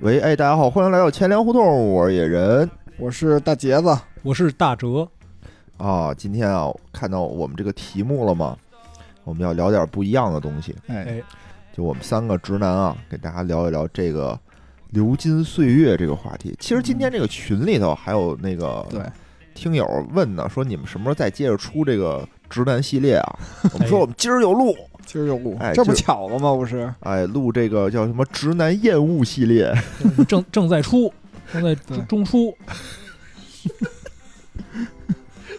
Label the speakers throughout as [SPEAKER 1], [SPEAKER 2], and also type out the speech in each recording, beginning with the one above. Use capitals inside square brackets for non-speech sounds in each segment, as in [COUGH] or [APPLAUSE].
[SPEAKER 1] 喂，哎，大家好，欢迎来到钱粮胡同，我是野人
[SPEAKER 2] 我是大杰子，
[SPEAKER 3] 我是大哲，
[SPEAKER 1] 啊。今天啊，看到我们这个题目了吗？我们要聊点不一样的东西，
[SPEAKER 2] 哎，
[SPEAKER 3] 哎，
[SPEAKER 1] 就我们三个直男啊，给大家聊一聊这个流金岁月这个话题。其实今天这个群里头还有那个
[SPEAKER 2] 嗯对，
[SPEAKER 1] 听友问呢，说你们什么时候再接着出这个直男系列
[SPEAKER 2] [LAUGHS]
[SPEAKER 1] 啊？我们
[SPEAKER 3] 哎
[SPEAKER 1] 说我们今儿有录，
[SPEAKER 2] 今儿就录
[SPEAKER 1] 哎，
[SPEAKER 2] 这不
[SPEAKER 1] 就
[SPEAKER 2] 巧了吗？不是，
[SPEAKER 1] 哎，录这个叫什么直男厌恶系列。
[SPEAKER 3] 正正在
[SPEAKER 1] [LAUGHS]
[SPEAKER 3] 出，正在
[SPEAKER 1] 嗯
[SPEAKER 2] 对
[SPEAKER 3] 中中出，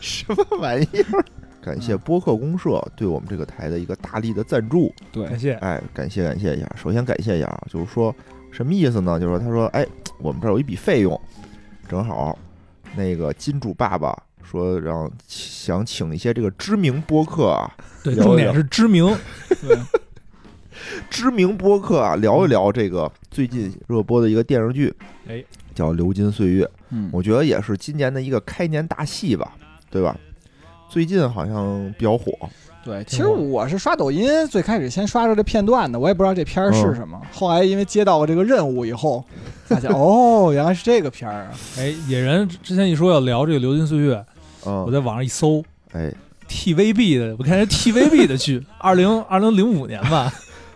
[SPEAKER 1] 什么玩意儿？嗯感谢播客公社对我们这个台的一个大力的赞助，
[SPEAKER 2] 对
[SPEAKER 3] 感，谢。
[SPEAKER 1] 哎，感谢感谢一下。首先感谢一下啊，就是说什么意思呢？就是说他说，哎，我们这儿有一笔费用，正好那个金主爸爸说让想请一些这个知名播客啊，
[SPEAKER 3] 对，
[SPEAKER 1] 有
[SPEAKER 3] 重点是知名，
[SPEAKER 1] 知名播客啊聊一聊这个最近热播的一个电视剧，
[SPEAKER 3] 哎，
[SPEAKER 1] 叫《流金岁月》。
[SPEAKER 2] 嗯，
[SPEAKER 1] 我觉得也是今年的一个开年大戏吧，对吧？最近好像比较火，
[SPEAKER 2] 对。其实我是刷抖音，最开始先刷着这片段的，我也不知道这片儿是什么。后来因为接到了这个任务以 [LAUGHS] 后，发现哦，原来是这个片儿啊。
[SPEAKER 3] 哎，野人之前一说要聊这个《流金岁月》，
[SPEAKER 1] 嗯，
[SPEAKER 3] 我在网上一搜
[SPEAKER 1] 哎，
[SPEAKER 3] TVB 的，我看人
[SPEAKER 1] [LAUGHS]
[SPEAKER 3] TVB 的剧，二零二零零五年吧，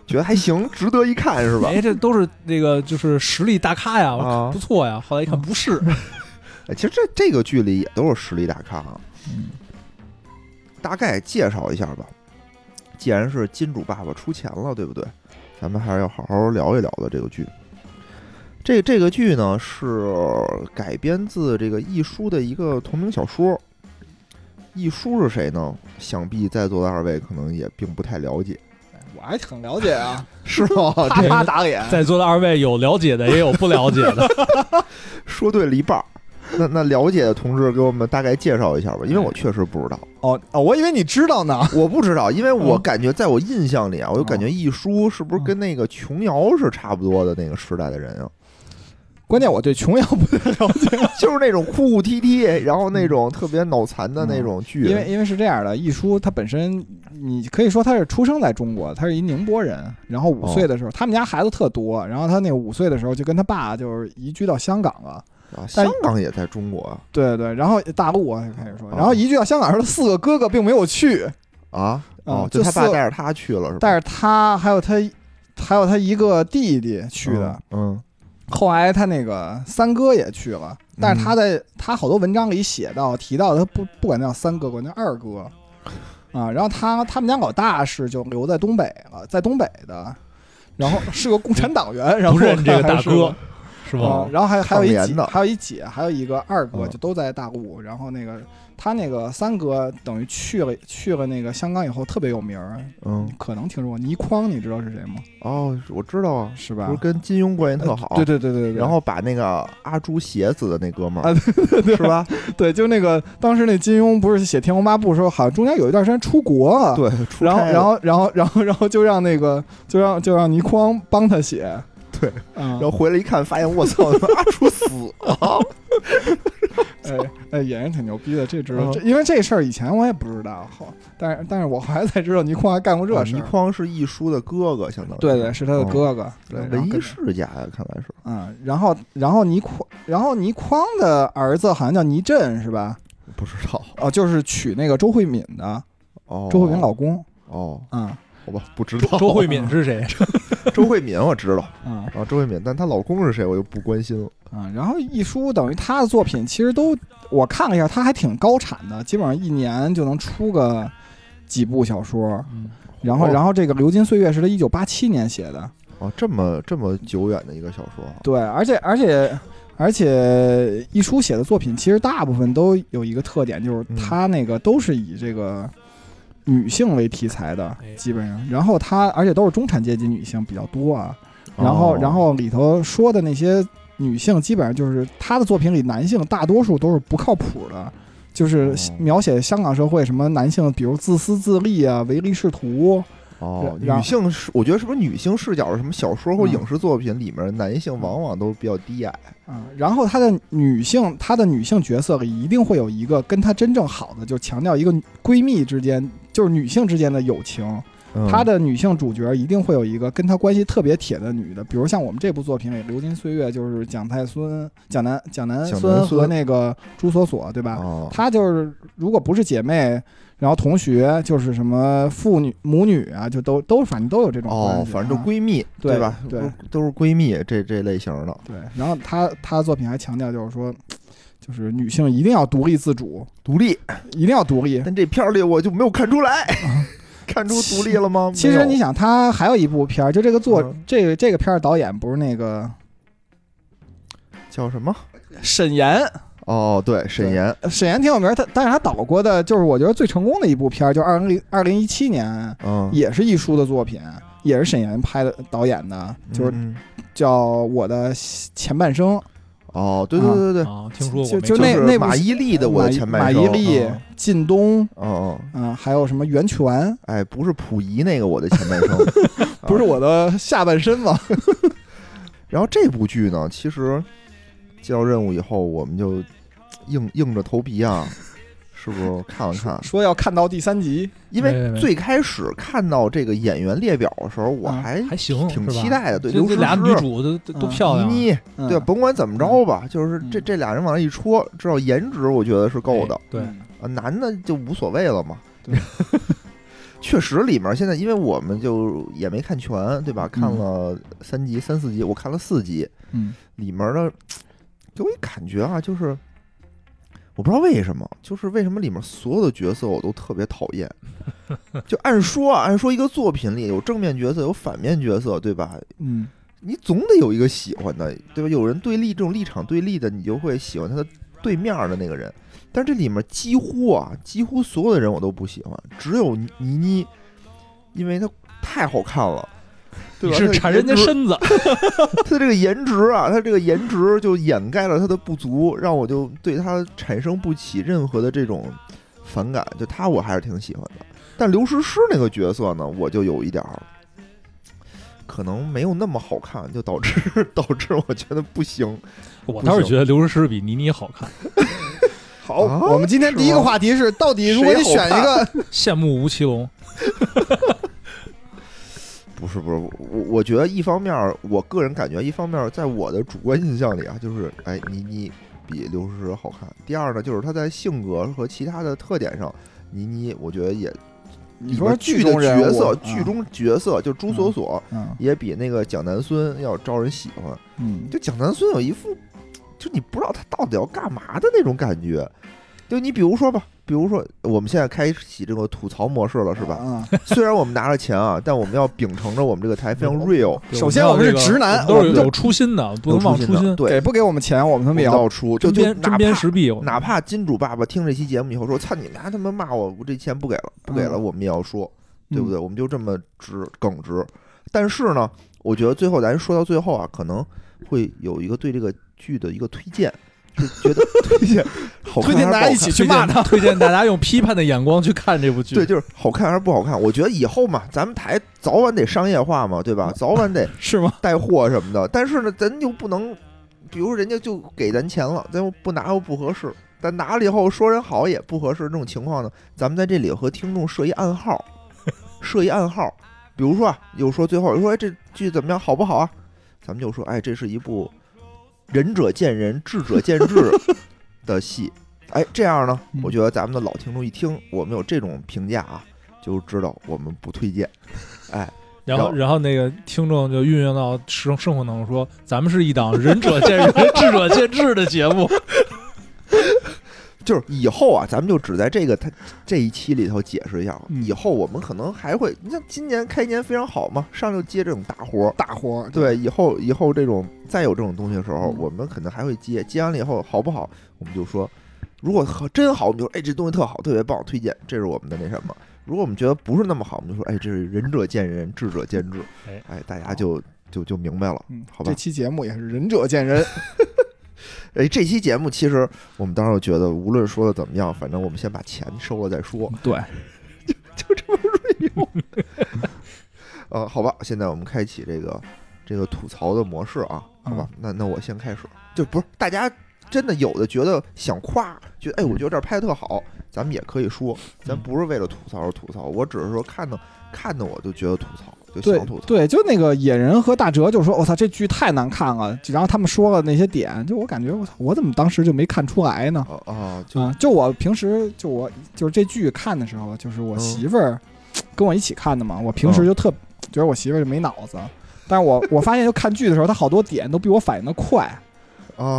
[SPEAKER 1] 觉得还 [LAUGHS] 行，值得一看是吧？
[SPEAKER 3] 哎，这都是那个就是实力大咖呀，我说
[SPEAKER 1] 啊
[SPEAKER 3] 不，错呀。后来一看不是，
[SPEAKER 1] 哎其实这这个剧里也都是实力大咖啊。
[SPEAKER 2] 嗯
[SPEAKER 1] 大概介绍一下吧，既然是金主爸爸出钱了，对不对？咱们还是要好好聊一聊的这个剧。这这个剧呢是改编自这个一书的一个同名小说。一书是谁呢？想必在座的二位可能也并不太了解，
[SPEAKER 2] 我还很了解 [LAUGHS] 啊，
[SPEAKER 1] 是 [LAUGHS] 吗？
[SPEAKER 2] 啪
[SPEAKER 3] 这
[SPEAKER 2] 啪打脸，
[SPEAKER 3] 在座的二位有了解的，也有不了解
[SPEAKER 1] [LAUGHS]
[SPEAKER 3] 的。
[SPEAKER 1] 说对了一半儿。那那了解的同志给我们大概介绍一下吧，因为
[SPEAKER 2] 哎
[SPEAKER 1] 我确实不知道。
[SPEAKER 2] 哦哦，我以为你知道呢。 [LAUGHS]
[SPEAKER 1] 我不知道，因为我
[SPEAKER 2] 嗯
[SPEAKER 1] 感觉在我印象里啊，
[SPEAKER 2] 哦
[SPEAKER 1] 我就感觉一书是不是跟那个琼瑶是差不多的那个时代的人
[SPEAKER 2] [LAUGHS]
[SPEAKER 1] 啊，
[SPEAKER 2] 关键我对琼瑶不太了解，
[SPEAKER 1] 就是那种哭哭啼啼，然后那种特别脑残的那种剧。
[SPEAKER 2] 因为因为是这样的，一书他本身，你可以说他是出生在中国，他是一宁波人。然后五
[SPEAKER 1] 哦
[SPEAKER 2] 岁的时候，他们家孩子特多，然后他那个五岁的时候就跟他爸就是移居到香港了。
[SPEAKER 1] 啊，
[SPEAKER 2] 但
[SPEAKER 1] 香港也在中国啊
[SPEAKER 2] 对对，然后大陆我开始说，
[SPEAKER 1] 哦
[SPEAKER 2] 然后移居到香港的时候，四个哥哥并没有去，
[SPEAKER 1] 啊，哦
[SPEAKER 2] 嗯，
[SPEAKER 1] 就
[SPEAKER 2] 就
[SPEAKER 1] 他爸
[SPEAKER 2] 四
[SPEAKER 1] 带着他去了是吧？
[SPEAKER 2] 但是他还有他还有他一个弟弟去
[SPEAKER 3] 哦
[SPEAKER 2] 的。
[SPEAKER 1] 嗯，
[SPEAKER 2] 后来他那个三哥也去了，
[SPEAKER 3] 嗯
[SPEAKER 2] 但是他在他好多文章里写到提到他不不管叫三哥，管叫二哥啊。然后他他们家老大是就留在东北了，在东北的，然后是个共产党员，然后
[SPEAKER 3] [LAUGHS] 不认这个
[SPEAKER 2] 还
[SPEAKER 3] 大
[SPEAKER 2] 是
[SPEAKER 3] 哥，是
[SPEAKER 1] 哦
[SPEAKER 3] 吧？
[SPEAKER 2] 啊，然后还还有一
[SPEAKER 1] 抗
[SPEAKER 2] 姐
[SPEAKER 1] 联的，
[SPEAKER 2] 还有一姐，还有一个二哥，
[SPEAKER 1] 嗯
[SPEAKER 2] 就都在大陆。然后那个他那个三哥等于去了去了那个香港以后特别有名儿，
[SPEAKER 1] 嗯
[SPEAKER 2] 你可能听说过倪匡，你知道是谁吗？
[SPEAKER 1] 嗯，哦，我知道啊，
[SPEAKER 2] 是
[SPEAKER 1] 不
[SPEAKER 2] 吧呃
[SPEAKER 1] 是？跟金庸关系特好，
[SPEAKER 2] 对对对对对，
[SPEAKER 1] 然后把那个阿朱鞋子的那哥们
[SPEAKER 2] 啊
[SPEAKER 1] 儿是吧？
[SPEAKER 2] 对，就那个当时那金庸不是写《天龙八部》的时候，好像中间有一段时间出国了，
[SPEAKER 1] 对，出
[SPEAKER 2] 然后
[SPEAKER 1] 差了
[SPEAKER 2] 然后然后然后然后就让那个就让就让倪匡帮他写，
[SPEAKER 1] 对，
[SPEAKER 2] 啊
[SPEAKER 1] [LAUGHS] 然，后回来一看，发现我操，阿朱 [LAUGHS] 死了，
[SPEAKER 2] 哎哎，演员挺牛逼的，这知道，
[SPEAKER 1] 嗯
[SPEAKER 2] 这因为这事儿以前我也不知道，后但是但是我后来才知道倪匡还干过这
[SPEAKER 1] 哦
[SPEAKER 2] 事
[SPEAKER 1] 倪
[SPEAKER 2] 儿，
[SPEAKER 1] 匡是一叔的哥哥，相当于
[SPEAKER 2] 对对，是他的
[SPEAKER 1] 哦
[SPEAKER 2] 哥哥，对，然
[SPEAKER 1] 文
[SPEAKER 2] 后
[SPEAKER 1] 艺
[SPEAKER 2] 跟
[SPEAKER 1] 世家呀，看来是
[SPEAKER 2] 嗯，然后然后倪匡，然后倪匡的儿子好像叫倪震是吧？
[SPEAKER 1] 不知道
[SPEAKER 2] 哦，就是娶那个周慧敏的，
[SPEAKER 1] 哦。
[SPEAKER 2] [LAUGHS] 周慧敏老公，
[SPEAKER 1] 哦，
[SPEAKER 2] 啊
[SPEAKER 1] 好吧，不知道
[SPEAKER 3] 周慧敏是谁？
[SPEAKER 1] 周慧敏我知道
[SPEAKER 2] 啊
[SPEAKER 1] 啊，周慧敏，但她老公是谁我就不关心了。
[SPEAKER 2] 啊！然后一书等于他的作品其实都我看了一下，他还挺高产的，基本上一年就能出个几部小说。
[SPEAKER 3] 嗯
[SPEAKER 2] 然后
[SPEAKER 1] 哦
[SPEAKER 2] 然后这个《流金岁月》是他一九八七年写的，
[SPEAKER 1] 哦，这么这么久远的一个小说啊，
[SPEAKER 2] 对，而且而且而且，一书写的作品其实大部分都有一个特点，就是
[SPEAKER 1] 嗯
[SPEAKER 2] 他那个都是以这个女性为题材的，
[SPEAKER 3] 哎
[SPEAKER 2] 基本上。然后他而且都是中产阶级女性比较多啊。然后、
[SPEAKER 1] 哦
[SPEAKER 2] 然后里头说的那些女性，基本上就是他的作品里男性大多数都是不靠谱的。就是
[SPEAKER 1] 哦
[SPEAKER 2] 描写香港社会什么男性，比如自私自利啊、唯利是图，
[SPEAKER 1] 哦，
[SPEAKER 2] 然
[SPEAKER 1] 女性是我觉得是不是女性视角的什么小说或
[SPEAKER 2] 嗯
[SPEAKER 1] 影视作品里面男性往往都比较低矮
[SPEAKER 2] 啊，然后她的女性，她的女性角色里一定会有一个跟她真正好的，就强调一个闺蜜之间，就是女性之间的友情，
[SPEAKER 1] 嗯
[SPEAKER 2] 他的女性主角一定会有一个跟他关系特别铁的女的，比如像我们这部作品里《流金岁月》就是蒋太孙、蒋南、蒋南
[SPEAKER 1] 蒋南
[SPEAKER 2] 孙和
[SPEAKER 1] 孙
[SPEAKER 2] 那个朱锁锁，对吧？
[SPEAKER 1] 哦，
[SPEAKER 2] 她就是如果不是姐妹，然后同学，就是什么父女、母女啊，就都都反正都有这种关系啊、
[SPEAKER 1] 哦，反正就闺蜜
[SPEAKER 2] 对
[SPEAKER 1] 吧？
[SPEAKER 2] 对
[SPEAKER 1] 都都是闺蜜这这类型的，
[SPEAKER 2] 对。然后她她的作品还强调就是说，就是女性一定要独立自主，
[SPEAKER 1] 独立。
[SPEAKER 2] 一定要独立。
[SPEAKER 1] 但这片儿里我就没有看出来， [LAUGHS] 看出独立了吗？
[SPEAKER 2] 啊其
[SPEAKER 1] 没有
[SPEAKER 2] 实你想，她还有一部片儿，就这个作、
[SPEAKER 1] 嗯
[SPEAKER 2] 这个这个片儿导演不是那个
[SPEAKER 1] 叫什么？
[SPEAKER 2] 沈岩，
[SPEAKER 1] 哦，对，沈岩，
[SPEAKER 2] 沈岩挺有名儿，他但是他导过的就是我觉得最成功的一部片儿，就二零二零一七年，
[SPEAKER 1] 嗯，
[SPEAKER 2] 也是一叔的作品，也是沈岩拍的导演的，就是
[SPEAKER 1] 嗯嗯
[SPEAKER 2] 叫《我的前半生》，
[SPEAKER 1] 哦，对对对对对，
[SPEAKER 3] 啊，听说过没
[SPEAKER 2] 就就
[SPEAKER 3] 听
[SPEAKER 2] 那
[SPEAKER 1] 是
[SPEAKER 2] 那部嗯
[SPEAKER 1] 马伊琍的我
[SPEAKER 2] 马
[SPEAKER 1] 的
[SPEAKER 2] 伊
[SPEAKER 1] 前
[SPEAKER 2] 马
[SPEAKER 1] 半
[SPEAKER 2] 伊
[SPEAKER 1] 生，
[SPEAKER 2] 琍、
[SPEAKER 1] 嗯
[SPEAKER 2] 靳东，
[SPEAKER 1] 哦，嗯
[SPEAKER 2] 嗯、还有什么袁泉，
[SPEAKER 1] 哎，不是溥仪那个我的前半
[SPEAKER 2] [LAUGHS]
[SPEAKER 1] 生，啊
[SPEAKER 2] 不是我的下半身吗？
[SPEAKER 1] 然后这部剧呢，其实接到任务以后，我们就硬硬着头皮啊，是不是看了看？
[SPEAKER 2] 说要看到第三集，
[SPEAKER 1] 因
[SPEAKER 3] 没没
[SPEAKER 1] 为
[SPEAKER 3] 没
[SPEAKER 1] 最开始看到这个演员列表的时候，我
[SPEAKER 2] 啊
[SPEAKER 1] 还
[SPEAKER 3] 还行，
[SPEAKER 1] 挺
[SPEAKER 3] 是吧
[SPEAKER 1] 期待的对
[SPEAKER 3] 这
[SPEAKER 1] 刘
[SPEAKER 3] 这
[SPEAKER 1] 诗
[SPEAKER 3] 俩
[SPEAKER 1] 诗
[SPEAKER 3] 女主都都都
[SPEAKER 2] 嗯
[SPEAKER 3] 漂亮，啊
[SPEAKER 1] 倪妮，
[SPEAKER 2] 嗯、
[SPEAKER 1] 对，甭管怎么着吧，就是这
[SPEAKER 2] 嗯
[SPEAKER 1] 这俩人往那一戳，至少颜值我觉得是够的
[SPEAKER 3] 哎，对，
[SPEAKER 2] 嗯
[SPEAKER 1] 啊，男的就无所谓了嘛
[SPEAKER 2] 对。
[SPEAKER 1] [LAUGHS] 确实，里面现在因为我们就也没看全，对吧？看了三集、三四集，我看了四集，
[SPEAKER 2] 嗯，
[SPEAKER 1] 里面的给我一感觉啊，就是我不知道为什么，就是为什么里面所有的角色我都特别讨厌。 [LAUGHS] 就按说啊，按说一个作品里有正面角色，有反面角色，对吧？
[SPEAKER 2] 嗯，
[SPEAKER 1] 你总得有一个喜欢的，对吧？有人对立这种立场对立的，你就会喜欢他的对面的那个人。但这里面几乎啊，几乎所有的人我都不喜欢，只有倪妮，因为她太好看了，对
[SPEAKER 3] 你
[SPEAKER 1] 吧？
[SPEAKER 3] 是
[SPEAKER 1] 她的
[SPEAKER 3] 馋人家
[SPEAKER 1] 颜值，
[SPEAKER 3] 身子，
[SPEAKER 1] 她这个颜值啊，她这个颜值就掩盖了她的不足，让我就对她产生不起任何的这种反感。就她我还是挺喜欢的，但刘诗诗那个角色呢，我就有一点儿。可能没有那么好看，就导致 [LAUGHS] 导致我觉得不行。
[SPEAKER 3] 我倒是觉得刘诗诗比倪妮好看，
[SPEAKER 2] 好，
[SPEAKER 1] 啊
[SPEAKER 2] 哦我们今天第一
[SPEAKER 1] 是
[SPEAKER 2] 个
[SPEAKER 1] 吗
[SPEAKER 2] 话题是，到底如果
[SPEAKER 1] 谁
[SPEAKER 2] 你
[SPEAKER 1] 好
[SPEAKER 2] 选一
[SPEAKER 1] 看
[SPEAKER 2] 个，
[SPEAKER 3] 羡慕吴奇隆，
[SPEAKER 1] 不是不是，我我觉得一方面儿，我个人感觉，一方面儿在我的主观印象里啊，就是哎，倪妮比刘诗诗好看。第二呢，就是她在性格和其他的特点上，倪妮我觉得也
[SPEAKER 2] 你
[SPEAKER 1] 里
[SPEAKER 2] 说
[SPEAKER 1] 边
[SPEAKER 2] 是
[SPEAKER 1] 剧的
[SPEAKER 2] 中人
[SPEAKER 1] 角
[SPEAKER 2] 物
[SPEAKER 1] 色，
[SPEAKER 2] 啊
[SPEAKER 1] 剧中角色就朱锁锁
[SPEAKER 2] 嗯
[SPEAKER 1] 也比那个蒋南孙要招人喜欢。
[SPEAKER 2] 嗯，
[SPEAKER 1] 就蒋南孙有一副，就你不知道他到底要干嘛的那种感觉。就你比如说吧，比如说我们现在开启这个吐槽模式了，是吧？
[SPEAKER 2] 嗯。
[SPEAKER 1] 虽然我们拿了钱啊，但我们要秉承着我们这个台非常 real，
[SPEAKER 3] 对
[SPEAKER 2] 首先
[SPEAKER 3] 我
[SPEAKER 2] 我们是
[SPEAKER 3] 知道这个
[SPEAKER 2] 直
[SPEAKER 3] 我
[SPEAKER 2] 男
[SPEAKER 3] 们
[SPEAKER 2] 我
[SPEAKER 3] 都
[SPEAKER 2] 们
[SPEAKER 3] 是
[SPEAKER 2] 就
[SPEAKER 3] 有初心的，不能忘初
[SPEAKER 1] 有
[SPEAKER 3] 心，
[SPEAKER 1] 对，
[SPEAKER 2] 给不给我们钱，我们他妈也要
[SPEAKER 1] 到出就
[SPEAKER 3] 针
[SPEAKER 1] 就哪
[SPEAKER 3] 砭针砭
[SPEAKER 1] 怕
[SPEAKER 3] 时弊，
[SPEAKER 1] 哪怕金主爸爸听这期节目以后说，操你妈他妈骂我，我这钱不给了，不给了，
[SPEAKER 2] 嗯
[SPEAKER 1] 我们也要说，对不对？我们就这么直耿直。但是呢，我觉得最后咱说到最后啊，可能会有一个对这个剧的一个推荐，就觉得 [LAUGHS] 推荐好看
[SPEAKER 2] 推
[SPEAKER 1] 还是不好
[SPEAKER 2] 荐大家
[SPEAKER 1] 看
[SPEAKER 2] 一起去骂他。
[SPEAKER 3] 推荐大家用批判的眼光去看这部剧，
[SPEAKER 1] 对，就是好看还是不好看？我觉得以后嘛，咱们台早晚得商业化嘛，对吧？早晚得
[SPEAKER 3] 是吗？
[SPEAKER 1] 带货什么的。但是呢，咱又不能，比如说人家就给咱钱了，咱又不拿又不合适，但拿了以后说人好也不合适。这种情况呢，咱们在这里和听众设一暗号，设一暗号。比如说啊，有说最后有说哎这剧怎么样，好不好啊？咱们就说哎，这是一部仁者见仁，智者见智的戏。哎，这样呢
[SPEAKER 2] 嗯，
[SPEAKER 1] 我觉得咱们的老听众一听我们有这种评价啊，就知道我们不推荐。哎，
[SPEAKER 3] 然后，
[SPEAKER 1] 有
[SPEAKER 3] 然后那个听众就运用到生生活当中说，咱们是一档仁者见仁， [LAUGHS] 智者见智的节目。
[SPEAKER 1] 就是以后啊，咱们就只在这个他这一期里头解释一下。
[SPEAKER 2] 嗯
[SPEAKER 1] 以后我们可能还会，你像今年开年非常好嘛，上就接这种大活儿。
[SPEAKER 2] 大活儿，
[SPEAKER 1] 对，以后以后这种再有这种东西的时候
[SPEAKER 2] 嗯，
[SPEAKER 1] 我们可能还会接。接完了以后好不好，我们就说，如果好真好，我们就说哎这东西特好，特别棒，推荐，这是我们的那什么。如果我们觉得不是那么好，我们就说哎这是仁者见仁，智者见智
[SPEAKER 3] 哎。
[SPEAKER 1] 哎，大家就就就明白了。
[SPEAKER 2] 嗯，
[SPEAKER 1] 好吧
[SPEAKER 2] 这期节目也是仁者见仁，
[SPEAKER 1] 哎，这期节目其实我们当时觉得，无论说的怎么样，反正我们先把钱收了再说。
[SPEAKER 3] 对，
[SPEAKER 1] [LAUGHS] 就这么 real。呃，好吧，现在我们开
[SPEAKER 2] 嗯
[SPEAKER 1] 启这个这个吐槽的模式啊，好吧，那那我先开始，就不是大家真的有的觉得想夸，觉得哎，我觉得这儿拍得特好，咱们也可以说，
[SPEAKER 2] 嗯
[SPEAKER 1] 咱不是为了吐槽而吐槽，我只是说看的看的我就觉得吐槽，就
[SPEAKER 2] 对
[SPEAKER 1] 想吐槽。
[SPEAKER 2] 对，就那个野人和大哲就说：“我操，这剧太难看了。”然后他们说了那些点，就我感觉我操，我怎么当时就没看出来呢？
[SPEAKER 1] 啊啊，就
[SPEAKER 2] 啊，就我平时就我就是这剧看的时候，就是我
[SPEAKER 1] 嗯
[SPEAKER 2] 媳妇儿跟我一起看的嘛。我平时
[SPEAKER 1] 嗯
[SPEAKER 2] 就特觉得我媳妇儿就没脑子，但是我我发现就看剧的时候，她好多点都比我反应的快。
[SPEAKER 1] 啊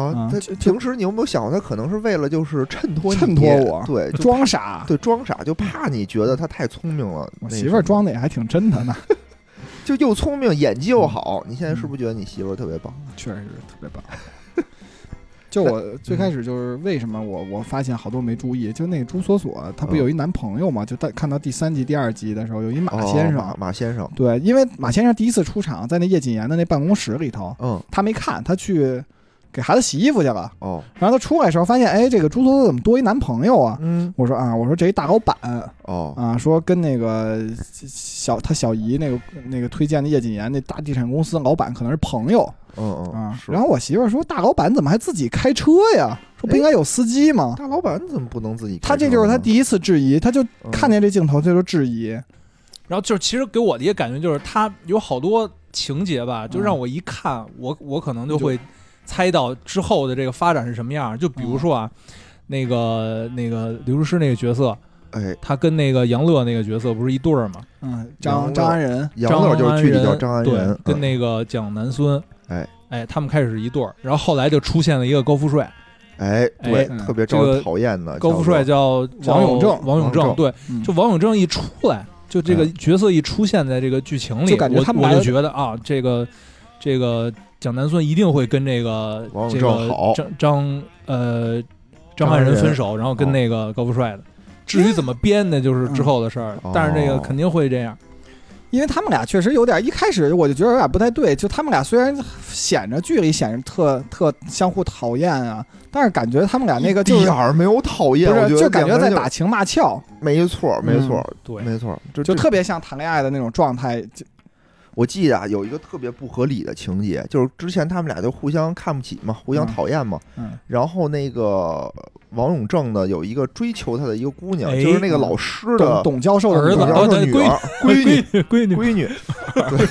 [SPEAKER 2] 啊，
[SPEAKER 1] 他
[SPEAKER 2] 就就
[SPEAKER 1] 平时你有没有想过，他可能是为了就是衬托你
[SPEAKER 2] 衬托我 [LAUGHS]
[SPEAKER 1] 对，就
[SPEAKER 2] 装傻。
[SPEAKER 1] 对装傻，就怕你觉得他太聪明了。
[SPEAKER 2] 我
[SPEAKER 1] 那
[SPEAKER 2] 媳妇
[SPEAKER 1] 什
[SPEAKER 2] 儿
[SPEAKER 1] 么
[SPEAKER 2] 装的也还挺
[SPEAKER 1] [LAUGHS]
[SPEAKER 2] 真的呢，
[SPEAKER 1] 就又聪明，演技
[SPEAKER 2] 嗯
[SPEAKER 1] 又好，你现在是不是觉得你媳妇儿特别棒？
[SPEAKER 2] 确实是特别
[SPEAKER 1] [LAUGHS]
[SPEAKER 2] 棒。就我最
[SPEAKER 1] 嗯
[SPEAKER 2] 开始就是为什么我我发现好多没注意，就那个朱锁锁，她不
[SPEAKER 1] 嗯
[SPEAKER 2] 有一男朋友嘛？就到看到第三集、第二集的时候，有一马先
[SPEAKER 1] 哦马
[SPEAKER 2] 生。
[SPEAKER 1] 马先生，
[SPEAKER 2] 对，因为马先生第一次出场在那叶谨言的那办公室里头，
[SPEAKER 1] 嗯，
[SPEAKER 2] 他没看，他去给孩子洗衣服去了。
[SPEAKER 1] 哦，
[SPEAKER 2] 然后他出来的时候发现，哎，这个朱锁锁怎么多一男朋友啊？
[SPEAKER 1] 嗯，
[SPEAKER 2] 我说啊，我说这一大老板
[SPEAKER 1] 哦，
[SPEAKER 2] 啊，说跟那个小他小姨那个那个推荐的叶谨言那大地产公司老板可能是朋友
[SPEAKER 1] 嗯嗯
[SPEAKER 2] 啊。
[SPEAKER 1] 是
[SPEAKER 2] 然后我媳妇儿说，大老板怎么还自己开车呀？说不应该有司机吗？
[SPEAKER 1] 大老板怎么不能自己开车
[SPEAKER 2] 他
[SPEAKER 1] 呢？
[SPEAKER 2] 这就是他第一次质疑，他就
[SPEAKER 1] 嗯
[SPEAKER 2] 看见这镜头他就质疑，
[SPEAKER 3] 然后就是，其实给我的一个感觉就是，他有好多情节
[SPEAKER 1] 嗯
[SPEAKER 3] 吧，就让我一看，我我可能就会猜到之后的这个发展是什么样。就比如说
[SPEAKER 1] 哦
[SPEAKER 3] 啊，那个那个刘诗诗那个角色，
[SPEAKER 1] 哎，
[SPEAKER 3] 他跟那个杨乐那个角色不是一对儿吗？
[SPEAKER 2] 嗯，
[SPEAKER 1] 杨
[SPEAKER 2] 张
[SPEAKER 1] 乐
[SPEAKER 2] 张安仁，
[SPEAKER 1] 杨乐就是剧里叫张安
[SPEAKER 3] 对
[SPEAKER 1] 仁，，
[SPEAKER 3] 跟
[SPEAKER 1] 嗯
[SPEAKER 3] 那个蒋南孙，
[SPEAKER 1] 哎
[SPEAKER 3] 哎，他们开始是一对儿，然后后来就出现了一个高富帅，
[SPEAKER 1] 哎，对，
[SPEAKER 2] 哎
[SPEAKER 1] 特别招
[SPEAKER 3] 嗯这
[SPEAKER 1] 人
[SPEAKER 3] 个
[SPEAKER 1] 讨厌的
[SPEAKER 3] 高富帅叫
[SPEAKER 2] 王永正
[SPEAKER 3] 王
[SPEAKER 1] 王
[SPEAKER 3] 永
[SPEAKER 1] 永正哎
[SPEAKER 3] 正，对，
[SPEAKER 2] 嗯
[SPEAKER 3] 就王永正一出来，就这个角色一出现在这个剧情里，
[SPEAKER 2] 就感觉
[SPEAKER 3] 我
[SPEAKER 2] 他们
[SPEAKER 3] 我
[SPEAKER 2] 来
[SPEAKER 3] 就
[SPEAKER 2] 了
[SPEAKER 3] 觉得啊，这个这个蒋南孙一定会跟这个
[SPEAKER 1] 王永
[SPEAKER 3] 这
[SPEAKER 1] 正
[SPEAKER 3] 个
[SPEAKER 1] 好
[SPEAKER 3] 张张呃张
[SPEAKER 1] 翰
[SPEAKER 3] 翰仁
[SPEAKER 1] 仁
[SPEAKER 3] 分手，然后跟
[SPEAKER 1] 哦
[SPEAKER 3] 那个高富帅的。至于怎么编的，就是之后的事儿
[SPEAKER 1] 嗯，
[SPEAKER 3] 但是这个
[SPEAKER 1] 哦
[SPEAKER 3] 肯定会这样。
[SPEAKER 2] 因为他们俩确实有点，一开始我就觉得有点不太对。就他们俩虽然显着剧里显着特特相互讨厌啊，但是感觉他们俩那个就
[SPEAKER 1] 一
[SPEAKER 2] 是
[SPEAKER 1] 点儿没有讨厌，
[SPEAKER 2] 不
[SPEAKER 1] 我觉
[SPEAKER 2] 是就
[SPEAKER 1] 得
[SPEAKER 2] 感觉
[SPEAKER 1] 两个
[SPEAKER 2] 在
[SPEAKER 1] 人
[SPEAKER 2] 打情骂俏，
[SPEAKER 1] 就，没错，没错，
[SPEAKER 3] 对，
[SPEAKER 1] 没错，这
[SPEAKER 2] 就
[SPEAKER 1] 这
[SPEAKER 2] 特别像谈恋爱的那种状态。就
[SPEAKER 1] 我记得啊，有一个特别不合理的情节，就是之前他们俩就互相看不起嘛，互相
[SPEAKER 2] 嗯
[SPEAKER 1] 讨厌嘛。
[SPEAKER 2] 嗯，
[SPEAKER 1] 然后那个王永正呢，有一个追求他的一个姑娘，
[SPEAKER 3] 哎
[SPEAKER 1] 就是那个老师的
[SPEAKER 2] 董董教授的
[SPEAKER 3] 儿子
[SPEAKER 1] 董
[SPEAKER 2] 那
[SPEAKER 1] 教
[SPEAKER 2] 种
[SPEAKER 1] 授
[SPEAKER 3] 哦对
[SPEAKER 1] 女儿、闺女、
[SPEAKER 3] 女， [LAUGHS] 闺女，
[SPEAKER 1] 闺女。对，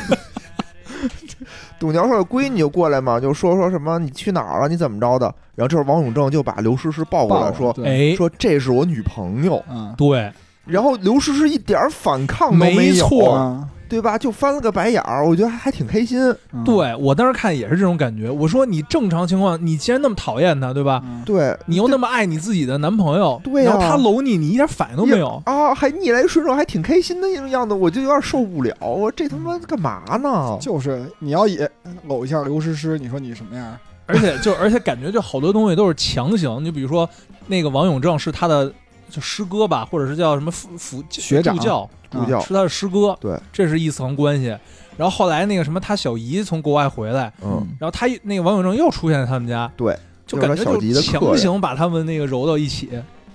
[SPEAKER 1] 董教授的闺女就过来嘛，就说说什么你去哪儿了，啊你怎么着的？然后这时候王永正就把刘诗诗抱过
[SPEAKER 2] 抱
[SPEAKER 1] 来说
[SPEAKER 2] 对，
[SPEAKER 3] 哎，
[SPEAKER 1] 说这是我女朋友。
[SPEAKER 2] 嗯，
[SPEAKER 3] 对，
[SPEAKER 1] 然后刘诗诗一点儿反抗都
[SPEAKER 3] 没
[SPEAKER 1] 没有，
[SPEAKER 3] 错
[SPEAKER 2] 嗯
[SPEAKER 1] 对吧？就翻了个白眼儿，我觉得还挺开心。
[SPEAKER 2] 嗯
[SPEAKER 3] 对我当时看也是这种感觉。我说你正常情况，你既然那么讨厌他，对吧？
[SPEAKER 2] 嗯
[SPEAKER 1] 对，
[SPEAKER 3] 你又那么爱你自己的男朋友，
[SPEAKER 1] 对啊
[SPEAKER 3] 然后
[SPEAKER 1] 呀
[SPEAKER 3] 他搂你，你一点反应都没有。
[SPEAKER 1] 啊，还逆来顺受，还挺开心的那种样子，我就有点受不了。我这他妈干嘛呢？
[SPEAKER 2] 就是你要也搂一下刘诗诗，你说你什么样？
[SPEAKER 3] [LAUGHS] 而且就而且感觉就好多东西都是强行，你比如说那个王永正是他的就师哥吧，或者是叫什么辅辅
[SPEAKER 2] 学长
[SPEAKER 3] 助教，
[SPEAKER 1] 助
[SPEAKER 2] 嗯
[SPEAKER 1] 教
[SPEAKER 3] 啊是他的师哥，
[SPEAKER 1] 对，
[SPEAKER 3] 这是一层关系。然后后来那个什么，他小姨从国外回来，
[SPEAKER 1] 嗯，
[SPEAKER 3] 然后他一那个王永正又出现在他们家，
[SPEAKER 1] 对，
[SPEAKER 3] 就感觉
[SPEAKER 1] 就是他小姨的
[SPEAKER 3] 就
[SPEAKER 1] 客人
[SPEAKER 3] 强行把他们那个揉到一起。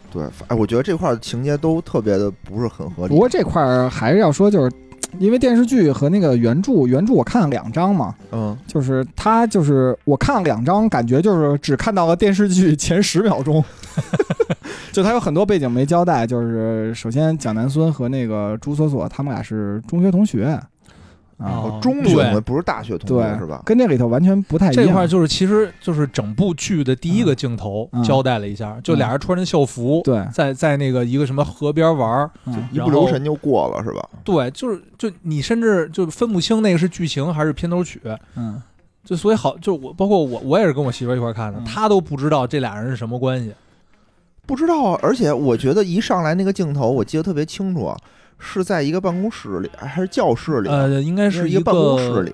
[SPEAKER 1] 对，反哎，我觉得这块儿情节都特别的不是很合理
[SPEAKER 2] 不。过这块儿还是要说，就是因为电视剧和那个原著，原著我看了两章嘛，
[SPEAKER 1] 嗯，
[SPEAKER 2] 就是他就是我看了两章，感觉就是只看到了电视剧前十秒钟， [LAUGHS] 就他有很多背景没交代。就是首先蒋南孙和那个朱锁锁他们俩是中学同学啊，
[SPEAKER 3] 哦
[SPEAKER 1] 中学
[SPEAKER 3] 对
[SPEAKER 1] 同学不是大学同
[SPEAKER 2] 对
[SPEAKER 1] 学是吧？
[SPEAKER 2] 跟这里头完全不太一
[SPEAKER 3] 这块
[SPEAKER 2] 样。
[SPEAKER 3] 就是其实就是整部剧的第一个镜头
[SPEAKER 2] 嗯嗯
[SPEAKER 3] 交代了一下，就俩人穿着校服，
[SPEAKER 2] 对，
[SPEAKER 3] 在在那个一个什么河边玩儿。
[SPEAKER 2] 嗯
[SPEAKER 1] 一不留神就过了是吧？
[SPEAKER 3] 对，就是就你甚至就分不清那个是剧情还是片头曲，
[SPEAKER 2] 嗯，
[SPEAKER 3] 就所以好就我包括我我也是跟我媳妇儿一块儿看的，
[SPEAKER 2] 嗯
[SPEAKER 3] 她都不知道这俩人是什么关系。
[SPEAKER 1] 不知道啊，而且我觉得一上来那个镜头，我记得特别清楚，啊，是在一个办公室里还是教室里？
[SPEAKER 3] 呃，应该是
[SPEAKER 1] 一个办公室里，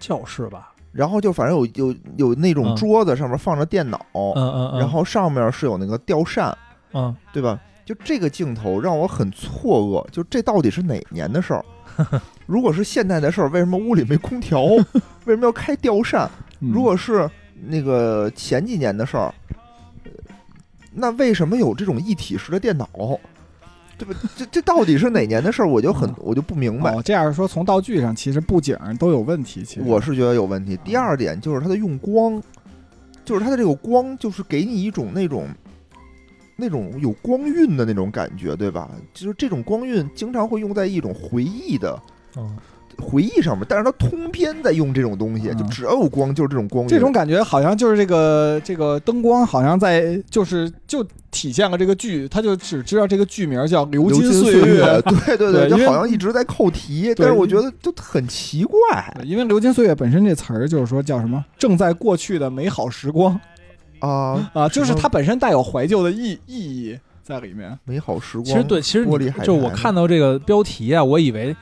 [SPEAKER 3] 教室吧？
[SPEAKER 1] 然后就反正有有有那种
[SPEAKER 3] 嗯
[SPEAKER 1] 桌子上面放着电脑，
[SPEAKER 3] 嗯嗯嗯。
[SPEAKER 1] 哦然后上面是有那个吊扇，
[SPEAKER 3] 嗯，
[SPEAKER 1] 对吧？就这个镜头让我很错愕，就这到底是哪年的事
[SPEAKER 2] [LAUGHS]
[SPEAKER 1] 儿？如果是现代的事儿，为什么屋里没空调？为什么要开吊扇？
[SPEAKER 2] 嗯
[SPEAKER 1] 如果是那个前几年的事儿，呃那为什么有这种一体式的电脑？对吧？这这到底是哪年的事儿？我就很
[SPEAKER 2] 嗯
[SPEAKER 1] 我就不明白。
[SPEAKER 2] 哦，这样说从道具上其实布景都有问题。其实
[SPEAKER 1] 我是觉得有问题。第二点就是它的用光，就是它的这个光，就是给你一种那种那种有光晕的那种感觉，对吧？就是这种光晕经常会用在一种回忆的
[SPEAKER 3] 嗯
[SPEAKER 1] 回忆上面，但是它通篇在用这种东
[SPEAKER 3] 啊
[SPEAKER 1] 西，
[SPEAKER 2] 嗯
[SPEAKER 1] 就只要有光就是这种光晕。
[SPEAKER 2] 这种感觉好像就是这个这个灯光，好像在就是就体现了这个剧，他就只知道这个剧名叫《流
[SPEAKER 1] 流金
[SPEAKER 2] 岁
[SPEAKER 1] 月，
[SPEAKER 2] [LAUGHS]
[SPEAKER 1] [LAUGHS] 对对
[SPEAKER 2] 对
[SPEAKER 1] 就
[SPEAKER 2] 因为
[SPEAKER 1] 好像一直在扣题，但是我觉得就很奇怪。
[SPEAKER 2] 对因为“流金岁月”本身这词儿就是说叫什么“正在过去的美好时光
[SPEAKER 1] 啊”，
[SPEAKER 2] 啊，就是
[SPEAKER 1] 什么
[SPEAKER 2] 它本身带有怀旧的意意义在里面。
[SPEAKER 1] 美好时光。
[SPEAKER 3] 其实对，其实
[SPEAKER 1] 玻
[SPEAKER 3] 你
[SPEAKER 1] 璃海
[SPEAKER 3] 就我
[SPEAKER 1] 苔
[SPEAKER 3] 看到这个标题啊，我以为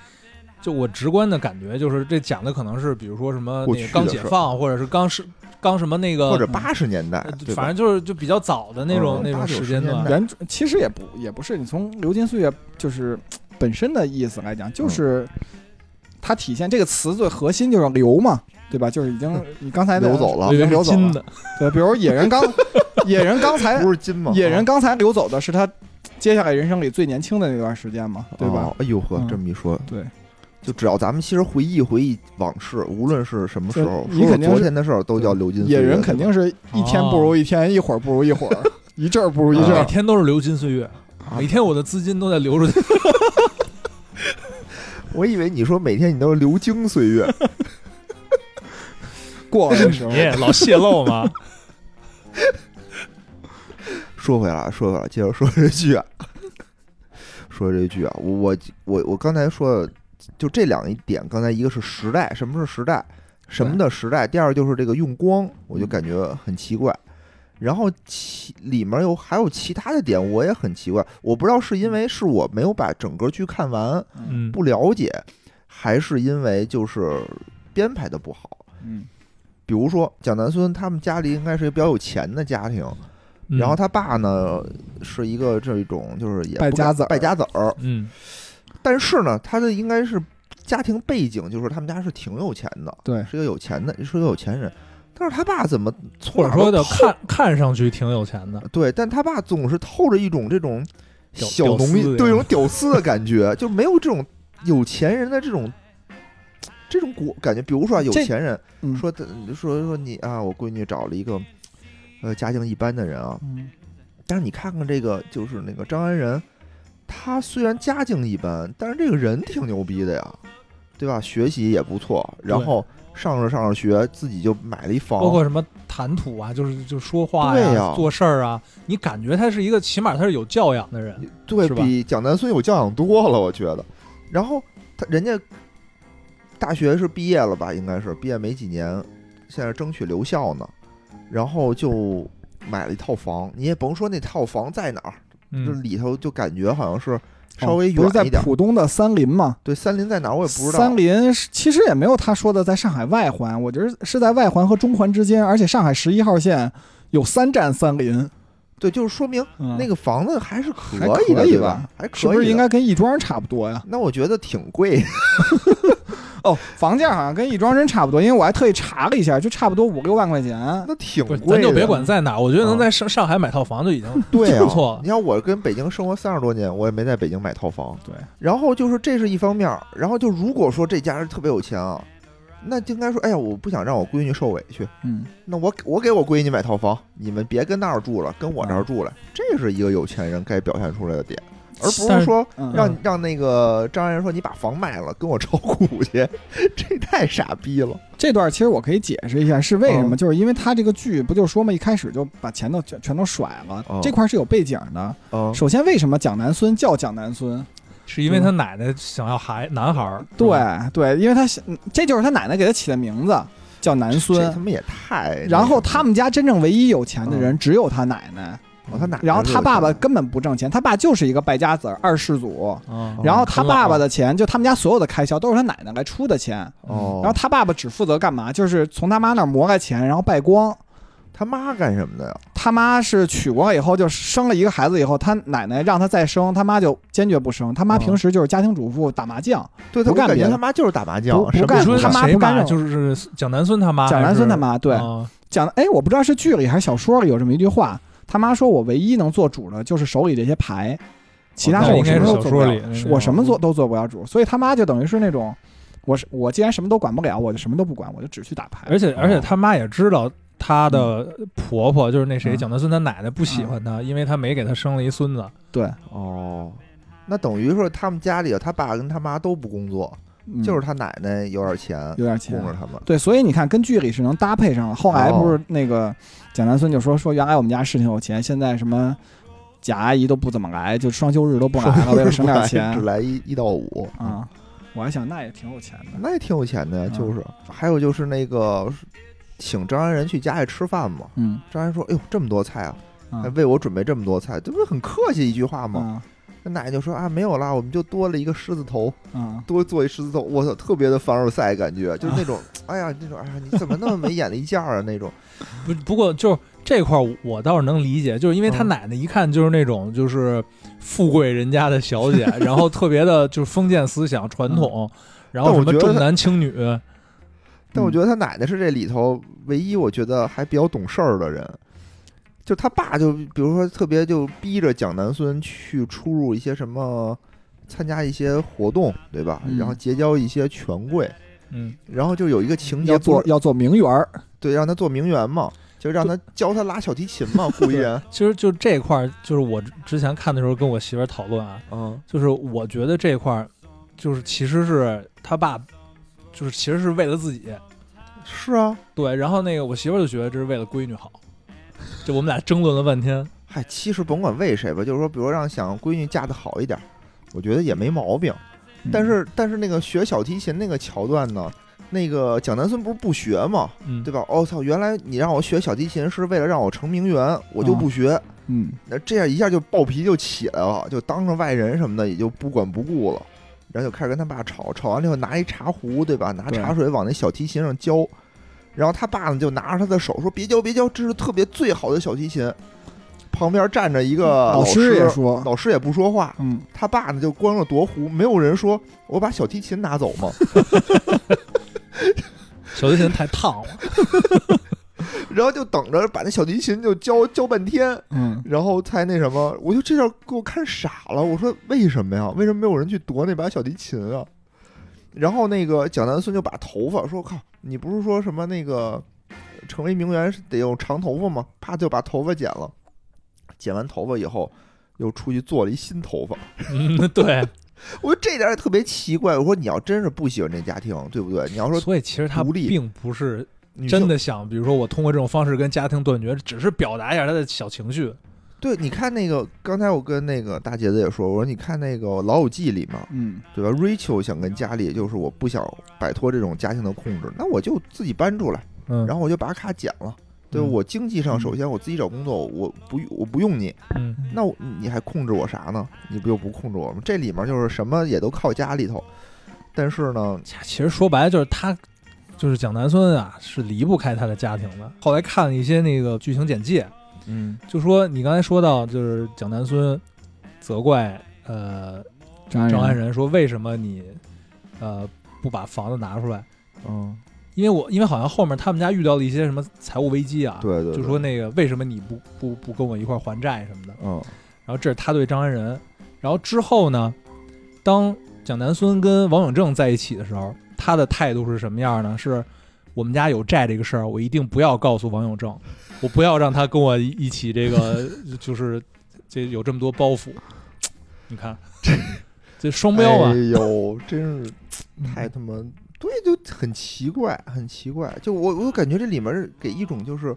[SPEAKER 3] 就我直观的感觉就是这讲的可能是比如说什么
[SPEAKER 1] 过
[SPEAKER 3] 那个
[SPEAKER 1] 去
[SPEAKER 3] 刚
[SPEAKER 1] 的
[SPEAKER 3] 解
[SPEAKER 1] 事儿
[SPEAKER 3] 放，或者是刚是刚什么那个，
[SPEAKER 1] 或者
[SPEAKER 2] 嗯
[SPEAKER 1] 八十年代
[SPEAKER 3] 呃，
[SPEAKER 1] 对吧
[SPEAKER 3] 反正就是就比较早的那种
[SPEAKER 1] 嗯
[SPEAKER 3] 那种
[SPEAKER 1] 八九
[SPEAKER 3] 时
[SPEAKER 1] 十
[SPEAKER 3] 间
[SPEAKER 1] 年
[SPEAKER 3] 段
[SPEAKER 1] 代。
[SPEAKER 2] 原其实也不也不是，你从“流金岁月”就是本身的意思来讲，
[SPEAKER 1] 嗯
[SPEAKER 2] 就是它体现这个词最核心就是“流”嘛，对吧？就是已经你刚才的
[SPEAKER 1] 流嗯走了哎
[SPEAKER 3] 我以为
[SPEAKER 2] 流
[SPEAKER 3] 是
[SPEAKER 2] 走了
[SPEAKER 3] 金的，
[SPEAKER 2] 对，比如野
[SPEAKER 1] [LAUGHS]
[SPEAKER 2] 人刚野人刚才
[SPEAKER 1] 不是啊金吗？
[SPEAKER 2] [LAUGHS] 野人刚才流走的是他接下来人生里最年轻的那段时间嘛，对吧？
[SPEAKER 1] 哦？哎呦呵
[SPEAKER 2] 嗯，
[SPEAKER 1] 这么一说，
[SPEAKER 2] 对，
[SPEAKER 1] 就只要咱们其实回忆回忆往事，无论是什么时候，
[SPEAKER 2] 对你
[SPEAKER 1] 说说
[SPEAKER 2] 肯定是
[SPEAKER 1] 昨天的事儿，都叫流金岁月。
[SPEAKER 2] 野人肯定是一天不如一天，一会儿不如一会
[SPEAKER 1] [LAUGHS]
[SPEAKER 2] 儿，一阵儿不如一阵
[SPEAKER 3] 每
[SPEAKER 2] 儿
[SPEAKER 1] 哦啊。
[SPEAKER 3] 天都是流金岁月，
[SPEAKER 1] 啊
[SPEAKER 3] 每天我的资金都在流
[SPEAKER 2] [LAUGHS]
[SPEAKER 3] 出去。
[SPEAKER 1] 我以为你说每天你都是流金岁月，
[SPEAKER 2] 过了的时候，
[SPEAKER 3] 你也老泄露
[SPEAKER 2] [LAUGHS]
[SPEAKER 3] 嘛，
[SPEAKER 1] 说回来啊，说回来啊，接着说这剧啊， [LAUGHS] 说这剧啊，我我我我刚才说的就这两一点，刚才一个是时代，什么是时代，什么的时代，第二就是这个用光，我就感觉很奇怪。然后其里面有还有其他的点，我也很奇怪，我不知道是因为是我没有把整个剧看完，
[SPEAKER 3] 嗯，
[SPEAKER 1] 不了解，还是因为就是编排的不好。
[SPEAKER 2] 嗯，
[SPEAKER 1] 比如说蒋南孙他们家里应该是一个比较有钱的家庭，
[SPEAKER 3] 嗯
[SPEAKER 1] 然后他爸呢是一个这种就是也不
[SPEAKER 2] 败家子儿
[SPEAKER 1] 败家子儿，
[SPEAKER 3] 嗯
[SPEAKER 1] 但是呢，他的应该是家庭背景就是他们家是挺有钱的，
[SPEAKER 2] 对
[SPEAKER 1] 是一个有钱的，是一个有钱人。但是他爸怎么从
[SPEAKER 3] 或者
[SPEAKER 1] 哪儿
[SPEAKER 3] 说
[SPEAKER 1] 都
[SPEAKER 3] 的
[SPEAKER 1] 透
[SPEAKER 3] 看看上去挺有钱的，
[SPEAKER 1] 对，但他爸总是透着一种这种
[SPEAKER 3] 屌
[SPEAKER 1] 小
[SPEAKER 3] 屌
[SPEAKER 1] 农
[SPEAKER 3] 丝
[SPEAKER 1] 民
[SPEAKER 3] 的
[SPEAKER 1] 对这
[SPEAKER 3] 样
[SPEAKER 1] 种屌丝的感觉，就没有这种有钱人的这种这种果感觉。比如说啊，有
[SPEAKER 2] 这
[SPEAKER 1] 钱人
[SPEAKER 2] 嗯
[SPEAKER 1] 说他说说你啊，我闺女找了一个呃家境一般的人啊，
[SPEAKER 2] 嗯
[SPEAKER 1] 但是你看看这个，就是那个张安仁，他虽然家境一般，但是这个人挺牛逼的呀，对吧？学习也不错，然后上着上着学，自己就买了一
[SPEAKER 2] 哦
[SPEAKER 1] 房，
[SPEAKER 3] 包括什么谈吐啊，就是就说话
[SPEAKER 1] 对
[SPEAKER 3] 呀、
[SPEAKER 1] 呀
[SPEAKER 3] 做事儿啊，你感觉他是一个起码他是有教养的人，
[SPEAKER 1] 对
[SPEAKER 3] 是吧
[SPEAKER 1] 比蒋南孙有教养多了，我觉得。然后他人家大学是毕业了吧？应该是毕业没几年，现在争取留校呢，然后就买了一套房。你也甭说那套房在哪儿，就
[SPEAKER 3] 嗯，
[SPEAKER 1] 里头就感觉好像是稍微
[SPEAKER 2] 哦不
[SPEAKER 1] 远
[SPEAKER 2] 是在
[SPEAKER 1] 一点。
[SPEAKER 2] 浦东的三林嘛？
[SPEAKER 1] 对，三林在哪儿我也不知道。
[SPEAKER 2] 三林是其实也没有他说的在上海外环，我觉得是在外环和中环之间，而且上海十一号线有三站三林。
[SPEAKER 1] 对，就是说明
[SPEAKER 2] 嗯
[SPEAKER 1] 那个房子还是可
[SPEAKER 2] 还可
[SPEAKER 1] 以的，
[SPEAKER 2] 以
[SPEAKER 1] 对
[SPEAKER 2] 吧
[SPEAKER 1] 吧？还可以
[SPEAKER 2] 是不是
[SPEAKER 1] 的
[SPEAKER 2] 应？该跟亦庄差不多呀？
[SPEAKER 1] 那我觉得挺贵，
[SPEAKER 2] 哦，房价好像跟亦庄真差不多，因为我还特意查了一下，就差不多五六万块钱。
[SPEAKER 1] 那挺
[SPEAKER 3] 不是，
[SPEAKER 1] 贵的。
[SPEAKER 3] 咱就别管在哪，我觉得能
[SPEAKER 1] 嗯
[SPEAKER 3] 在上上海买套房就已
[SPEAKER 2] [LAUGHS]
[SPEAKER 3] 经
[SPEAKER 1] 对啊，
[SPEAKER 3] 不错了
[SPEAKER 1] 你看我跟北京生活三十多年，我也没在北京买套房。
[SPEAKER 2] 对，
[SPEAKER 1] 然后就是这是一方面儿，然后就如果说这家人特别有钱啊，那就应该说，哎呀，我不想让我闺女受委屈，
[SPEAKER 2] 嗯，
[SPEAKER 1] 那我我给我闺女买套房，你们别跟那儿住了，跟我这儿住来，这是一个有钱人该表现出来的点，而不
[SPEAKER 3] 但
[SPEAKER 1] 是
[SPEAKER 3] 是
[SPEAKER 1] 说
[SPEAKER 2] 嗯
[SPEAKER 1] 让让那个张然说你把房卖了跟我炒股去， [LAUGHS] 这太傻逼了。
[SPEAKER 2] 这段其实我可以解释一下是为什
[SPEAKER 1] 嗯
[SPEAKER 2] 么，就是因为他这个剧不就说嘛，一开始就把钱都全全都甩了，
[SPEAKER 1] 嗯
[SPEAKER 2] 这块是有背景的。
[SPEAKER 1] 嗯，
[SPEAKER 2] 首先，为什么蒋南孙叫蒋南孙？
[SPEAKER 3] 是因为他奶奶想要孩男孩儿，是吧，
[SPEAKER 2] 对对，因为他嗯这就是他奶奶给他起的名字，叫南
[SPEAKER 1] 这
[SPEAKER 2] 孙
[SPEAKER 1] 他。妈也太……
[SPEAKER 2] 然后他们家真正唯一有钱的人只嗯有他奶奶，
[SPEAKER 1] 哦，他哪？
[SPEAKER 2] 然后他爸爸根本不挣钱，他爸就是一个败家子儿二世祖。
[SPEAKER 3] 嗯，
[SPEAKER 2] 然后他爸爸
[SPEAKER 3] 的
[SPEAKER 2] 的钱，就他们家所有的开销都是他奶奶来出的钱，
[SPEAKER 1] 哦，
[SPEAKER 2] 然后他爸爸只负责干嘛？就是从他妈那儿磨来钱，然后败光。
[SPEAKER 1] 他妈干什么的呀？
[SPEAKER 2] 他妈是娶过以后，就生了一个孩子以后，他奶奶让他再生，他妈就坚决不生。他妈
[SPEAKER 3] 哦
[SPEAKER 2] 平时就是家庭主妇，打麻将。
[SPEAKER 1] 对，
[SPEAKER 2] 不
[SPEAKER 1] 他我
[SPEAKER 2] 干
[SPEAKER 1] 感
[SPEAKER 2] 别
[SPEAKER 1] 觉
[SPEAKER 2] 的
[SPEAKER 1] 他妈就是打麻将
[SPEAKER 2] 不，
[SPEAKER 1] 什么
[SPEAKER 2] 不干
[SPEAKER 1] 也
[SPEAKER 2] 说他
[SPEAKER 1] 干
[SPEAKER 2] 妈
[SPEAKER 3] 谁
[SPEAKER 2] 不干
[SPEAKER 3] 妈
[SPEAKER 2] 肉
[SPEAKER 3] 就是蒋南孙他啊妈还是，
[SPEAKER 2] 蒋南孙他妈对
[SPEAKER 3] 哦
[SPEAKER 2] 讲的，哎，我不知道是剧里还是小说里有这么一句话，他妈说我唯一能做主的就是手里这些牌，其他
[SPEAKER 1] 那
[SPEAKER 2] 事儿我
[SPEAKER 1] 应该
[SPEAKER 2] 什么
[SPEAKER 1] 是
[SPEAKER 2] 都
[SPEAKER 1] 小
[SPEAKER 2] 做不
[SPEAKER 3] 说
[SPEAKER 2] 了
[SPEAKER 3] 里那，
[SPEAKER 2] 我
[SPEAKER 3] 种
[SPEAKER 2] 什么做都做不了主。所以他妈就等于是那
[SPEAKER 1] 哦
[SPEAKER 2] 种，我是我既然什么都管不了，我就什么都不管，我就只去打牌。
[SPEAKER 3] 而且而且他妈也知道她的
[SPEAKER 1] 嗯
[SPEAKER 3] 婆婆，就是那谁
[SPEAKER 2] 嗯
[SPEAKER 3] 蒋德孙她奶奶不喜欢她，因为她没给她生了一孙子。
[SPEAKER 2] 对，
[SPEAKER 1] 哦，那等于说他们家里他爸跟他妈都不工作，
[SPEAKER 2] 嗯
[SPEAKER 1] 就是他奶奶有点钱，
[SPEAKER 2] 有点钱
[SPEAKER 1] 供。着他们。
[SPEAKER 2] 对，所以你看，跟剧里是能搭配上的。后来
[SPEAKER 1] 哦
[SPEAKER 2] 不是那个蒋南孙就说说，原来我们家事情有钱，现在什么贾阿姨都不怎么来，就双休日都不来了，为了省
[SPEAKER 1] [LAUGHS]
[SPEAKER 2] 点
[SPEAKER 1] 只
[SPEAKER 2] 钱
[SPEAKER 1] 来一一到五，
[SPEAKER 2] 啊。我还想那也挺有钱的，
[SPEAKER 1] 那也挺有钱
[SPEAKER 2] 嗯
[SPEAKER 1] 的呀。就是，还有就是那个请张安仁去家里吃饭嘛。
[SPEAKER 2] 嗯
[SPEAKER 1] 张安仁说：“哎呦，这么多菜啊，
[SPEAKER 2] 啊
[SPEAKER 1] 还为我准备这么多菜，这不是很客气一句话吗？”
[SPEAKER 2] 啊
[SPEAKER 1] 那奶奶就说：“啊，没有啦，我们就多了一个狮子头，
[SPEAKER 2] 啊
[SPEAKER 1] 多做一狮子头。”我操，特别的凡尔赛感觉，就是那种，
[SPEAKER 2] 啊
[SPEAKER 1] 哎呀，那种，哎呀，你怎么那么没眼力见儿啊？那
[SPEAKER 2] [LAUGHS]
[SPEAKER 1] 种，
[SPEAKER 3] 不不过就是这块儿我倒是能理解，就是因为她
[SPEAKER 1] 嗯
[SPEAKER 3] 奶奶一看就是那种就是富贵人家的小
[SPEAKER 1] [LAUGHS]
[SPEAKER 3] 姐，然后特别的就是封建思想传统，然
[SPEAKER 1] 嗯
[SPEAKER 3] 后
[SPEAKER 1] 但我
[SPEAKER 3] 什么
[SPEAKER 1] 觉得
[SPEAKER 3] 重男轻女，
[SPEAKER 1] 但
[SPEAKER 2] 嗯
[SPEAKER 1] 我觉得他奶奶是这里头唯一我觉得还比较懂事儿的人，就他爸就比如说特别就逼着蒋南孙去出入一些什么，参加一些活动，对吧？
[SPEAKER 2] 嗯
[SPEAKER 1] 然后结交一些权贵，
[SPEAKER 3] 嗯，
[SPEAKER 1] 然后就有一个情节
[SPEAKER 2] 要
[SPEAKER 1] 不
[SPEAKER 2] 做
[SPEAKER 1] 是
[SPEAKER 2] 要做名媛儿，
[SPEAKER 1] 对让他做名媛嘛，就让他教他拉小提琴嘛，故意啊
[SPEAKER 2] [LAUGHS]
[SPEAKER 1] 人，
[SPEAKER 3] 其实就这块儿，就是我之前看的时候跟我媳妇儿讨论啊，
[SPEAKER 1] 嗯
[SPEAKER 3] 就是我觉得这块儿，就是其实是他爸，就是其实是为了自己，
[SPEAKER 1] 是啊，
[SPEAKER 3] 对。然后那个我媳妇儿就觉得这是为了闺女好，就我们俩争论了半天。
[SPEAKER 1] 嗨，其实甭管为谁吧，就是说，比如让想闺女嫁得好一点儿，我觉得也没毛病。
[SPEAKER 2] 嗯
[SPEAKER 1] 但是但是那个学小提琴那个桥段呢，那个蒋南孙不是不学嘛，
[SPEAKER 3] 嗯，
[SPEAKER 1] 对吧？哦操，原来你让我学小提琴是为了让我成名媛，我就不学。
[SPEAKER 2] 嗯，
[SPEAKER 1] 那这样一下就暴脾气就起来了，就当上外人什么的也就不管不顾了，然后就开始跟他爸吵，吵完了以后拿一茶壶，对吧？拿
[SPEAKER 2] 对
[SPEAKER 1] 茶水往那小提琴上浇。然后他爸呢就拿着他的手说：“别浇，别浇，这是特别最好的小提琴。”旁边站着一个
[SPEAKER 2] 呃老
[SPEAKER 1] 师
[SPEAKER 2] 也，说，
[SPEAKER 1] 老师也不说话，
[SPEAKER 2] 嗯，
[SPEAKER 1] 他爸呢就光着夺壶，没有人说我把小提琴拿走吗？
[SPEAKER 3] 小提琴太烫了，
[SPEAKER 1] [LAUGHS] 然后就等着把那小提琴就教教半天，
[SPEAKER 2] 嗯，
[SPEAKER 1] 然后才那什么，我就这下给我看傻了。我说为什么呀？为什么没有人去夺那把小提琴啊？然后那个蒋南孙就把头发说：“靠，你不是说什么那个成为名媛是得用长头发吗？”啪就把头发剪了，剪完头发以后又出去做了一新头发。
[SPEAKER 3] 嗯， [LAUGHS] 对。
[SPEAKER 1] 我说这点儿也特别奇怪。我说你要真是不喜欢这家庭，对不对？你要说
[SPEAKER 3] 所以其实他
[SPEAKER 1] 独立
[SPEAKER 3] 并不是
[SPEAKER 1] 你
[SPEAKER 3] 真
[SPEAKER 1] 就
[SPEAKER 3] 的想，比如说我通过这种方式跟家庭断绝，只是表达一下他的小情绪。
[SPEAKER 1] 对，你看那个刚才我跟那个大姐子也说，我说你看那个《老友记》里嘛，
[SPEAKER 2] 嗯，
[SPEAKER 1] 对吧？Rachel 想跟家里，就是我不想摆脱这种家庭的控制，那我就自己搬出来，
[SPEAKER 3] 嗯，
[SPEAKER 1] 然后我就把卡剪了。对吧
[SPEAKER 3] 嗯
[SPEAKER 1] 我经济上首先我自己找工作，我不我不用你，
[SPEAKER 3] 嗯，
[SPEAKER 1] 那我你还控制我啥呢？你不又不控制我吗？这里面就是什么也都靠家里头，但是呢，
[SPEAKER 3] 其实说白了就是他，就是蒋南孙啊，是离不开他的家庭的。后来看了一些那个剧情简介，
[SPEAKER 1] 嗯，
[SPEAKER 3] 就说你刚才说到，就是蒋南孙责怪呃
[SPEAKER 2] 张
[SPEAKER 3] 张安
[SPEAKER 2] 安仁，
[SPEAKER 3] 仁说为什么你呃不把房子拿出来？
[SPEAKER 1] 嗯，
[SPEAKER 3] 因为我因为好像后面他们家遇到了一些什么财务危机啊，
[SPEAKER 1] 对对，
[SPEAKER 3] 就
[SPEAKER 1] 对
[SPEAKER 3] 说，那个为什么你不不不跟我一块儿还债什么的。
[SPEAKER 1] 嗯
[SPEAKER 3] 然后这是他对张安仁，然后之后呢，当蒋南孙跟王永正在一起的时候，他的态度是什么样呢？是我们家有债这个事儿，我一定不要告诉王永正，我不要让他跟我一起
[SPEAKER 1] [LAUGHS]
[SPEAKER 3] 这个就是这有这么多包袱。你
[SPEAKER 1] [LAUGHS]
[SPEAKER 3] 看，这双标啊嗯
[SPEAKER 1] 哎，呦，真是哎太他妈对，就很奇怪，很奇怪。就我我感觉这里面是给一种就是，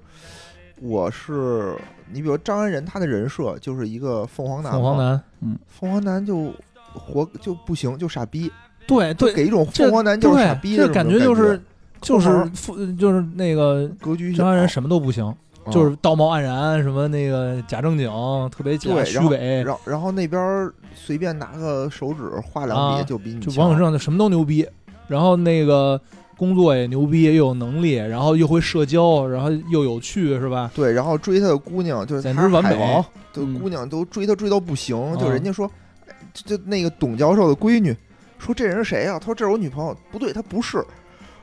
[SPEAKER 1] 我是你比如张安仁他的人设就是一个凤凰男嘛，
[SPEAKER 3] 凤凰男，
[SPEAKER 1] 凤凰男就活就不行，就傻逼，
[SPEAKER 3] 对对，
[SPEAKER 1] 给一种
[SPEAKER 3] 呃这
[SPEAKER 1] 凤凰男
[SPEAKER 3] 对
[SPEAKER 1] 就是傻逼的这
[SPEAKER 3] 这
[SPEAKER 1] 种
[SPEAKER 3] 感
[SPEAKER 1] 感
[SPEAKER 3] 觉就是就
[SPEAKER 1] 空
[SPEAKER 3] 是
[SPEAKER 1] 行
[SPEAKER 3] 富就是那个
[SPEAKER 1] 格局小
[SPEAKER 3] 张安仁什么都不行，
[SPEAKER 1] 嗯
[SPEAKER 3] 就是道貌岸然，什么那个假正经，特别假
[SPEAKER 1] 对
[SPEAKER 3] 虚伪，
[SPEAKER 1] 然后然后那边儿随便拿个手指画两
[SPEAKER 3] 啊
[SPEAKER 1] 笔就比你
[SPEAKER 3] 就
[SPEAKER 1] 强，
[SPEAKER 3] 王永正就什么都牛逼，然后那个工作也牛逼，又有能力，然后又会社交，然后又有趣，是吧？
[SPEAKER 1] 对，然后追他的姑娘就是
[SPEAKER 3] 简
[SPEAKER 1] 他
[SPEAKER 3] 直完
[SPEAKER 1] 海
[SPEAKER 3] 美
[SPEAKER 1] 王的
[SPEAKER 3] 嗯
[SPEAKER 1] 姑娘都追他追到不行，就
[SPEAKER 3] 啊
[SPEAKER 1] 人家说，哎这这那个董教授的闺女，说这人是谁啊？他说这是我女朋友，不对，她不是。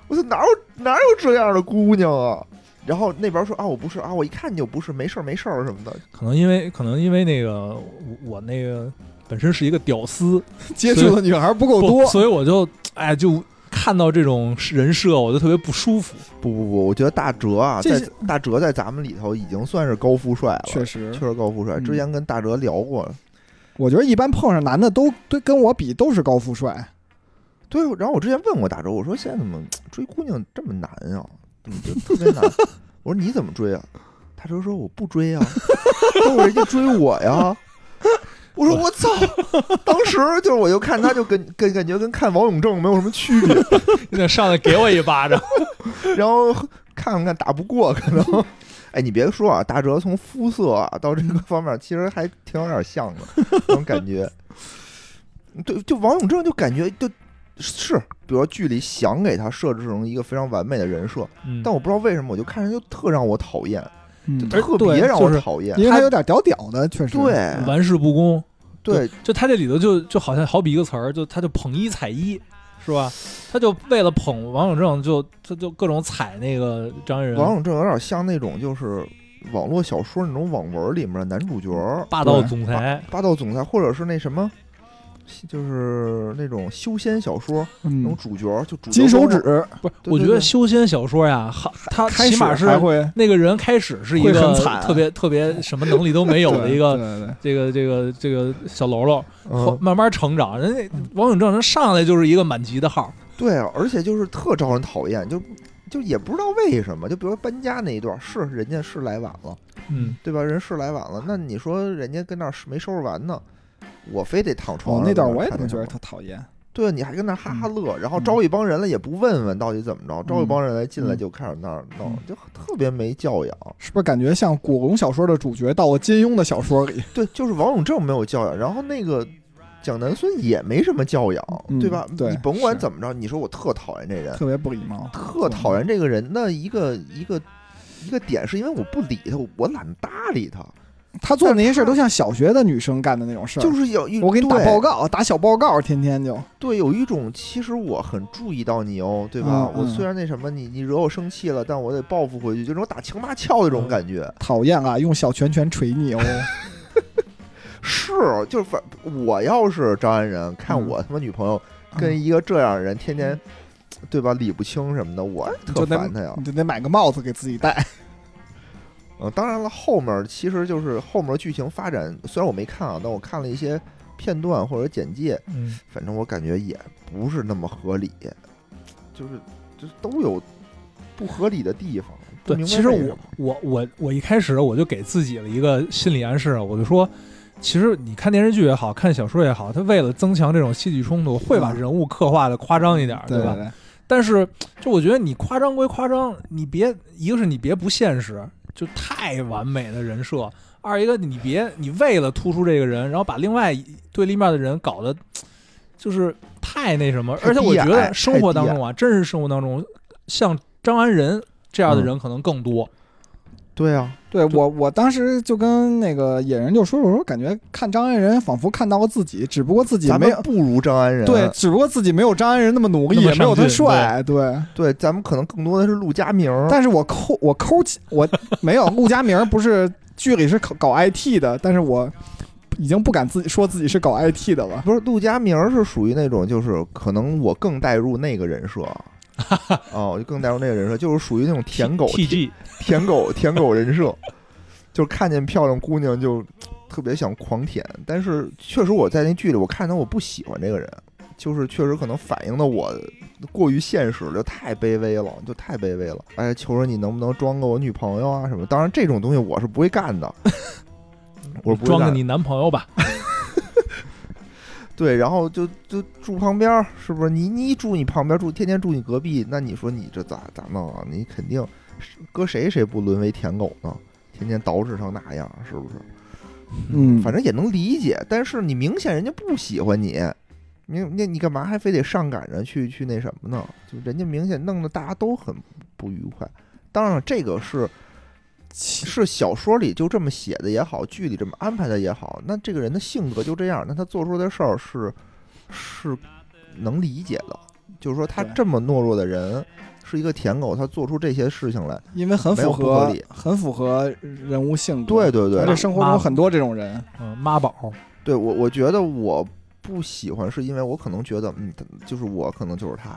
[SPEAKER 1] 我说哪有哪有这样的姑娘啊？然后那边说啊我不是啊，我一看你就不是，没事儿没事儿什么的。
[SPEAKER 3] 可能因为可能因为那个我我那个本身是一个屌丝，
[SPEAKER 2] 接触的女孩不够
[SPEAKER 3] 不
[SPEAKER 2] 多，
[SPEAKER 3] 所以我就哎就看到这种人设，我就特别不舒服。 [LAUGHS]
[SPEAKER 1] 不不不，我觉得大哲啊，
[SPEAKER 2] 这
[SPEAKER 1] 在
[SPEAKER 2] 是
[SPEAKER 1] 大哲在咱们里头已经算是高富帅了，
[SPEAKER 2] 确实
[SPEAKER 1] 确，实高富帅。
[SPEAKER 2] 嗯
[SPEAKER 1] 之前跟大哲聊过了，
[SPEAKER 2] 我觉得一般碰上男的都都跟我比都是高富帅，
[SPEAKER 1] 对。然后我之前问过大哲，我说现在怎么追姑娘这么难啊？怎么就特别难？ [LAUGHS] 我说你怎么追啊？大哲说我不追啊，都是人家追我呀。我说我操！当时就是我就看他就跟跟感觉跟看王永正没有什么区别，
[SPEAKER 3] 你得上来给我一巴掌。
[SPEAKER 1] 然后看看打不过，可能。 [LAUGHS] 哎，你别说啊，大哲从肤色啊到这个方面，其实还挺有点像的那种感觉。 [LAUGHS] 对，就王永正就感觉就是，比如说剧里想给他设置成一个非常完美的人设，
[SPEAKER 3] 嗯
[SPEAKER 1] 但我不知道为什么，我就看着就特让我讨厌，
[SPEAKER 2] 嗯
[SPEAKER 3] 而
[SPEAKER 1] 特
[SPEAKER 3] 对
[SPEAKER 1] 别让
[SPEAKER 3] 就
[SPEAKER 1] 我
[SPEAKER 3] 是
[SPEAKER 1] 讨厌。
[SPEAKER 2] 因为他有点屌屌的，确实。
[SPEAKER 1] 对
[SPEAKER 2] 嗯
[SPEAKER 3] 玩世不恭，
[SPEAKER 1] 对
[SPEAKER 3] 就他这里头就就好像好比一个词儿，就他就捧一踩一，是吧？他就为了捧王永正，就他就各种踩那个张一
[SPEAKER 1] 王
[SPEAKER 3] 仁，
[SPEAKER 1] 永正有点像那种就是网络小说那种网文里面的男主角，
[SPEAKER 3] 霸道总裁，
[SPEAKER 1] 霸道总裁，或者是那什么，就是那种修仙小说，那种
[SPEAKER 2] 嗯，
[SPEAKER 1] 主角就主角
[SPEAKER 2] 金手指
[SPEAKER 3] 不是？
[SPEAKER 1] 对对
[SPEAKER 3] 我觉得
[SPEAKER 1] 对
[SPEAKER 3] 修仙小说呀，哈他
[SPEAKER 2] 开
[SPEAKER 3] 起
[SPEAKER 2] 始
[SPEAKER 3] 码是
[SPEAKER 2] 还会
[SPEAKER 3] 那个人开始是一
[SPEAKER 2] 会
[SPEAKER 3] 个
[SPEAKER 2] 很惨
[SPEAKER 3] 特别特别什么能力都没有的一个。这
[SPEAKER 2] 对对对
[SPEAKER 3] 个这个这个小喽啰，后
[SPEAKER 1] 嗯，
[SPEAKER 3] 慢慢成长，人家王永正人上来就是一个满级的号，
[SPEAKER 1] 对啊，而且就是特招人讨厌，就就也不知道为什么，就比如说搬家那一段，是人家是来晚了，
[SPEAKER 3] 嗯，
[SPEAKER 1] 对吧？人是来晚了，那你说人家跟那儿没收拾完呢，我非得躺床
[SPEAKER 2] 哦
[SPEAKER 1] 上、，
[SPEAKER 2] 那段我也
[SPEAKER 1] 看
[SPEAKER 2] 总
[SPEAKER 1] 见
[SPEAKER 2] 觉得嗯
[SPEAKER 1] 他
[SPEAKER 2] 特讨厌。
[SPEAKER 1] 对，你还跟那儿哈哈乐，然后招一帮人来也不问问到底怎么着，招一帮人来进来就开始那儿弄，
[SPEAKER 2] 嗯
[SPEAKER 1] 就特别没教养。
[SPEAKER 2] 是不是感觉像古龙小说的主角到了金庸的小说里？
[SPEAKER 1] 对，就是王永正没有教养，然后那个蒋南孙也没什么教养，
[SPEAKER 2] 嗯
[SPEAKER 1] 对吧？
[SPEAKER 2] 对
[SPEAKER 1] 你甭管
[SPEAKER 2] 是
[SPEAKER 1] 怎么着，你说我特讨厌这人，
[SPEAKER 2] 特别不礼貌，
[SPEAKER 1] 特讨厌这个人的一个一个一个点，是因为我不理他，我懒得搭理他，
[SPEAKER 2] 他做的那些事儿都像小学的女生干的那种事儿，
[SPEAKER 1] 就是有一
[SPEAKER 2] 我给你打
[SPEAKER 1] 对
[SPEAKER 2] 报告，打小报告，天天就
[SPEAKER 1] 对，有一种其实我很注意到你哦，对吧？
[SPEAKER 2] 嗯
[SPEAKER 1] 我
[SPEAKER 2] 嗯
[SPEAKER 1] 虽然那什么你你惹我生气了，但我得报复回去，就那种打情骂俏的这种
[SPEAKER 3] 嗯
[SPEAKER 1] 感觉。
[SPEAKER 2] 讨厌啊，用小拳拳捶 [LAUGHS] 你哦。
[SPEAKER 1] 是，就是反我要是张安仁，看我他妈女朋友
[SPEAKER 2] 嗯
[SPEAKER 1] 跟一个这样的人天天。对吧？理不清什么的，我也特
[SPEAKER 2] 嗯就得
[SPEAKER 1] 烦他呀。
[SPEAKER 2] 你就得买个帽子给自己戴。
[SPEAKER 1] 嗯，当然了，后面其实就是后面剧情发展，虽然我没看啊，但我看了一些片段或者简介，
[SPEAKER 3] 嗯，
[SPEAKER 1] 反正我感觉也不是那么合理，就是就是都有不合理的地方。不
[SPEAKER 3] 对，
[SPEAKER 1] 明白
[SPEAKER 3] 其实
[SPEAKER 1] 为什
[SPEAKER 3] 我
[SPEAKER 1] 么
[SPEAKER 3] 我我我一开始我就给自己了一个心理暗示，啊我就说，其实你看电视剧也好看小说也好，他为了增强这种戏剧冲突，会把
[SPEAKER 2] 嗯
[SPEAKER 3] 人物刻画的夸张一点，
[SPEAKER 2] [LAUGHS] 对
[SPEAKER 3] 吧？但是就我觉得你夸张归夸张，你别一个是你别不现实，就太完美的人设；二一个你别你为了突出这个人，然后把另外一对立面的人搞得就是太那什么。
[SPEAKER 1] 太
[SPEAKER 3] 而且我
[SPEAKER 1] 低矮
[SPEAKER 3] 觉得生活当
[SPEAKER 1] 太低
[SPEAKER 3] 中啊，真是生活当中像张安仁这
[SPEAKER 1] 嗯
[SPEAKER 3] 样的人可能更多。
[SPEAKER 1] 对啊，
[SPEAKER 2] 对我，我当时就跟那个野人就说，我说感觉看张安仁仿佛看到了自己，只不过自己
[SPEAKER 1] 咱
[SPEAKER 2] 没
[SPEAKER 1] 们
[SPEAKER 2] 有
[SPEAKER 1] 不如张安仁，啊
[SPEAKER 2] 对，只不过自己没有张安仁那么努力，
[SPEAKER 3] 那么
[SPEAKER 2] 也没有他
[SPEAKER 3] 上进
[SPEAKER 2] 帅，对。
[SPEAKER 1] 对，咱们可能更多的是陆佳明儿，啊
[SPEAKER 2] 但是我抠，我抠起，我没有陆佳明儿不是剧里是搞搞 IT 的，但是我已经不敢自己说自己是搞 IT 的了。
[SPEAKER 1] 不是陆佳明儿是属于那种，就是可能我更带入那个人设。哦，我就更带入那个人设，就是属于那种舔
[SPEAKER 3] [LAUGHS]
[SPEAKER 1] 狗
[SPEAKER 3] T G
[SPEAKER 1] 舔狗舔狗人设，就是看见漂亮姑娘就特别想狂舔。但是确实我在那剧里，我看到我不喜欢这个人，就是确实可能反映的我过于现实了，就太卑微了，就太卑微了。哎，求着你能不能装个我女朋友啊什么？当然这种东西我是不会干的， [LAUGHS] 我是不会
[SPEAKER 3] 装个
[SPEAKER 1] 干的。
[SPEAKER 3] 你男朋友吧，
[SPEAKER 1] 对，然后就就住旁边儿，是不是？你你住你旁边儿住，天天住你隔壁，那你说你这咋咋弄啊？你肯定是搁谁谁不沦为舔狗呢？天天捯饬成那样，是不是？
[SPEAKER 2] 嗯，
[SPEAKER 1] 反正也能理解，但是你明显人家不喜欢你，你那你干嘛还非得上赶着去去那什么呢？就人家明显弄得大家都很不愉快。当然，了，这个是
[SPEAKER 2] 其
[SPEAKER 1] 是小说里就这么写的也好，剧里这么安排的也好，那这个人的性格就这样，那他做出的事儿是是能理解的。就是说，他
[SPEAKER 2] 对
[SPEAKER 1] 这么懦弱的人是一个舔狗，他做出这些事情来，
[SPEAKER 2] 因为很
[SPEAKER 1] 没有
[SPEAKER 2] 符
[SPEAKER 1] 不合
[SPEAKER 2] 合
[SPEAKER 1] 理，
[SPEAKER 2] 很符合人物性格。
[SPEAKER 1] 对对对
[SPEAKER 2] 而且生活中有很多这种人，
[SPEAKER 3] 嗯，妈宝，
[SPEAKER 1] 对我，我觉得我不喜欢，是因为我可能觉得，嗯，他就是我可能就是他，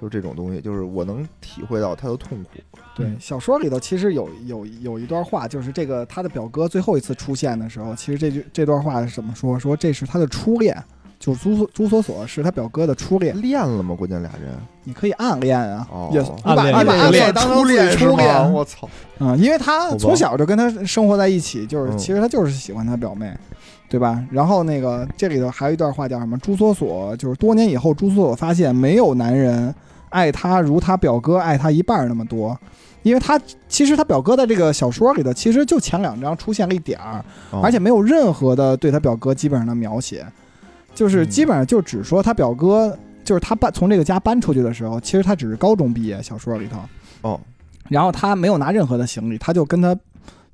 [SPEAKER 1] 就是这种东西，就是我能体会到他的痛苦。
[SPEAKER 2] 对，小说里头其实有有有一段话，就是这个他的表哥最后一次出现的时候，其实这句这段话是怎么说？说这是他的初恋，就是朱所朱锁锁是他表哥的初恋，
[SPEAKER 1] 练了吗？关键俩人
[SPEAKER 2] 你可以暗恋啊，
[SPEAKER 1] 哦
[SPEAKER 2] 也你把
[SPEAKER 3] 暗
[SPEAKER 2] 你
[SPEAKER 3] 恋
[SPEAKER 2] 把暗恋当成
[SPEAKER 1] 初
[SPEAKER 2] 自己
[SPEAKER 1] 恋是
[SPEAKER 2] 初
[SPEAKER 1] 吗？
[SPEAKER 2] 恋，
[SPEAKER 1] 我操！
[SPEAKER 2] 嗯，因为他
[SPEAKER 1] 吧
[SPEAKER 2] 从小就跟他生活在一起，就是
[SPEAKER 1] 嗯
[SPEAKER 2] 其实他就是喜欢他表妹，对吧？然后那个这里头还有一段话叫什么？朱锁锁就是多年以后，朱锁锁发现没有男人爱她如她表哥爱她一半儿那么多，因为她其实她表哥在这个小说里头其实就前两章出现了一点儿，
[SPEAKER 1] 哦
[SPEAKER 2] 而且没有任何的对他表哥基本上的描写，就是
[SPEAKER 1] 嗯
[SPEAKER 2] 基本上就只说他表哥就是他搬从这个家搬出去的时候，其实他只是高中毕业，小说里头。
[SPEAKER 1] 哦，
[SPEAKER 2] 然后他没有拿任何的行李，他就跟他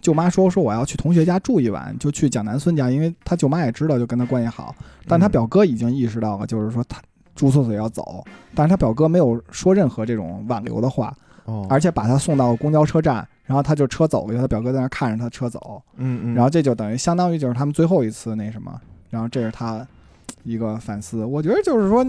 [SPEAKER 2] 舅妈说说我要去同学家住一晚，就去蒋南孙家，因为他舅妈也知道，就跟他关系好。但
[SPEAKER 1] 嗯
[SPEAKER 2] 他表哥已经意识到了，就是说他朱锁锁要走，但是他表哥没有说任何这种挽留的话，
[SPEAKER 1] 哦，
[SPEAKER 2] 而且把他送到公交车站，然后他就车走了，他表哥在那儿看着他车走，
[SPEAKER 1] 嗯嗯，
[SPEAKER 2] 然后这就等于相当于就是他们最后一次那什么，然后这是他一个反思。我觉得就是说，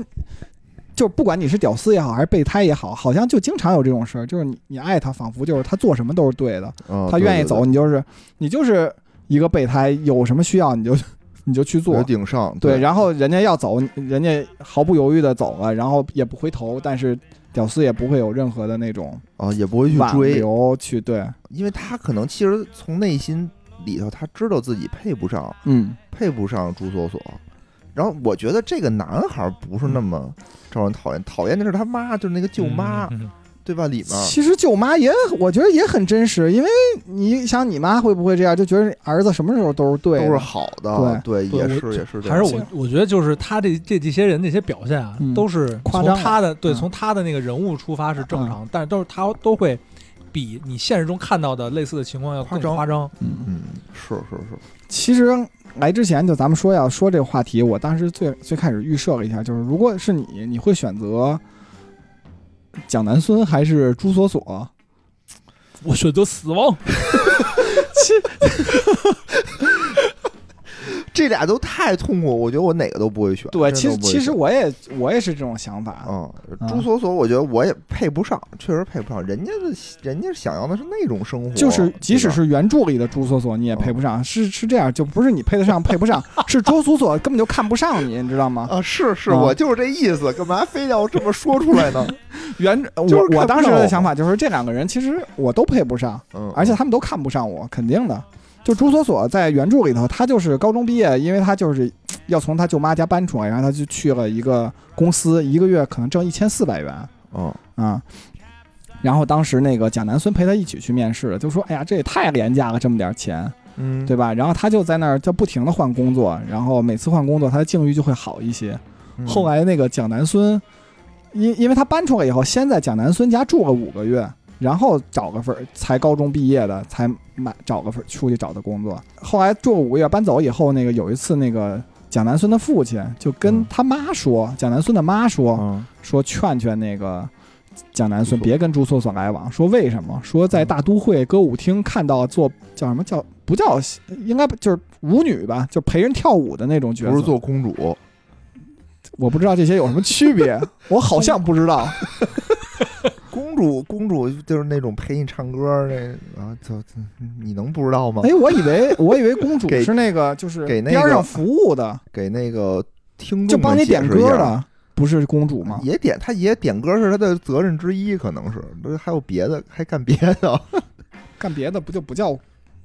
[SPEAKER 2] 就不管你是屌丝也好，还是备胎也好，好像就经常有这种事儿，就是你你爱他，仿佛就是他做什么都是对的，
[SPEAKER 1] 哦
[SPEAKER 2] 他
[SPEAKER 1] 对
[SPEAKER 2] 愿意
[SPEAKER 1] 对
[SPEAKER 2] 走，
[SPEAKER 1] 对
[SPEAKER 2] 你就是你就是一个备胎，有什么需要你就 [LAUGHS] 你就去
[SPEAKER 1] 我
[SPEAKER 2] 做。
[SPEAKER 1] 顶上
[SPEAKER 2] 对，然后人家要走，人家毫不犹豫的走了，然后也不回头，但是屌丝也不会有任何的那种
[SPEAKER 1] 哦也不会去
[SPEAKER 2] 挽
[SPEAKER 1] 追，
[SPEAKER 2] 留去对，
[SPEAKER 1] 因为他可能其实从内心里头他知道自己配不上，
[SPEAKER 2] 嗯，
[SPEAKER 1] 配不上朱锁锁。然后我觉得这个男孩不
[SPEAKER 2] 嗯
[SPEAKER 1] 是那么招人讨厌，讨厌的是他妈，就是那个舅妈，
[SPEAKER 3] 嗯嗯
[SPEAKER 1] 对吧？里面
[SPEAKER 2] 其实舅妈也，我觉得也很真实，因为你想，你妈会不会这样，就觉得儿子什么时候都是对的，
[SPEAKER 1] 都是好的，对，
[SPEAKER 3] 对
[SPEAKER 1] 也
[SPEAKER 3] 我
[SPEAKER 1] 是也是这
[SPEAKER 3] 还
[SPEAKER 1] 样，
[SPEAKER 3] 是我，我觉得就是他这这这些人这些表现啊
[SPEAKER 2] 嗯，
[SPEAKER 3] 都是
[SPEAKER 2] 夸
[SPEAKER 3] 从
[SPEAKER 2] 张了
[SPEAKER 3] 他的对
[SPEAKER 2] 嗯
[SPEAKER 3] 从他的那个人物出发是正常，但是都是他都会比你现实中看到的类似的情况要更
[SPEAKER 1] 夸张
[SPEAKER 3] 夸张。
[SPEAKER 2] 嗯，
[SPEAKER 1] 嗯，是是是，
[SPEAKER 2] 其实来之前就咱们说要说这个话题，我当时最最开始预设了一下，就是如果是你，你会选择蒋南孙还是朱锁锁？
[SPEAKER 3] 我选择死亡，
[SPEAKER 1] 这俩都太痛苦，我觉得我哪个都不会选。
[SPEAKER 2] 对，
[SPEAKER 1] 真的
[SPEAKER 2] 其实
[SPEAKER 1] 不会
[SPEAKER 2] 其实
[SPEAKER 1] 选
[SPEAKER 2] 我也我也是这种想法，
[SPEAKER 1] 嗯
[SPEAKER 2] 啊，
[SPEAKER 1] 朱锁锁，我觉得我也配不上，确实配不上。人家的人家想要的是那种生活，
[SPEAKER 2] 就是即使
[SPEAKER 1] 对吧
[SPEAKER 2] 是原著里的朱锁锁，你也配不
[SPEAKER 1] 哦
[SPEAKER 2] 上，是是这样，就不是你配得上配不上，是朱锁锁根本就看不上你，你知道吗？
[SPEAKER 1] 啊，是是，
[SPEAKER 2] 啊
[SPEAKER 1] 我就是这意思，干嘛非要这么说出来 [LAUGHS] 呢？
[SPEAKER 2] 原
[SPEAKER 1] 是
[SPEAKER 2] 我
[SPEAKER 1] 看
[SPEAKER 2] 我
[SPEAKER 1] 不
[SPEAKER 2] 当时
[SPEAKER 1] 上
[SPEAKER 2] 的
[SPEAKER 1] 我
[SPEAKER 2] 想法就是这两个人其实我都配不上，
[SPEAKER 1] 嗯，
[SPEAKER 2] 而且他们都看不上我，肯定的。就朱锁锁在原著里头，她就是高中毕业，因为她就是嘖要从她舅妈家搬出来，然后她就去了一个公司，一个月可能挣一千四百元
[SPEAKER 1] 嗯，
[SPEAKER 2] 啊。然后当时那个贾南孙陪她一起去面试，就说：“哎呀，这也太廉价了，这么点钱。”
[SPEAKER 1] 嗯，
[SPEAKER 2] 对吧？然后他就在那儿就不停的换工作，然后每次换工作，他的境遇就会好一些。
[SPEAKER 1] 嗯，
[SPEAKER 2] 后来那个蒋南孙，因因为他搬出来以后，先在蒋南孙家住了五个月，然后找个份儿，才高中毕业的，才买找个份儿出去找的工作。后来住了五个月，搬走以后，那个有一次，那个蒋南孙的父亲就跟
[SPEAKER 1] 嗯
[SPEAKER 2] 他妈说，蒋南孙的妈说，
[SPEAKER 1] 嗯，
[SPEAKER 2] 说劝劝那个蒋南孙
[SPEAKER 1] 朱锁
[SPEAKER 2] 别跟朱锁锁来往，说为什么？说在大都会歌舞厅看到做叫什么叫不叫应该不就是舞女吧，就陪人跳舞的那种角
[SPEAKER 1] 不是
[SPEAKER 2] 色。
[SPEAKER 1] 做公主，
[SPEAKER 2] 我不知道这些有什么区
[SPEAKER 1] [LAUGHS]
[SPEAKER 2] 别，我好像不知道。
[SPEAKER 1] 公主公主就是那种陪你唱歌那啊，就就你能不知道吗？
[SPEAKER 2] 哎，我以为我以为公主
[SPEAKER 1] 给
[SPEAKER 2] 是那个就是
[SPEAKER 1] 给那
[SPEAKER 2] 边
[SPEAKER 1] 个
[SPEAKER 2] 上服务的，
[SPEAKER 1] 给那个听众
[SPEAKER 2] 就帮
[SPEAKER 1] 们
[SPEAKER 2] 你
[SPEAKER 1] 解
[SPEAKER 2] 点
[SPEAKER 1] 释一
[SPEAKER 2] 歌
[SPEAKER 1] 下。哎
[SPEAKER 2] 的，不是公主吗？
[SPEAKER 1] 也点，他也点歌是他的责任之一，可能是，不是还有别的，还干别的，
[SPEAKER 2] 干别的不就不叫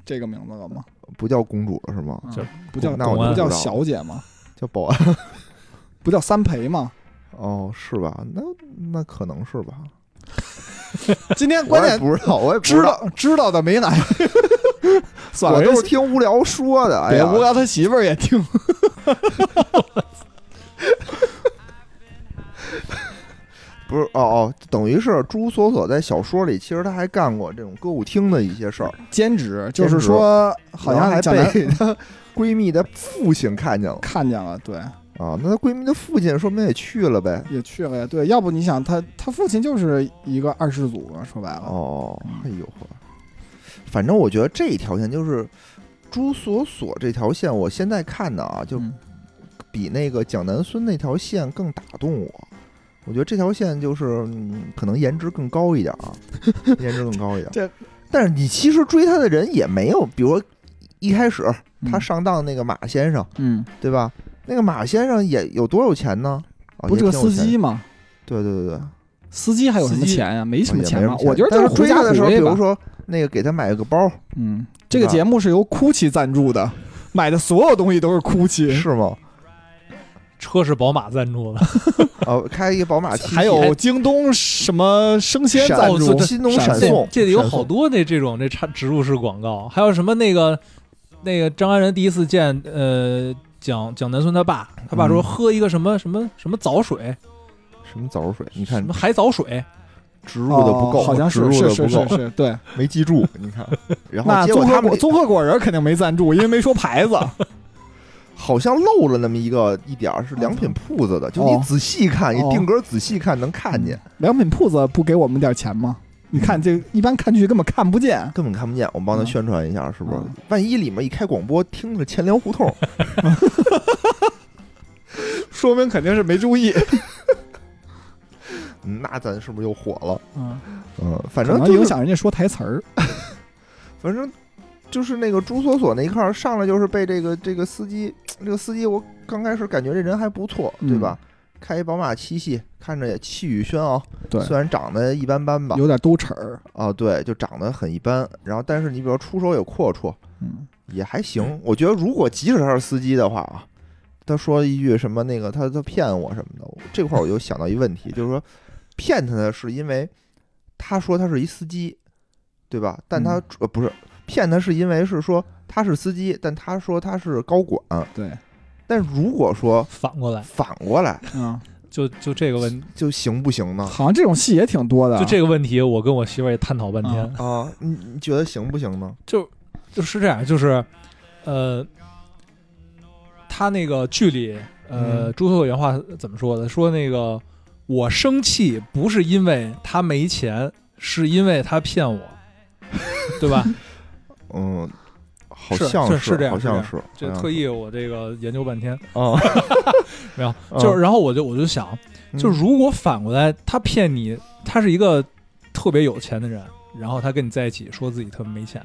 [SPEAKER 2] 这个名字了吗？
[SPEAKER 1] 不叫公主了是吗？
[SPEAKER 3] 就
[SPEAKER 2] 不叫
[SPEAKER 1] 啊那
[SPEAKER 3] 我就
[SPEAKER 2] 不
[SPEAKER 3] 不
[SPEAKER 1] 知道
[SPEAKER 2] 叫
[SPEAKER 1] 了
[SPEAKER 2] 小姐吗？
[SPEAKER 1] 叫保安？
[SPEAKER 2] 不叫三陪吗？
[SPEAKER 1] 哦，是吧？那那可能是吧。
[SPEAKER 2] 今天关
[SPEAKER 1] 我也
[SPEAKER 2] 键
[SPEAKER 1] 不知道，我也不
[SPEAKER 2] 知，道知道的
[SPEAKER 1] [LAUGHS]
[SPEAKER 2] 没来，算了，
[SPEAKER 1] 我就
[SPEAKER 2] 都
[SPEAKER 1] 是
[SPEAKER 2] 是
[SPEAKER 1] 听无聊说的。哎
[SPEAKER 2] 别
[SPEAKER 1] 呀，
[SPEAKER 2] 无聊，他媳妇儿也听。 [LAUGHS]
[SPEAKER 1] 不是哦哦，等于是朱锁锁在小说里，其实他还干过这种歌舞厅的一些事儿，
[SPEAKER 2] 兼职
[SPEAKER 1] 兼
[SPEAKER 2] 就
[SPEAKER 1] 职
[SPEAKER 2] 是说，好像
[SPEAKER 1] 然后还
[SPEAKER 2] 蒋楠
[SPEAKER 1] 被她闺蜜的父亲看见了
[SPEAKER 2] [LAUGHS] 看见了，对，
[SPEAKER 1] 啊。那她闺蜜的父亲说明也去了呗。
[SPEAKER 2] 也去了呀，对，要不你想他他父亲就是一个二世祖，说白了，
[SPEAKER 1] 哦，哎呦呵，反正我觉得这一条线就是朱锁锁这条线，我现在看的啊，就
[SPEAKER 2] 嗯
[SPEAKER 1] 比那个蒋南孙那条线更打动我。我觉得这条线就是、嗯、可能颜值更高一点
[SPEAKER 2] [LAUGHS]
[SPEAKER 1] 啊，颜值更高一点。
[SPEAKER 2] 这，
[SPEAKER 1] 但是你其实追他的人也没有，比如一开始他
[SPEAKER 2] 嗯
[SPEAKER 1] 上当那个马先生，
[SPEAKER 2] 嗯，
[SPEAKER 1] 对吧？那个马先生也有多有钱呢？啊、
[SPEAKER 2] 不是这
[SPEAKER 1] 也
[SPEAKER 2] 个
[SPEAKER 1] 挺有
[SPEAKER 2] 司
[SPEAKER 1] 钱
[SPEAKER 2] 机吗？
[SPEAKER 1] 对对对对，
[SPEAKER 2] 司机还有什么
[SPEAKER 3] 司机
[SPEAKER 2] 钱呀、没
[SPEAKER 1] 没
[SPEAKER 2] 什么钱
[SPEAKER 1] 没
[SPEAKER 2] 吧？
[SPEAKER 1] 什么
[SPEAKER 2] 我觉得
[SPEAKER 1] 但
[SPEAKER 2] 就是狐
[SPEAKER 1] 追
[SPEAKER 2] 假
[SPEAKER 1] 他的时
[SPEAKER 2] 虎
[SPEAKER 1] 候，比
[SPEAKER 2] 威吧
[SPEAKER 1] 如。说那个给他买个包，
[SPEAKER 2] 嗯，这个
[SPEAKER 1] 吧
[SPEAKER 2] 节目是由 GUCCI 赞助的， [LAUGHS] 买的所有东西都是 GUCCI，
[SPEAKER 1] 是吗？
[SPEAKER 3] 车是宝马赞助的，
[SPEAKER 1] 啊，开一个宝马哎 T，
[SPEAKER 2] 还有京东什么生鲜
[SPEAKER 1] 闪
[SPEAKER 2] 赞助
[SPEAKER 1] 送，新东
[SPEAKER 2] 闪
[SPEAKER 1] [LAUGHS] 闪
[SPEAKER 2] 送
[SPEAKER 1] 送，
[SPEAKER 3] 这里有
[SPEAKER 1] 闪
[SPEAKER 3] 好
[SPEAKER 1] 送
[SPEAKER 3] 多那这种这插植入式广告，还有什么那个那个张安仁第一次见呃蒋蒋南孙他爸，他爸说
[SPEAKER 1] 嗯
[SPEAKER 3] 喝一个什么什么什么枣水，
[SPEAKER 1] 什么枣水，你
[SPEAKER 3] 什
[SPEAKER 1] 看
[SPEAKER 3] 么海藻水，
[SPEAKER 1] 植入的不够，
[SPEAKER 2] 哦好像
[SPEAKER 1] 植
[SPEAKER 2] 是
[SPEAKER 1] 入
[SPEAKER 2] 是
[SPEAKER 1] 的
[SPEAKER 2] 是
[SPEAKER 1] 不
[SPEAKER 2] 是
[SPEAKER 1] 够，
[SPEAKER 2] 是，对。
[SPEAKER 1] 没记住，你
[SPEAKER 2] [LAUGHS]
[SPEAKER 1] 看。然后
[SPEAKER 2] 那
[SPEAKER 1] 结
[SPEAKER 2] 综
[SPEAKER 1] 果
[SPEAKER 2] 合
[SPEAKER 1] 他们
[SPEAKER 2] 果综合果仁肯定没赞助，因为没说牌子。
[SPEAKER 1] 好像漏了那么一个一点儿是良品铺子的，就
[SPEAKER 2] 哦
[SPEAKER 1] 你仔细看，你
[SPEAKER 2] 哦嗯
[SPEAKER 1] 定格仔细看能 [LAUGHS] 看见，嗯
[SPEAKER 2] 良品铺子不给我们点钱吗？你看这一般看剧根本看不见，
[SPEAKER 1] 根本看不见。我们帮他
[SPEAKER 2] 嗯
[SPEAKER 1] 宣传一下，是不是
[SPEAKER 2] 嗯？
[SPEAKER 1] 万一里面一开广播，听着钱粮胡同，
[SPEAKER 2] 说明肯定是没注意。
[SPEAKER 1] 嗯那咱是不是又火了？
[SPEAKER 2] 嗯，
[SPEAKER 1] 嗯，反
[SPEAKER 2] 可
[SPEAKER 1] 正
[SPEAKER 2] 能
[SPEAKER 1] 就
[SPEAKER 2] 影
[SPEAKER 1] 是
[SPEAKER 2] 响人家说台词儿。
[SPEAKER 1] 反正就是那个朱锁锁那一块儿上来就是被这个这个司机，这个司机我刚开始感觉这人还不错，对吧？开一宝马七系，看着也气宇轩昂，
[SPEAKER 2] 嗯对
[SPEAKER 1] 虽然长得一般般吧，
[SPEAKER 2] 有点兜齿儿。
[SPEAKER 1] 啊，对，就长得很一般。然后但是你比如说出手有阔绰，
[SPEAKER 2] 嗯，
[SPEAKER 1] 也还行。我觉得如果即使他是司机的话啊，他说一句什么那个他他骗我什么的，我这块儿我就想到一问题，就是说骗他的是因为他说他是一司机，对吧？但他、
[SPEAKER 2] 嗯
[SPEAKER 1] 呃不是骗他是因为是说他是司机，但他说他是高管。
[SPEAKER 2] 对，
[SPEAKER 1] 但如果说
[SPEAKER 3] 反过来
[SPEAKER 1] 反过来
[SPEAKER 2] 嗯，
[SPEAKER 3] 就就这个问
[SPEAKER 1] 就行不行呢？
[SPEAKER 2] 好像这种戏也挺多的。
[SPEAKER 3] 就这个问题，我跟我媳妇儿也探讨半
[SPEAKER 2] 嗯
[SPEAKER 3] 天，
[SPEAKER 1] 啊，你你觉得行不行呢？
[SPEAKER 3] 就就是这样，就是呃，他那个剧里呃，
[SPEAKER 1] 嗯
[SPEAKER 3] 朱锁锁原话怎么说的？说那个我生气不是因为他没钱，是因为他
[SPEAKER 1] [LAUGHS]
[SPEAKER 3] 骗我，对吧？
[SPEAKER 1] 嗯，好
[SPEAKER 3] 是
[SPEAKER 1] 像
[SPEAKER 3] 是是这样
[SPEAKER 1] 好
[SPEAKER 3] 是这
[SPEAKER 1] 像
[SPEAKER 3] 样
[SPEAKER 1] 是，
[SPEAKER 3] 就
[SPEAKER 1] 好像
[SPEAKER 3] 特
[SPEAKER 1] 是
[SPEAKER 3] 意我这个研究半天，
[SPEAKER 1] 啊，
[SPEAKER 3] [LAUGHS] 没有，
[SPEAKER 1] 嗯
[SPEAKER 3] 就是然后我就我就想，就如果反过来他骗你，他是一个特别有钱的人，然后他跟你在一起，说自己特别没钱，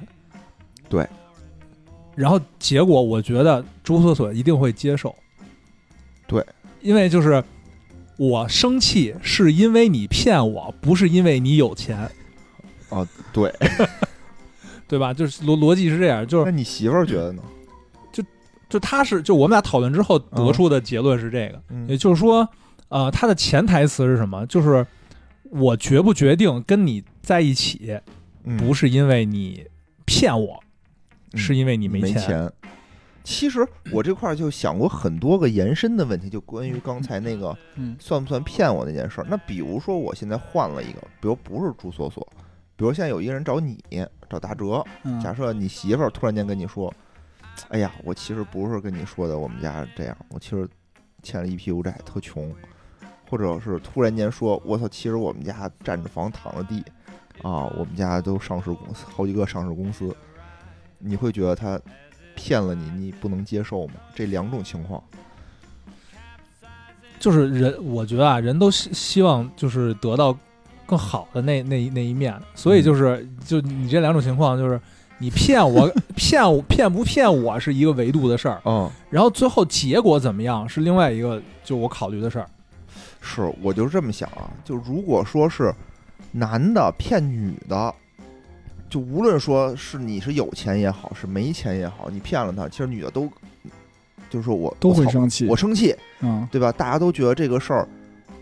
[SPEAKER 1] 对，
[SPEAKER 3] 然后结果我觉得朱锁锁一定会接受，
[SPEAKER 1] 对，
[SPEAKER 3] 因为就是我生气是因为你骗我，不是因为你有钱，
[SPEAKER 1] 哦，对。
[SPEAKER 3] [LAUGHS] 对吧？就是逻逻辑是这样，就是
[SPEAKER 1] 嗯那你媳妇儿觉得呢？
[SPEAKER 3] 就他是就我们俩讨论之后得出的结论是这个，也
[SPEAKER 1] 嗯
[SPEAKER 3] 就是说，呃，他的潜台词是什么？就是我决不决定跟你在一起，
[SPEAKER 1] 嗯
[SPEAKER 3] 不是因为你骗我，是因为你
[SPEAKER 1] 你
[SPEAKER 3] 嗯没
[SPEAKER 1] 没
[SPEAKER 3] 钱。
[SPEAKER 1] 钱。其实我这块儿就想过很多个延伸的问题，就关于刚才那个
[SPEAKER 2] 嗯
[SPEAKER 1] 算不算骗我那件事儿。那比如说我现在换了一个，比如不是朱锁锁，比如现在有一个人找你，找大哲。
[SPEAKER 2] 嗯
[SPEAKER 1] 假设你媳妇儿突然间跟你说：“哎呀，我其实不是跟你说的我们家这样，我其实欠了一屁股债，特穷。”或者是突然间说：“我操，其实我们家占着房躺着地，啊，我们家都上市公司，好几个上市公司。”你会觉得他骗了你，你不能接受吗？这两种情况，
[SPEAKER 3] 就是人，我觉得啊，人都希希望就是得到更好的那那那一面，所以就是、就你这两种情况，就是你骗 [LAUGHS] 我骗我骗不骗我是一个维度的事儿，
[SPEAKER 1] 嗯，
[SPEAKER 3] 然后最后结果怎么样是另外一个就我考虑的事儿。
[SPEAKER 1] 是，我就这么想啊，就如果说是男的骗女的，就无论说是你是有钱也好，是没钱也好，你骗了他，其实女的都就是说我
[SPEAKER 2] 都
[SPEAKER 1] 我
[SPEAKER 2] 会
[SPEAKER 1] 操
[SPEAKER 2] 生气。
[SPEAKER 1] 我生气，
[SPEAKER 2] 嗯
[SPEAKER 1] 对吧？大家都觉得这个事儿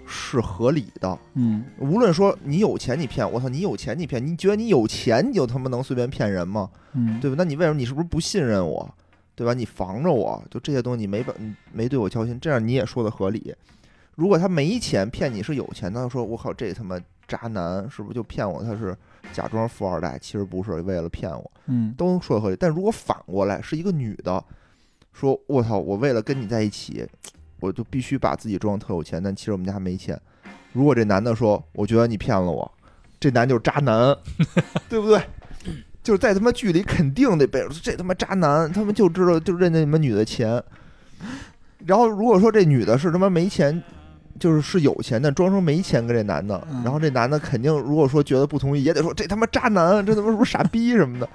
[SPEAKER 1] 是合理的。
[SPEAKER 2] 嗯，
[SPEAKER 1] 无论说你有钱你骗我操，你有钱你骗，你觉得你有钱你就他妈能随便骗人吗？
[SPEAKER 2] 嗯，
[SPEAKER 1] 对吧？那你为什么你是不是不信任我？对吧？你防着我，就这些东西你没把你没对我交心，这样你也说的合理。如果他没钱骗你是有钱，他就说我靠这他妈渣男是不是就骗我？他是假装富二代，其实不是为了骗我，
[SPEAKER 2] 嗯，
[SPEAKER 1] 都能说得合理。但如果反过来是一个女的说我操，我为了跟你在一起，我就必须把自己装得特有钱，但其实我们家没钱。如果这男的说我觉得你骗了我，这男就是渣男， [LAUGHS] 对不对？就是在他妈剧里肯定得被这他妈渣男，他们就知道就认那你们女的钱。然后如果说这女的是他妈没钱就是是有钱但装成没钱跟这男的，
[SPEAKER 2] 嗯
[SPEAKER 1] 然后这男的肯定如果说觉得不同意，也得说这他妈渣男，这他妈是不是傻逼什么的。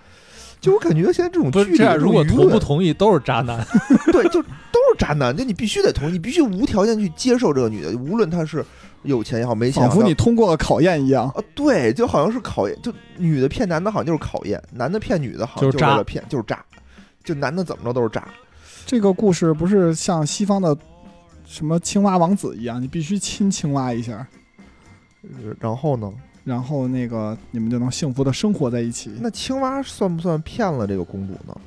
[SPEAKER 1] 就我感觉现在这种
[SPEAKER 3] 不
[SPEAKER 1] 剧
[SPEAKER 3] 是
[SPEAKER 1] 里
[SPEAKER 3] 这样，
[SPEAKER 1] 的
[SPEAKER 3] 如果
[SPEAKER 1] 这种舆 [LAUGHS]
[SPEAKER 3] 同不
[SPEAKER 1] 论
[SPEAKER 3] 同意都是渣男， [LAUGHS]
[SPEAKER 1] 对，就都是渣男，就你必须得同意，你必须无条件去接受这个女的，无论她是有钱也好，没钱也
[SPEAKER 2] 仿
[SPEAKER 1] 好。
[SPEAKER 2] 佛你通过了考验一样。
[SPEAKER 1] 啊，对，就好像是考验，就女的骗男的，好像就是考验；男的骗女的，好像
[SPEAKER 3] 就是
[SPEAKER 1] 是为
[SPEAKER 3] 渣
[SPEAKER 1] 了骗，就是渣。就男的怎么着都是渣，
[SPEAKER 2] 这个故事不是像西方的什么青蛙王子一样，你必须亲青蛙一下，
[SPEAKER 1] 呃然后呢？
[SPEAKER 2] 然后那个你们就能幸福的生活在一起。
[SPEAKER 1] 那青蛙算不算骗了这个公主呢？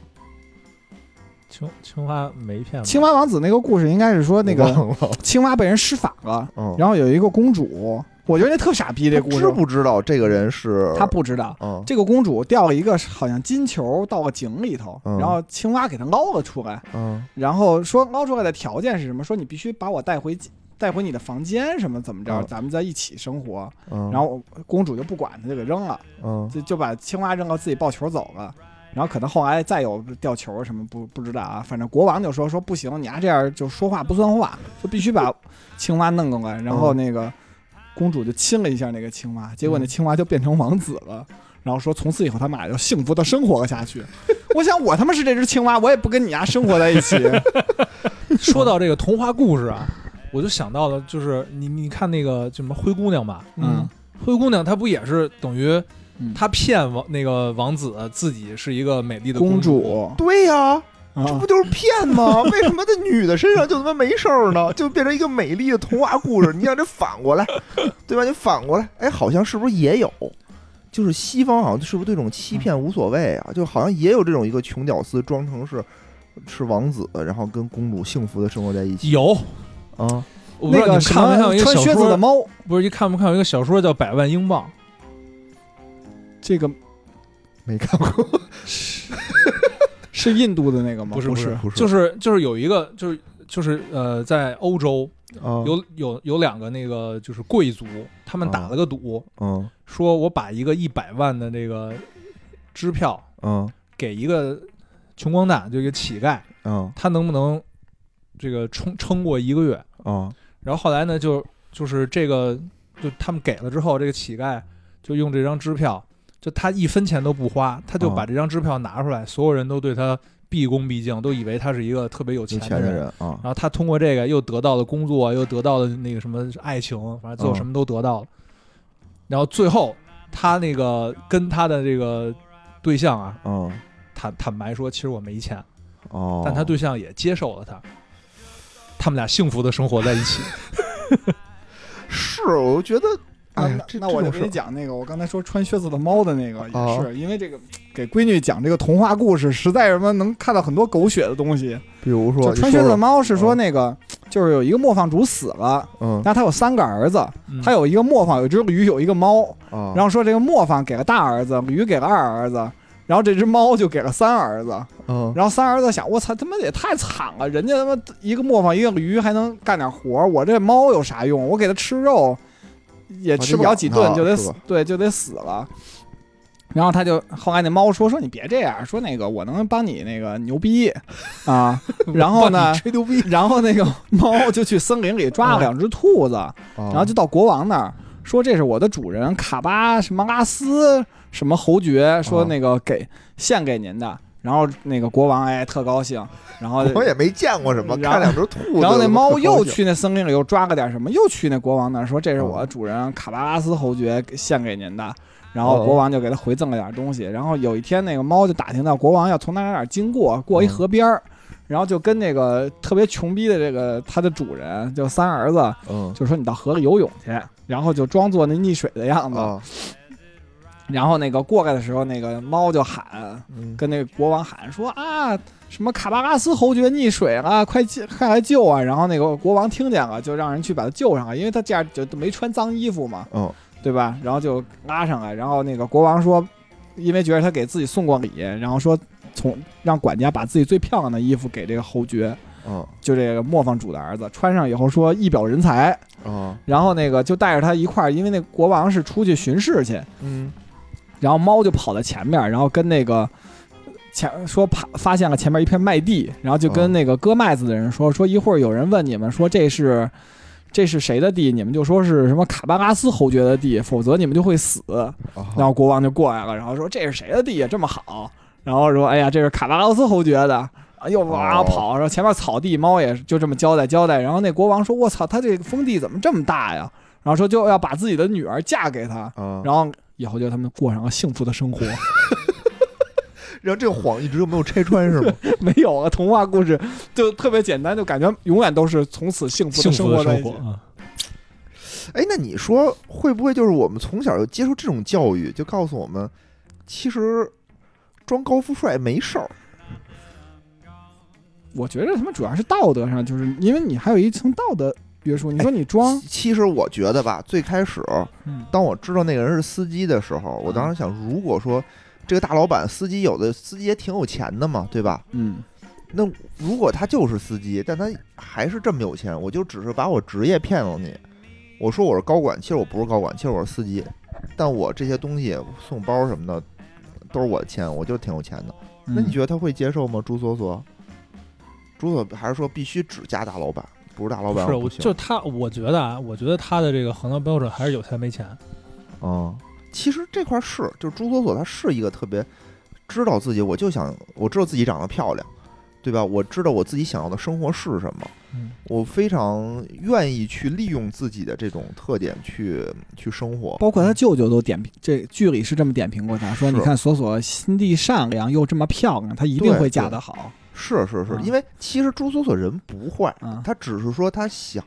[SPEAKER 3] 青青蛙没骗吧
[SPEAKER 2] 青蛙王子那个故事应该是说那
[SPEAKER 1] 我
[SPEAKER 2] 个
[SPEAKER 1] 忘了，
[SPEAKER 2] 青蛙被人施法了，
[SPEAKER 1] 嗯，
[SPEAKER 2] 然后有一个公主，我觉得那特傻逼这故
[SPEAKER 1] 他
[SPEAKER 2] 事
[SPEAKER 1] 知，不知道这个人是
[SPEAKER 2] 她不知道。
[SPEAKER 1] 嗯
[SPEAKER 2] 这个公主掉了一个好像金球到了井里头，
[SPEAKER 1] 嗯
[SPEAKER 2] 然后青蛙给她捞了出来，
[SPEAKER 1] 嗯
[SPEAKER 2] 然后说捞出来的条件是什么？说你必须把我带回带回你的房间，什么怎么着，
[SPEAKER 1] 嗯
[SPEAKER 2] 咱们在一起生活。
[SPEAKER 1] 嗯，
[SPEAKER 2] 然后公主就不管她，就给扔了，
[SPEAKER 1] 嗯
[SPEAKER 2] 就就把青蛙扔了，自己抱球走了。然后可能后来再有掉球什么不不知道啊，反正国王就说说不行，你丫、这样就说话不算话，就必须把青蛙弄过来。然
[SPEAKER 3] 嗯
[SPEAKER 2] 后那个公主就亲了一下那个青蛙，结果那青蛙就变成王子了。然后说从此以后他们俩就幸福的生活了下去。 [LAUGHS] 我想我他妈是这只青蛙，我也不跟你丫、生活在一
[SPEAKER 3] [LAUGHS]
[SPEAKER 2] 起。
[SPEAKER 3] 说到这个童话故事啊，我就想到了，就是你你看那个就什么灰姑娘吧，
[SPEAKER 2] 嗯，
[SPEAKER 3] 灰姑娘她不也是等于
[SPEAKER 2] 嗯
[SPEAKER 3] 她骗王那个王子自己是一个美丽的
[SPEAKER 2] 公
[SPEAKER 3] 主，
[SPEAKER 2] 主
[SPEAKER 1] 对呀、这
[SPEAKER 2] 啊
[SPEAKER 1] 不，就是骗吗？ [LAUGHS] 为什么这女的身上就他妈没事儿呢？就变成一个美丽的童话故事？你让这反过来，对吧？你反过来，哎，好像是不是也有？就是西方好像是不是对这种欺骗无所谓啊？就好像也有这种一个穷屌丝装成是是王子，然后跟公主幸福的生活在一起
[SPEAKER 3] 有。
[SPEAKER 1] 啊。
[SPEAKER 3] 我不知道你
[SPEAKER 2] 那个
[SPEAKER 3] 们
[SPEAKER 2] 什
[SPEAKER 3] 看没看过
[SPEAKER 2] 么
[SPEAKER 3] 一个
[SPEAKER 2] 穿
[SPEAKER 3] 小
[SPEAKER 2] 靴子的
[SPEAKER 3] 说，
[SPEAKER 2] 猫，
[SPEAKER 3] 不是一看没看过一个小说叫《百万英镑》，
[SPEAKER 2] 这个
[SPEAKER 1] 没看过，
[SPEAKER 2] [LAUGHS] 是印度的那个吗？
[SPEAKER 3] 不是
[SPEAKER 1] 不
[SPEAKER 3] 是
[SPEAKER 1] 是不是
[SPEAKER 3] 就是就是有一个就是就是呃，在欧洲
[SPEAKER 1] 啊
[SPEAKER 2] 嗯
[SPEAKER 3] 有有有两个那个就是贵族，他们打了个赌，
[SPEAKER 1] 嗯
[SPEAKER 3] 说我把一个一百万的这个支票
[SPEAKER 1] 嗯
[SPEAKER 3] 给一个穷光蛋，就一个乞丐，
[SPEAKER 1] 嗯
[SPEAKER 3] 他能不能这个撑撑过一个月？
[SPEAKER 1] 嗯
[SPEAKER 3] 然后后来呢，就就是这个，就他们给了之后，这个乞丐就用这张支票，就他一分钱都不花，他就
[SPEAKER 1] 哦
[SPEAKER 3] 把这张支票拿出来，所有人都对他毕恭毕敬，都以为他是一个特别有
[SPEAKER 1] 有
[SPEAKER 3] 钱
[SPEAKER 1] 钱的
[SPEAKER 3] 人。
[SPEAKER 1] 人啊
[SPEAKER 3] 然，后他通过这个又得到了工作，又得到了那个什么爱情，反正最后
[SPEAKER 1] 嗯
[SPEAKER 3] 什么都得到了。然后最后他那个跟他的这个对象啊，
[SPEAKER 1] 嗯
[SPEAKER 3] 坦坦白说，其实我没钱，
[SPEAKER 1] 哦，
[SPEAKER 3] 但他对象也接受了他，他们俩幸福的生活在一 [LAUGHS] 起。
[SPEAKER 1] 是，我觉得，
[SPEAKER 2] 啊
[SPEAKER 1] 哎，呀
[SPEAKER 2] 那，
[SPEAKER 1] 这
[SPEAKER 2] 那我就
[SPEAKER 1] 这
[SPEAKER 2] 给你
[SPEAKER 1] 种事
[SPEAKER 2] 讲那个，我刚才说穿靴子的猫的那个，也
[SPEAKER 1] 哦
[SPEAKER 2] 是因为这个给闺女讲这个童话故事，实在什么能看到很多狗血的东西。
[SPEAKER 1] 儿，比如说
[SPEAKER 2] 就穿靴子的，猫是说
[SPEAKER 1] 嗯
[SPEAKER 2] 那个，就是有一个磨坊主死了，
[SPEAKER 1] 你说说
[SPEAKER 2] 那他有三个儿子，
[SPEAKER 3] 嗯
[SPEAKER 2] 他有一个磨坊，有一只驴，有一个猫，
[SPEAKER 1] 嗯啊，
[SPEAKER 2] 然后说这个磨坊给了大儿子，驴给了二儿子。然后这只猫就给了三儿子，
[SPEAKER 1] 嗯
[SPEAKER 2] 然后三儿子想，我操，他妈也太惨了，人家他妈一个磨坊一个驴还能干点活儿，我这猫有啥用？我给它吃肉也
[SPEAKER 1] 啊
[SPEAKER 2] 吃
[SPEAKER 1] 就
[SPEAKER 2] 不了
[SPEAKER 1] 养
[SPEAKER 2] 几
[SPEAKER 1] 它
[SPEAKER 2] 顿就得
[SPEAKER 1] 是
[SPEAKER 2] 死
[SPEAKER 1] 吧，
[SPEAKER 2] 对，就得死了。然后他就后来那猫说说你别这样，说那个我能帮你那个牛逼
[SPEAKER 1] [LAUGHS]
[SPEAKER 2] 啊，
[SPEAKER 3] [LAUGHS]
[SPEAKER 2] 然后呢
[SPEAKER 3] 吹牛逼，
[SPEAKER 2] 然后那个猫就去森林里抓了两只兔子，
[SPEAKER 1] 然
[SPEAKER 2] 然后就到国王那儿说这是我的主人卡巴什么拉斯什么侯爵，说
[SPEAKER 1] 哦
[SPEAKER 2] 那个给献给您的。然后那个国王哎特高兴，然后
[SPEAKER 1] [LAUGHS] 我也没见过什么，
[SPEAKER 2] 哦然后
[SPEAKER 1] 看两只兔子，
[SPEAKER 2] 然后那猫又
[SPEAKER 1] 我特高兴，
[SPEAKER 2] 去那森林里又抓了点什么，又去那国王那儿说这是我的主人卡巴拉斯侯爵给献给您的。然后
[SPEAKER 1] 哦
[SPEAKER 2] 国王就给他回赠了点东西。然后有一天那个猫就打听到国王要从哪哪哪经过，过一
[SPEAKER 1] 嗯
[SPEAKER 2] 河边儿，然后就跟那个特别穷逼的这个他的主人就三儿子
[SPEAKER 1] 嗯
[SPEAKER 2] 就说你到河里游泳去，然后就装作那溺水的样子。
[SPEAKER 1] 啊，
[SPEAKER 2] 然后那个过来的时候，那个猫就喊，
[SPEAKER 1] 嗯
[SPEAKER 2] 跟那个国王喊说啊，什么卡巴拉斯侯爵溺水了，快救，快来救啊！然后那个国王听见了，就让人去把他救上来，因为他这样就没穿脏衣服嘛，
[SPEAKER 1] 哦
[SPEAKER 2] 对吧？然后就拉上来，然后那个国王说，因为觉得他给自己送过礼，然后说从让管家把自己最漂亮的衣服给这个侯爵，
[SPEAKER 1] 哦
[SPEAKER 2] 就这个磨坊主的儿子穿上以后说一表人才，
[SPEAKER 1] 哦，
[SPEAKER 2] 然后那个就带着他一块儿，因为那国王是出去巡视去，
[SPEAKER 1] 嗯
[SPEAKER 2] 然后猫就跑在前面，然后跟那个前说怕发现了前面一片麦地，然后就跟那个割麦子的人说，说一会儿有人问你们说这是。这是谁的地，你们就说是什么卡巴拉斯侯爵的地，否则你们就会死。嗯
[SPEAKER 1] 哦
[SPEAKER 2] 然后国王就过来了，然后说这是谁的地呀，这么好？然后说哎呀，这是卡巴拉斯侯爵的。啊又哇
[SPEAKER 1] 哦
[SPEAKER 2] 跑，然后前面草地猫也就这么交代交代。然后那国王说：“我操，他这封地怎么这么大呀？”然后说就要把自己的女儿嫁给他，
[SPEAKER 1] 啊，
[SPEAKER 2] 然后以后就他们过上了幸福的生活。 [LAUGHS]
[SPEAKER 1] 然后这个谎一直就没有拆穿是吗？ [LAUGHS]
[SPEAKER 2] 没有啊，童话故事就特别简单，就感觉永远都是从此幸福
[SPEAKER 3] 幸
[SPEAKER 2] 的生
[SPEAKER 3] 福的
[SPEAKER 2] 活在
[SPEAKER 3] 生
[SPEAKER 2] 一起
[SPEAKER 3] 活。啊，
[SPEAKER 1] 哎，那你说会不会就是我们从小就接受这种教育，就告诉我们，其实装高富帅没事儿？
[SPEAKER 2] 我觉得他们主要是道德上，就是因为你还有一层道德约束。你说你装，
[SPEAKER 1] 其其实我觉得吧，最开始
[SPEAKER 3] 嗯
[SPEAKER 1] 当我知道那个人是司机的时候，我当时想，如果说这个大老板司机有的司机也挺有钱的嘛，对吧？
[SPEAKER 2] 嗯，
[SPEAKER 1] 那如果他就是司机，但他还是这么有钱，我就只是把我职业骗了你。我说我是高管，其实我不是高管，其实我是司机，但我这些东西送包什么的都是我的钱，我就是挺有钱的。那你觉得
[SPEAKER 2] 得？
[SPEAKER 1] 他会接受吗？朱锁锁，朱锁还是说必须只加大老板，不是大老
[SPEAKER 3] 不
[SPEAKER 1] 板
[SPEAKER 3] 是，
[SPEAKER 1] 不
[SPEAKER 3] 我
[SPEAKER 1] 行
[SPEAKER 3] 就他，我觉得啊，我觉得他的这个衡量标准还是有钱没钱。
[SPEAKER 1] 嗯，其实这块是，就是朱锁锁她是一个特别知道自己，我就想我知道自己长得漂亮，对吧？我知道我自己想要的生活是什么，
[SPEAKER 3] 嗯，
[SPEAKER 1] 我非常愿意去利用自己的这种特点去去生活。
[SPEAKER 2] 包括他舅舅都点评，这剧里是这么点评过他，说
[SPEAKER 1] 是
[SPEAKER 2] 你看索索心地善良又这么漂亮，她一定
[SPEAKER 1] 对
[SPEAKER 2] 会嫁得好
[SPEAKER 1] 是是是
[SPEAKER 2] 嗯，
[SPEAKER 1] 因为其实朱锁锁人不坏，
[SPEAKER 2] 啊。
[SPEAKER 1] 她只是说她想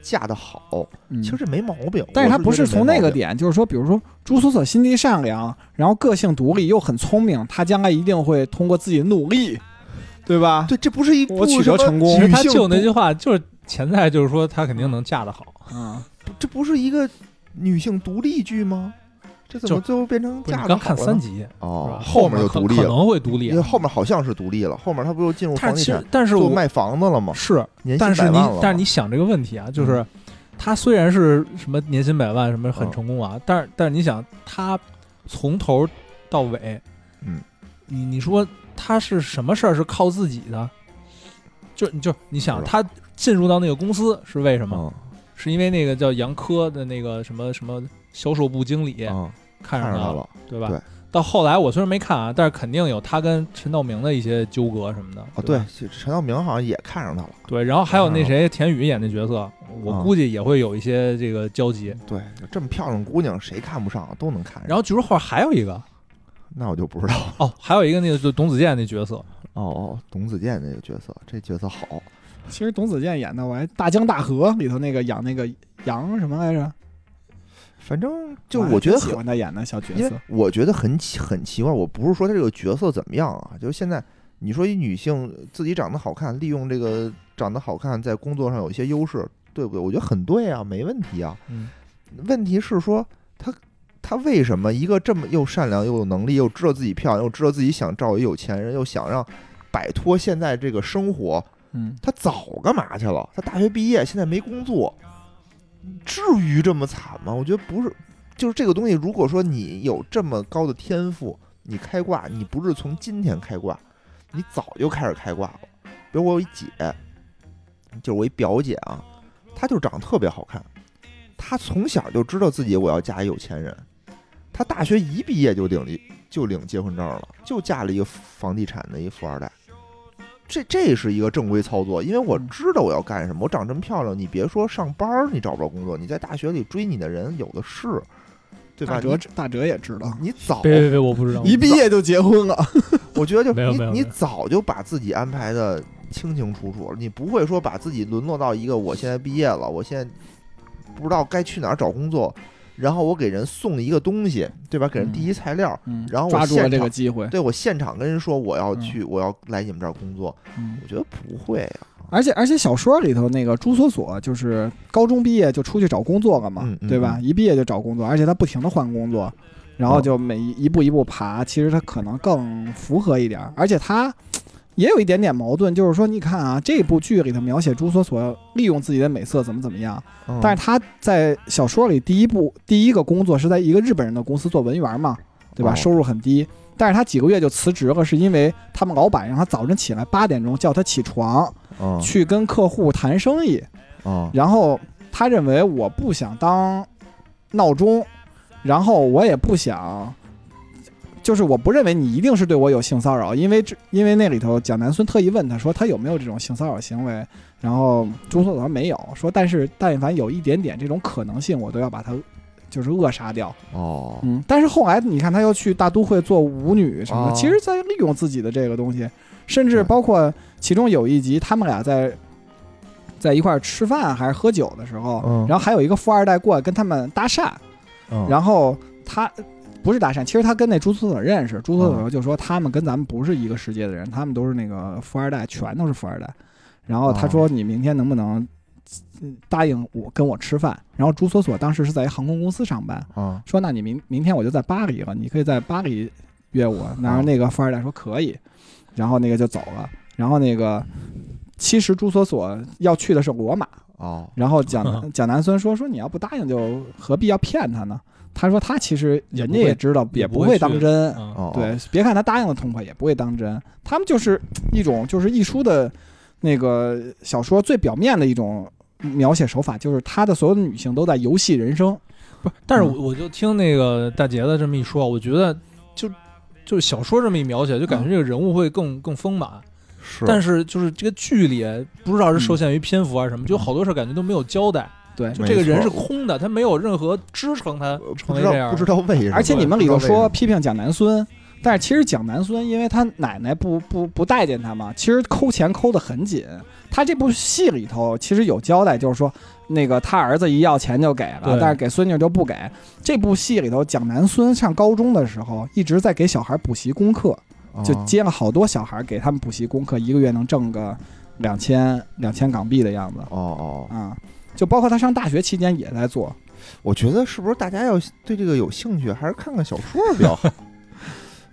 [SPEAKER 1] 嫁得好，
[SPEAKER 2] 嗯
[SPEAKER 1] 其实这没毛病。
[SPEAKER 2] 但是他
[SPEAKER 1] 我
[SPEAKER 2] 不
[SPEAKER 1] 是
[SPEAKER 2] 是
[SPEAKER 1] 觉得
[SPEAKER 2] 从那
[SPEAKER 1] 没毛
[SPEAKER 2] 个
[SPEAKER 1] 病
[SPEAKER 2] 点，就是说，比如说朱锁锁心地善良，然后个性独立又很聪明，她将来一定会通过自己的努力，对吧？
[SPEAKER 1] 对，这不是一部
[SPEAKER 2] 我取
[SPEAKER 1] 什
[SPEAKER 2] 得
[SPEAKER 1] 么
[SPEAKER 2] 成功
[SPEAKER 3] 其实他
[SPEAKER 1] 女性
[SPEAKER 3] 就那
[SPEAKER 1] 独
[SPEAKER 3] 句话就是潜在，就是说他肯定能嫁得好。
[SPEAKER 2] 嗯，
[SPEAKER 1] 这不是一个女性独立剧吗？这怎么
[SPEAKER 3] 就
[SPEAKER 1] 最后变成
[SPEAKER 3] 不是
[SPEAKER 1] 嫁
[SPEAKER 3] 你
[SPEAKER 1] 了
[SPEAKER 3] 刚看
[SPEAKER 1] 好了
[SPEAKER 3] 三
[SPEAKER 1] 呢
[SPEAKER 3] 集是
[SPEAKER 1] 哦
[SPEAKER 3] 吧？，
[SPEAKER 1] 后
[SPEAKER 3] 面
[SPEAKER 1] 面就
[SPEAKER 3] 可
[SPEAKER 1] 独立
[SPEAKER 3] 可
[SPEAKER 1] 了，
[SPEAKER 3] 能会独立啊
[SPEAKER 1] 因为，后面好像是独立了，后面他不又进入
[SPEAKER 3] 但
[SPEAKER 1] 房
[SPEAKER 3] 是
[SPEAKER 1] 地
[SPEAKER 3] 其实
[SPEAKER 1] 产，
[SPEAKER 3] 但是
[SPEAKER 1] 做
[SPEAKER 3] 我
[SPEAKER 1] 卖房的了吗？
[SPEAKER 3] 是，
[SPEAKER 1] 年薪
[SPEAKER 3] 但是
[SPEAKER 1] 百
[SPEAKER 3] 你
[SPEAKER 1] 万了吗，嗯
[SPEAKER 3] 但是你想这个问题啊，就是他虽然是什么年薪百万什么很成功啊，但是但是你想他从头到尾，
[SPEAKER 1] 嗯，
[SPEAKER 3] 你你说他是什么事儿是靠自己的？就就你想
[SPEAKER 1] 不知
[SPEAKER 3] 他进入到那个公司是为什么？
[SPEAKER 1] 嗯
[SPEAKER 3] 是因为那个叫杨科的那个什么什么销售部经理、
[SPEAKER 1] 嗯，
[SPEAKER 3] 看
[SPEAKER 1] 看上
[SPEAKER 3] 上他
[SPEAKER 1] 他
[SPEAKER 3] 了，
[SPEAKER 1] 了啊
[SPEAKER 3] 对吧？
[SPEAKER 1] 对
[SPEAKER 3] 到后来我虽然没看啊，但是肯定有他跟陈道明的一些纠葛什么的。
[SPEAKER 1] 啊，
[SPEAKER 3] 对
[SPEAKER 1] 对
[SPEAKER 3] 吧，
[SPEAKER 1] 其实陈道明好像也看上他了，
[SPEAKER 3] 对，然后还有那
[SPEAKER 1] 嗯
[SPEAKER 3] 谁田雨演的角色，我
[SPEAKER 1] 嗯
[SPEAKER 3] 估计也会有一些这个交集。
[SPEAKER 1] 对，这么漂亮姑娘谁看不上，啊都能看上。
[SPEAKER 3] 然后据说后还有一个
[SPEAKER 1] 那我就不知道了
[SPEAKER 3] 哦，还有一个那个就董子健那角色，
[SPEAKER 1] 哦哦，董子健那个角色，这角色好，
[SPEAKER 2] 其实董子健演的，我还《大江大河》里头那个养那个羊什么来着？
[SPEAKER 1] 反正就
[SPEAKER 2] 还
[SPEAKER 1] 我觉得
[SPEAKER 2] 挺
[SPEAKER 1] 很
[SPEAKER 2] 喜欢他演的小角
[SPEAKER 1] 因为
[SPEAKER 2] 色。
[SPEAKER 1] 我觉得很奇很奇怪，我不是说她这个角色怎么样啊，就是现在你说一女性自己长得好看，利用这个长得好看在工作上有一些优势，对不对？我觉得很对啊，没问题啊。
[SPEAKER 3] 嗯，
[SPEAKER 1] 问题是说她她为什么一个这么又善良又有能力，又知道自己漂亮，又知道自己想找一有钱人，又想让摆脱现在这个生活，
[SPEAKER 2] 嗯，
[SPEAKER 1] 她早干嘛去了？她大学毕业现在没工作，至于这么惨吗？我觉得不是，就是这个东西，如果说你有这么高的天赋，你开挂，你不是从今天开挂，你早就开始开挂了。比如我有一姐，就是我一表姐啊，她就长得特别好看，她从小就知道自己我要嫁一有钱人，她大学一毕业就领了就领结婚证了，就嫁了一个房地产的一富二代。这这是一个正规操作，因为我
[SPEAKER 2] 嗯
[SPEAKER 1] 知道我要干什么。我长这么漂亮，你别说上班儿你找不着工作，你在大学里追你的人有的是，对吧？
[SPEAKER 2] 大
[SPEAKER 1] 你
[SPEAKER 2] 哲大哲也知道，
[SPEAKER 1] 你早，
[SPEAKER 3] 别别别，我不知道，
[SPEAKER 2] 一毕业就结婚了。
[SPEAKER 1] 我觉得就
[SPEAKER 3] 没有
[SPEAKER 1] 你
[SPEAKER 3] 没有
[SPEAKER 1] 你
[SPEAKER 3] 没有
[SPEAKER 1] 早就把自己安排的清清楚楚了，你不会说把自己沦落到一个我现在毕业了，我现在不知道该去哪儿找工作，然后我给人送一个东西，对吧？给人
[SPEAKER 2] 嗯
[SPEAKER 1] 递一材料，
[SPEAKER 2] 嗯
[SPEAKER 1] 然后我
[SPEAKER 2] 抓住了
[SPEAKER 1] 现
[SPEAKER 2] 这
[SPEAKER 1] 场
[SPEAKER 2] 个机会。
[SPEAKER 1] 对我现场跟人说我要
[SPEAKER 2] 嗯
[SPEAKER 1] 去，我要来你们这儿工作，
[SPEAKER 2] 嗯，
[SPEAKER 1] 我觉得不会啊，
[SPEAKER 2] 而且而且小说里头那个朱锁锁就是高中毕业就出去找工作了嘛，
[SPEAKER 1] 嗯嗯
[SPEAKER 2] 对吧？一毕业就找工作，而且她不停的换工作，然后
[SPEAKER 1] 哦
[SPEAKER 2] 就每一步一步爬，其实她可能更符合一点儿。而且她也有一点点矛盾，就是说，你看啊，这部剧里头描写朱锁锁利用自己的美色怎么怎么样，
[SPEAKER 1] 嗯
[SPEAKER 2] 但是她在小说里第一部第一个工作是在一个日本人的公司做文员嘛，对吧？
[SPEAKER 1] 哦
[SPEAKER 2] 收入很低。但是她几个月就辞职了，是因为他们老板让她早晨起来八点钟叫她起床，
[SPEAKER 1] 嗯
[SPEAKER 2] 去跟客户谈生意，
[SPEAKER 1] 嗯
[SPEAKER 2] 然后他认为我不想当闹钟，然后我也不想，就是我不认为你一定是对我有性骚扰，因为这因为那里头蒋南孙特意问他说他有没有这种性骚扰行为，然后朱锁锁没有，说但是但凡有一点点这种可能性，我都要把他就是扼杀掉。
[SPEAKER 1] 哦，
[SPEAKER 2] 嗯，但是后来你看他又去大都会做舞女什么的，
[SPEAKER 1] 哦
[SPEAKER 2] 其实在利用自己的这个东西，甚至包括其中有一集他们俩在在一块儿吃饭还是喝酒的时候，
[SPEAKER 1] 嗯
[SPEAKER 2] 然后还有一个富二代过来跟他们搭讪，
[SPEAKER 1] 嗯
[SPEAKER 2] 然后他。不是搭讪，其实他跟那朱锁锁认识，朱锁
[SPEAKER 1] 嗯
[SPEAKER 2] 锁就说他们跟咱们不是一个世界的人，他们都是那个富二代，全都是富二代。然后
[SPEAKER 1] 哦
[SPEAKER 2] 他说：“你明天能不能嗯答应我跟我吃饭？”然后朱锁锁当时是在一航空公司上班，
[SPEAKER 1] 啊
[SPEAKER 2] 说那你明明天我就在巴黎了，你可以在巴黎约我。然后
[SPEAKER 3] 啊
[SPEAKER 2] 那个富二代说可以，然后那个就走了。然后那个其实朱锁锁要去的是罗马，
[SPEAKER 1] 哦，
[SPEAKER 2] 然后蒋
[SPEAKER 3] 啊
[SPEAKER 2] 南蒋南孙说说你要不答应就何必要骗他呢？他说他其实人家
[SPEAKER 3] 也不
[SPEAKER 2] 也
[SPEAKER 3] 会
[SPEAKER 2] 知道也
[SPEAKER 3] 也
[SPEAKER 2] 不
[SPEAKER 3] 不会
[SPEAKER 2] 会
[SPEAKER 3] 去
[SPEAKER 2] 当真，
[SPEAKER 3] 嗯，
[SPEAKER 1] 哦，
[SPEAKER 2] 对，别看他答应的痛快，也不会当真。他们就是一种就是一书的那个小说最表面的一种描写手法，就是他的所有的女性都在游戏人生。
[SPEAKER 3] 不是，
[SPEAKER 1] 嗯
[SPEAKER 3] 但是我我就听那个大杰的这么一说，我觉得就就是小说这么一描写，就感觉这个人物会更更丰满。
[SPEAKER 1] 嗯是，嗯
[SPEAKER 3] 但
[SPEAKER 1] 是
[SPEAKER 3] 是就是这个剧里不知道是受限于篇幅啊什么，就好多事儿感觉都没有交代，
[SPEAKER 2] 对，
[SPEAKER 3] 就这个人是空的，他没有任何支撑他
[SPEAKER 1] 呃不
[SPEAKER 3] 成
[SPEAKER 1] 知
[SPEAKER 3] 为这
[SPEAKER 1] 道
[SPEAKER 3] 样。
[SPEAKER 1] 不知道为什么，
[SPEAKER 2] 而且你们
[SPEAKER 1] 不
[SPEAKER 2] 里
[SPEAKER 1] 知道为
[SPEAKER 2] 头
[SPEAKER 1] 什
[SPEAKER 2] 说
[SPEAKER 1] 么
[SPEAKER 2] 批评蒋南孙，但是其实蒋南孙因为他奶奶不不不待见他嘛，其实抠钱抠得很紧。他这部戏里头其实有交代，就是说那个他儿子一要钱就给了
[SPEAKER 3] 对，
[SPEAKER 2] 但是给孙女就不给。这部戏里头，蒋南孙上高中的时候一直在给小孩补习功课，就
[SPEAKER 1] 啊
[SPEAKER 2] 接了好多小孩给他们补习功课，一个月能挣个两千两千港币的样子
[SPEAKER 1] 哦哦，
[SPEAKER 2] 啊。就包括他上大学期间也在做，
[SPEAKER 1] 我觉得是不是大家要对这个有兴趣，还是看看小说比较好。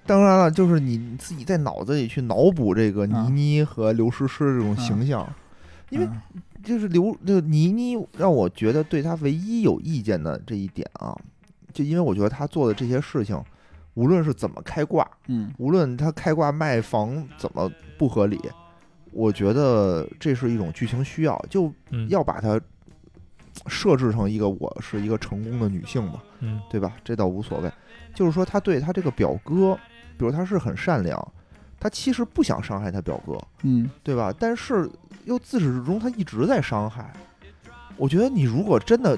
[SPEAKER 1] 当然了，就是你自己在脑子里去脑补这个
[SPEAKER 2] 啊
[SPEAKER 1] 倪妮和刘诗诗这种形象，因为
[SPEAKER 2] 嗯
[SPEAKER 1] 就是刘这个倪妮让我觉得对她唯一有意见的这一点啊，就因为我觉得她做的这些事情，无论是怎么开挂，
[SPEAKER 2] 嗯
[SPEAKER 1] 无论她开挂卖房怎么不合理，我觉得这是一种剧情需要，就
[SPEAKER 3] 嗯
[SPEAKER 1] 要把它设置成一个我是一个成功的女性嘛，
[SPEAKER 3] 嗯
[SPEAKER 1] 对吧？这倒无所谓。就是说，她对她这个表哥，比如她是很善良，她其实不想伤害她表哥，
[SPEAKER 2] 嗯
[SPEAKER 1] 对吧？但是又自始至终他一直在伤害。我觉得你如果真的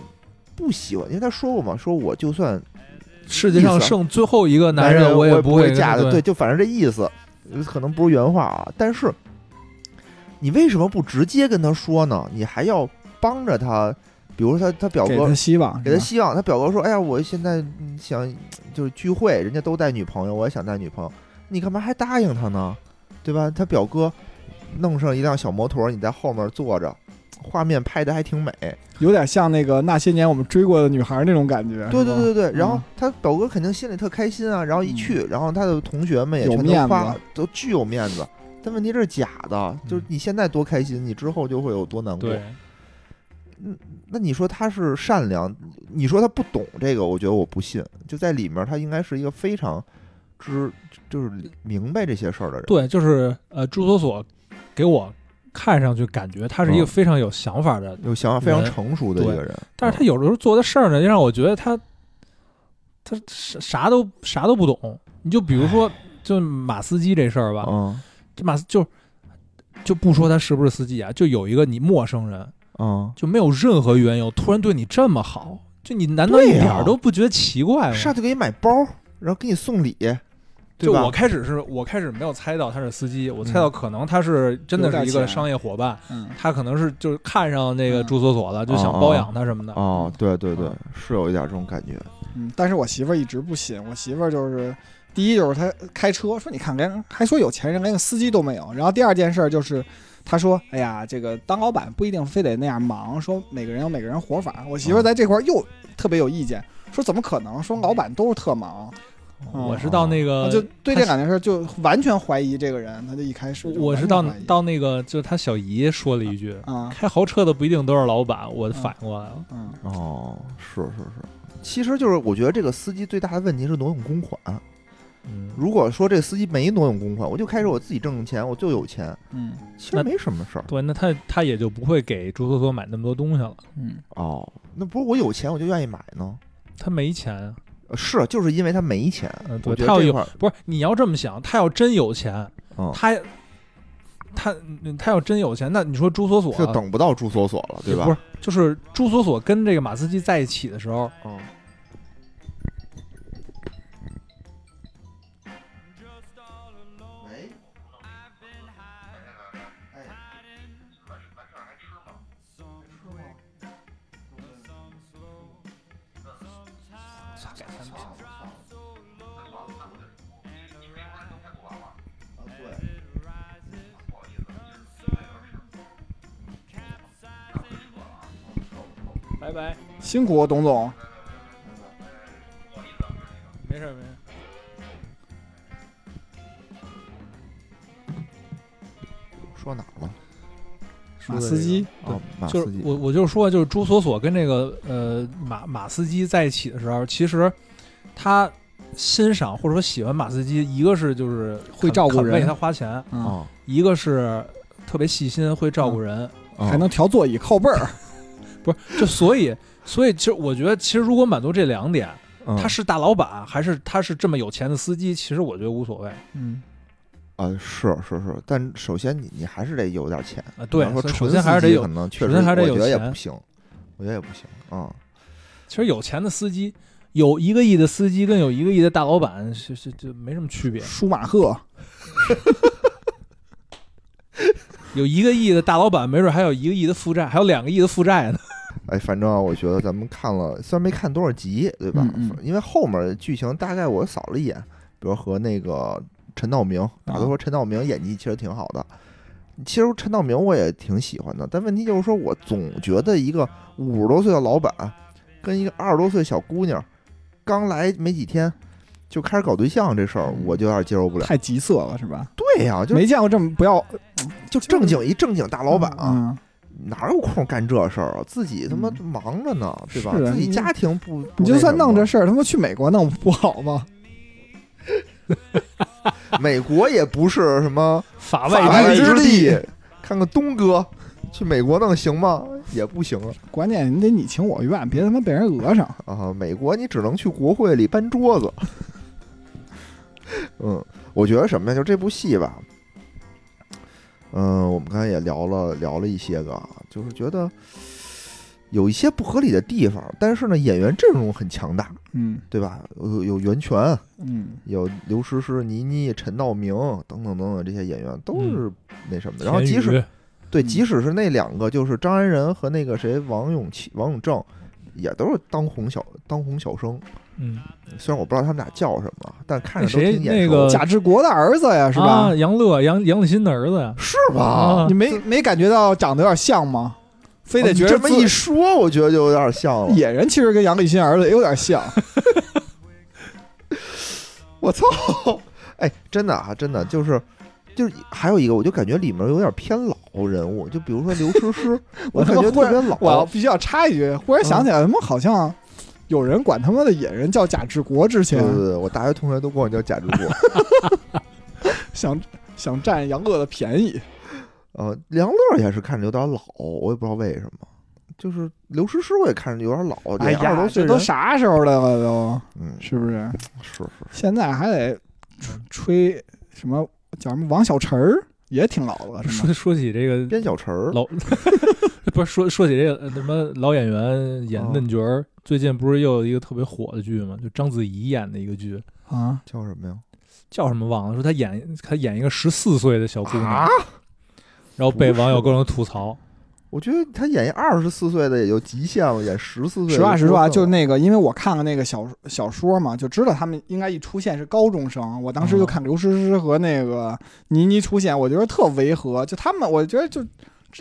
[SPEAKER 1] 不喜欢，因为他说过嘛，说我就算
[SPEAKER 3] 世界上
[SPEAKER 1] 意思啊
[SPEAKER 3] 剩最后一个
[SPEAKER 1] 男
[SPEAKER 3] 人，
[SPEAKER 1] 我
[SPEAKER 3] 也
[SPEAKER 1] 不
[SPEAKER 3] 会
[SPEAKER 1] 嫁的，
[SPEAKER 3] 的。
[SPEAKER 1] 对，，就反正这意思，呃可能不是原话啊。但是你为什么不直接跟他说呢？你还要帮着他，比如说他他表
[SPEAKER 2] 给
[SPEAKER 1] 哥
[SPEAKER 2] 他希望，
[SPEAKER 1] 给他
[SPEAKER 2] 是吧
[SPEAKER 1] 希望。他表哥说：“哎呀，我现在嗯想就是聚会，人家都带女朋友，我也想带女朋友，你干嘛还答应他呢？对吧？”他表哥弄上一辆小摩托，你在后面坐着，画面拍的还挺美。
[SPEAKER 2] 有点像那个那些年我们追过的女孩那种感觉。
[SPEAKER 1] 对对
[SPEAKER 2] 是吧，
[SPEAKER 1] 对对，然后
[SPEAKER 3] 嗯
[SPEAKER 1] 他表哥肯定心里特开心啊。然后一去，然后他的同学们也
[SPEAKER 2] 有
[SPEAKER 1] 全
[SPEAKER 2] 面
[SPEAKER 1] 都
[SPEAKER 2] 子
[SPEAKER 1] 夸，都巨有面子。但问题这是假的，就是你现在多开心，你之后就会有多难过。
[SPEAKER 3] 嗯对，
[SPEAKER 1] 那你说他是善良，你说他不懂这个，我觉得我不信。就在里面，他应该是一个非常知，就是明白这些事儿的人。
[SPEAKER 3] 对，就是呃，朱锁锁给我看上去感觉他是一个
[SPEAKER 1] 嗯
[SPEAKER 3] 非常有想法的，
[SPEAKER 1] 有想法非常
[SPEAKER 3] 人
[SPEAKER 1] 成熟的一
[SPEAKER 3] 对
[SPEAKER 1] 个人，
[SPEAKER 3] 但是他有的时候做的事儿呢，就让我觉得他他啥啥都啥都不懂。你就比如说，就马斯基这事儿吧，
[SPEAKER 1] 嗯
[SPEAKER 3] 这马斯就就不说他是不是司机啊，就有一个你陌生人，
[SPEAKER 1] 嗯，
[SPEAKER 3] 就没有任何缘由，突然对你这么好，就你难道
[SPEAKER 1] 对啊
[SPEAKER 3] 一
[SPEAKER 1] 呀
[SPEAKER 3] 点儿都不觉得奇怪
[SPEAKER 1] 啊
[SPEAKER 3] 吗？
[SPEAKER 1] 上去给你买包，然后给你送礼，对
[SPEAKER 3] 哎就我
[SPEAKER 1] 吧？嗯
[SPEAKER 3] 开始是我开始没有猜到他是司机，我猜到可能他是真的是一个商业伙伴，
[SPEAKER 2] 嗯，
[SPEAKER 3] 他可能是就是看上那个
[SPEAKER 2] 嗯
[SPEAKER 3] 朱锁锁了，就想包养他什么的。
[SPEAKER 1] 哦，对对对
[SPEAKER 3] 嗯，
[SPEAKER 1] 是有一点这种感觉。
[SPEAKER 2] 嗯，但是我媳妇儿一直不信，我媳妇儿就是。第一就是她开车，说你看连还说有钱人连个司机都没有。然后第二件事就是，她说：“哎呀，这个当老板不一定非得那样忙，说每个人有每个人活法。”我媳妇儿在这块儿又特别有意见，说怎么可能？说老板都是特忙，
[SPEAKER 1] 哦
[SPEAKER 2] 嗯
[SPEAKER 3] 我是到那个
[SPEAKER 2] 啊就对这两件事就完全怀疑这个人。她就一开始就
[SPEAKER 3] 我
[SPEAKER 2] 完
[SPEAKER 3] 是
[SPEAKER 2] 全
[SPEAKER 3] 到
[SPEAKER 2] 怀疑
[SPEAKER 3] 到那个就是他小姨说了一句，
[SPEAKER 2] 啊
[SPEAKER 3] 开豪车的不一定都是老板，我反过来了。
[SPEAKER 2] 嗯
[SPEAKER 1] 哦，是是是，其实就是我觉得这个司机最大的问题是挪用公款。
[SPEAKER 3] 嗯，
[SPEAKER 1] 如果说这司机没挪用公款，我就开始我自己挣钱，我就有钱，
[SPEAKER 2] 嗯
[SPEAKER 1] 其实
[SPEAKER 3] 那
[SPEAKER 1] 没什么事儿。
[SPEAKER 3] 对，那他他也就不会给朱托托买那么多东西了。
[SPEAKER 2] 嗯
[SPEAKER 1] 哦，那不是我有钱我就愿意买呢？
[SPEAKER 3] 他没钱啊，
[SPEAKER 1] 呃是，就是因为他没钱。
[SPEAKER 3] 嗯，对
[SPEAKER 1] 我觉
[SPEAKER 3] 他
[SPEAKER 1] 得
[SPEAKER 3] 要
[SPEAKER 1] 这
[SPEAKER 3] 有
[SPEAKER 1] 块儿，
[SPEAKER 3] 不是你要这么想，他要真有钱，
[SPEAKER 1] 嗯
[SPEAKER 3] 他他他要真有钱，那你说朱锁锁
[SPEAKER 1] 就等不到住所所了，对吧？
[SPEAKER 3] 啊不是，就是朱锁锁跟这个马斯基在一起的时候，
[SPEAKER 1] 嗯，喂，哎，
[SPEAKER 3] 拜拜，
[SPEAKER 2] 辛苦哦董总，
[SPEAKER 3] 没事没事。
[SPEAKER 1] 说哪儿了？
[SPEAKER 2] 马斯基，
[SPEAKER 3] 对
[SPEAKER 1] 哦，马
[SPEAKER 3] 就
[SPEAKER 1] 斯
[SPEAKER 3] 是
[SPEAKER 1] 基
[SPEAKER 3] 我我就说，就是朱锁锁跟这个呃马马斯基在一起的时候，其实他欣赏或者说喜欢马斯基，一个是就是
[SPEAKER 2] 会照顾
[SPEAKER 3] 肯
[SPEAKER 2] 人
[SPEAKER 3] 为他花钱，
[SPEAKER 2] 嗯，
[SPEAKER 1] 啊，
[SPEAKER 3] 一个是特别细心，会照顾人，
[SPEAKER 2] 还能调座椅靠背儿，
[SPEAKER 3] 不是就所以所以其实我觉得，其实如果满足这两点，他
[SPEAKER 1] 是
[SPEAKER 3] 是大老板还是他是这么有钱的司机，其实我觉得无所谓啊、
[SPEAKER 2] 嗯，
[SPEAKER 1] 啊，是是是，但首先你你还是得有点钱。
[SPEAKER 3] 呃对
[SPEAKER 1] 你要，说
[SPEAKER 3] 首
[SPEAKER 1] 纯
[SPEAKER 3] 先还是
[SPEAKER 1] 司
[SPEAKER 3] 得
[SPEAKER 1] 机
[SPEAKER 3] 有
[SPEAKER 1] 可，能确
[SPEAKER 3] 首
[SPEAKER 1] 实
[SPEAKER 3] 先还是得有
[SPEAKER 1] 我觉得也
[SPEAKER 3] 钱
[SPEAKER 1] 不行，我觉得也不行啊。
[SPEAKER 3] 其实有钱的司机。有一个亿的司机跟有一个亿的大老板是是就没什么区别，
[SPEAKER 2] 舒马赫，
[SPEAKER 3] 有一个亿的大老板，没准还有一个亿的负债，还有两个亿的负债呢。
[SPEAKER 1] 哎，反正啊，我觉得咱们看了，虽然没看多少集，对吧？
[SPEAKER 2] 嗯嗯
[SPEAKER 1] 因为后面剧情大概我扫了一眼，比如和那个陈道明，大家
[SPEAKER 2] 啊
[SPEAKER 1] 都说陈道明演技其实挺好的。其实陈道明我也挺喜欢的，但问题就是说我总觉得一个五十多岁的老板跟一个二十多岁小姑娘刚来没几天就开始搞对象这事儿，我就有点接受不了。
[SPEAKER 2] 太急色了是吧？
[SPEAKER 1] 对呀、就
[SPEAKER 2] 没见过这么不要
[SPEAKER 1] 就正经一正经大老板啊，
[SPEAKER 2] 嗯
[SPEAKER 1] 哪有空干这事儿啊？自己他妈
[SPEAKER 2] 嗯
[SPEAKER 1] 忙着呢，对吧？
[SPEAKER 2] 是啊
[SPEAKER 1] 自己
[SPEAKER 2] 你
[SPEAKER 1] 家庭不，不
[SPEAKER 2] 你就
[SPEAKER 1] 那
[SPEAKER 2] 算
[SPEAKER 1] 什么
[SPEAKER 2] 弄这事儿，他妈去美国弄不好吗？
[SPEAKER 1] 美国也不是什
[SPEAKER 2] [LAUGHS]
[SPEAKER 1] 么
[SPEAKER 3] 法
[SPEAKER 1] 法
[SPEAKER 2] 啊外
[SPEAKER 1] 外
[SPEAKER 2] 之
[SPEAKER 1] 之
[SPEAKER 2] 地
[SPEAKER 1] 地，看看东哥去美国弄行吗？也不行
[SPEAKER 2] 关键你得你情我愿，别他妈被人讹上。
[SPEAKER 1] 啊！美国你只能去国会里搬桌子。 [LAUGHS] 嗯，我觉得什么呀？就这部戏吧，嗯，我们刚才也聊了聊了一些个啊，就是觉得有一些不合理的地方，但是呢，演员阵容很强大，
[SPEAKER 2] 嗯
[SPEAKER 1] 对吧？有有袁泉，
[SPEAKER 2] 嗯，
[SPEAKER 1] 有刘诗诗、倪妮、陈道明等等等等这些演员都
[SPEAKER 3] 嗯
[SPEAKER 1] 是那什么的。然后即使对，
[SPEAKER 2] 嗯
[SPEAKER 1] 即使是那两个，就是张安仁和那个谁王永庆、王永正，也都是当红小当红小生。
[SPEAKER 3] 嗯，
[SPEAKER 1] 虽然我不知道他们俩叫什么，但看着都
[SPEAKER 3] 那
[SPEAKER 2] 哎
[SPEAKER 3] 谁
[SPEAKER 1] 挺眼
[SPEAKER 3] 那
[SPEAKER 1] 熟，
[SPEAKER 3] 个
[SPEAKER 2] 贾志国的儿子呀，是吧
[SPEAKER 3] 啊？杨乐、杨杨立新的儿子呀，
[SPEAKER 1] 是吧？
[SPEAKER 3] 啊
[SPEAKER 2] 你没没感觉到长得有点像吗？非得
[SPEAKER 1] 哦你
[SPEAKER 2] 觉
[SPEAKER 1] 这
[SPEAKER 2] 得
[SPEAKER 1] 么
[SPEAKER 2] 自
[SPEAKER 1] 一说，哦我觉得就有点像了。
[SPEAKER 2] 野人其实跟杨立新儿子也有点像。 [LAUGHS]
[SPEAKER 1] 我操！哎，真的啊，真的就是。就是还有一个，我就感觉里面有点偏老人物，就比如说刘诗
[SPEAKER 2] [LAUGHS]
[SPEAKER 1] 诗，
[SPEAKER 2] 我他
[SPEAKER 1] 感
[SPEAKER 2] 妈
[SPEAKER 1] 觉
[SPEAKER 2] 忽
[SPEAKER 1] 特
[SPEAKER 2] 然
[SPEAKER 1] 别老。
[SPEAKER 2] 我要必须要插一句，忽然想起
[SPEAKER 1] 哦
[SPEAKER 2] 来，他妈好像有人管他妈的野人叫贾志国，之前
[SPEAKER 1] 对对对，我大学同学都管我叫贾志国。
[SPEAKER 2] 想想占杨乐的便宜。
[SPEAKER 1] 呃，梁乐也是看着有点老，我也不知道为什么。就是刘诗诗，我也看着有点老，
[SPEAKER 2] 哎
[SPEAKER 1] 二十
[SPEAKER 2] 呀
[SPEAKER 1] 多，岁
[SPEAKER 2] 这
[SPEAKER 1] 人
[SPEAKER 2] 都啥时候了吧都？
[SPEAKER 1] 嗯，
[SPEAKER 2] 是不是？
[SPEAKER 1] 是是，
[SPEAKER 2] 现在还得吹吹什么叫什么王小晨儿，也挺老了，是吗？
[SPEAKER 3] [LAUGHS] 说说起这个
[SPEAKER 1] 边小晨儿， [LAUGHS]
[SPEAKER 3] 老，不是说说起这个呃什么老演员
[SPEAKER 1] 啊
[SPEAKER 3] 演嫩角儿，最近不是又有一个特别火的剧吗？就章子怡演的一个剧，
[SPEAKER 2] 啊，
[SPEAKER 1] 叫什么呀？
[SPEAKER 3] 叫什么忘了，说她演她演一个十四岁的小姑娘
[SPEAKER 1] 啊，
[SPEAKER 3] 然后被
[SPEAKER 1] 不是
[SPEAKER 3] 网友各种吐槽。
[SPEAKER 1] 我觉得他演一二十四岁的也就极限了，演十四岁。
[SPEAKER 2] 实话实说啊，就是那个，因为我看了那个小小说嘛，就知道他们应该一出现是高中生。我当时就看刘诗诗和那个倪妮出现，我觉得特违和。就他们，我觉得就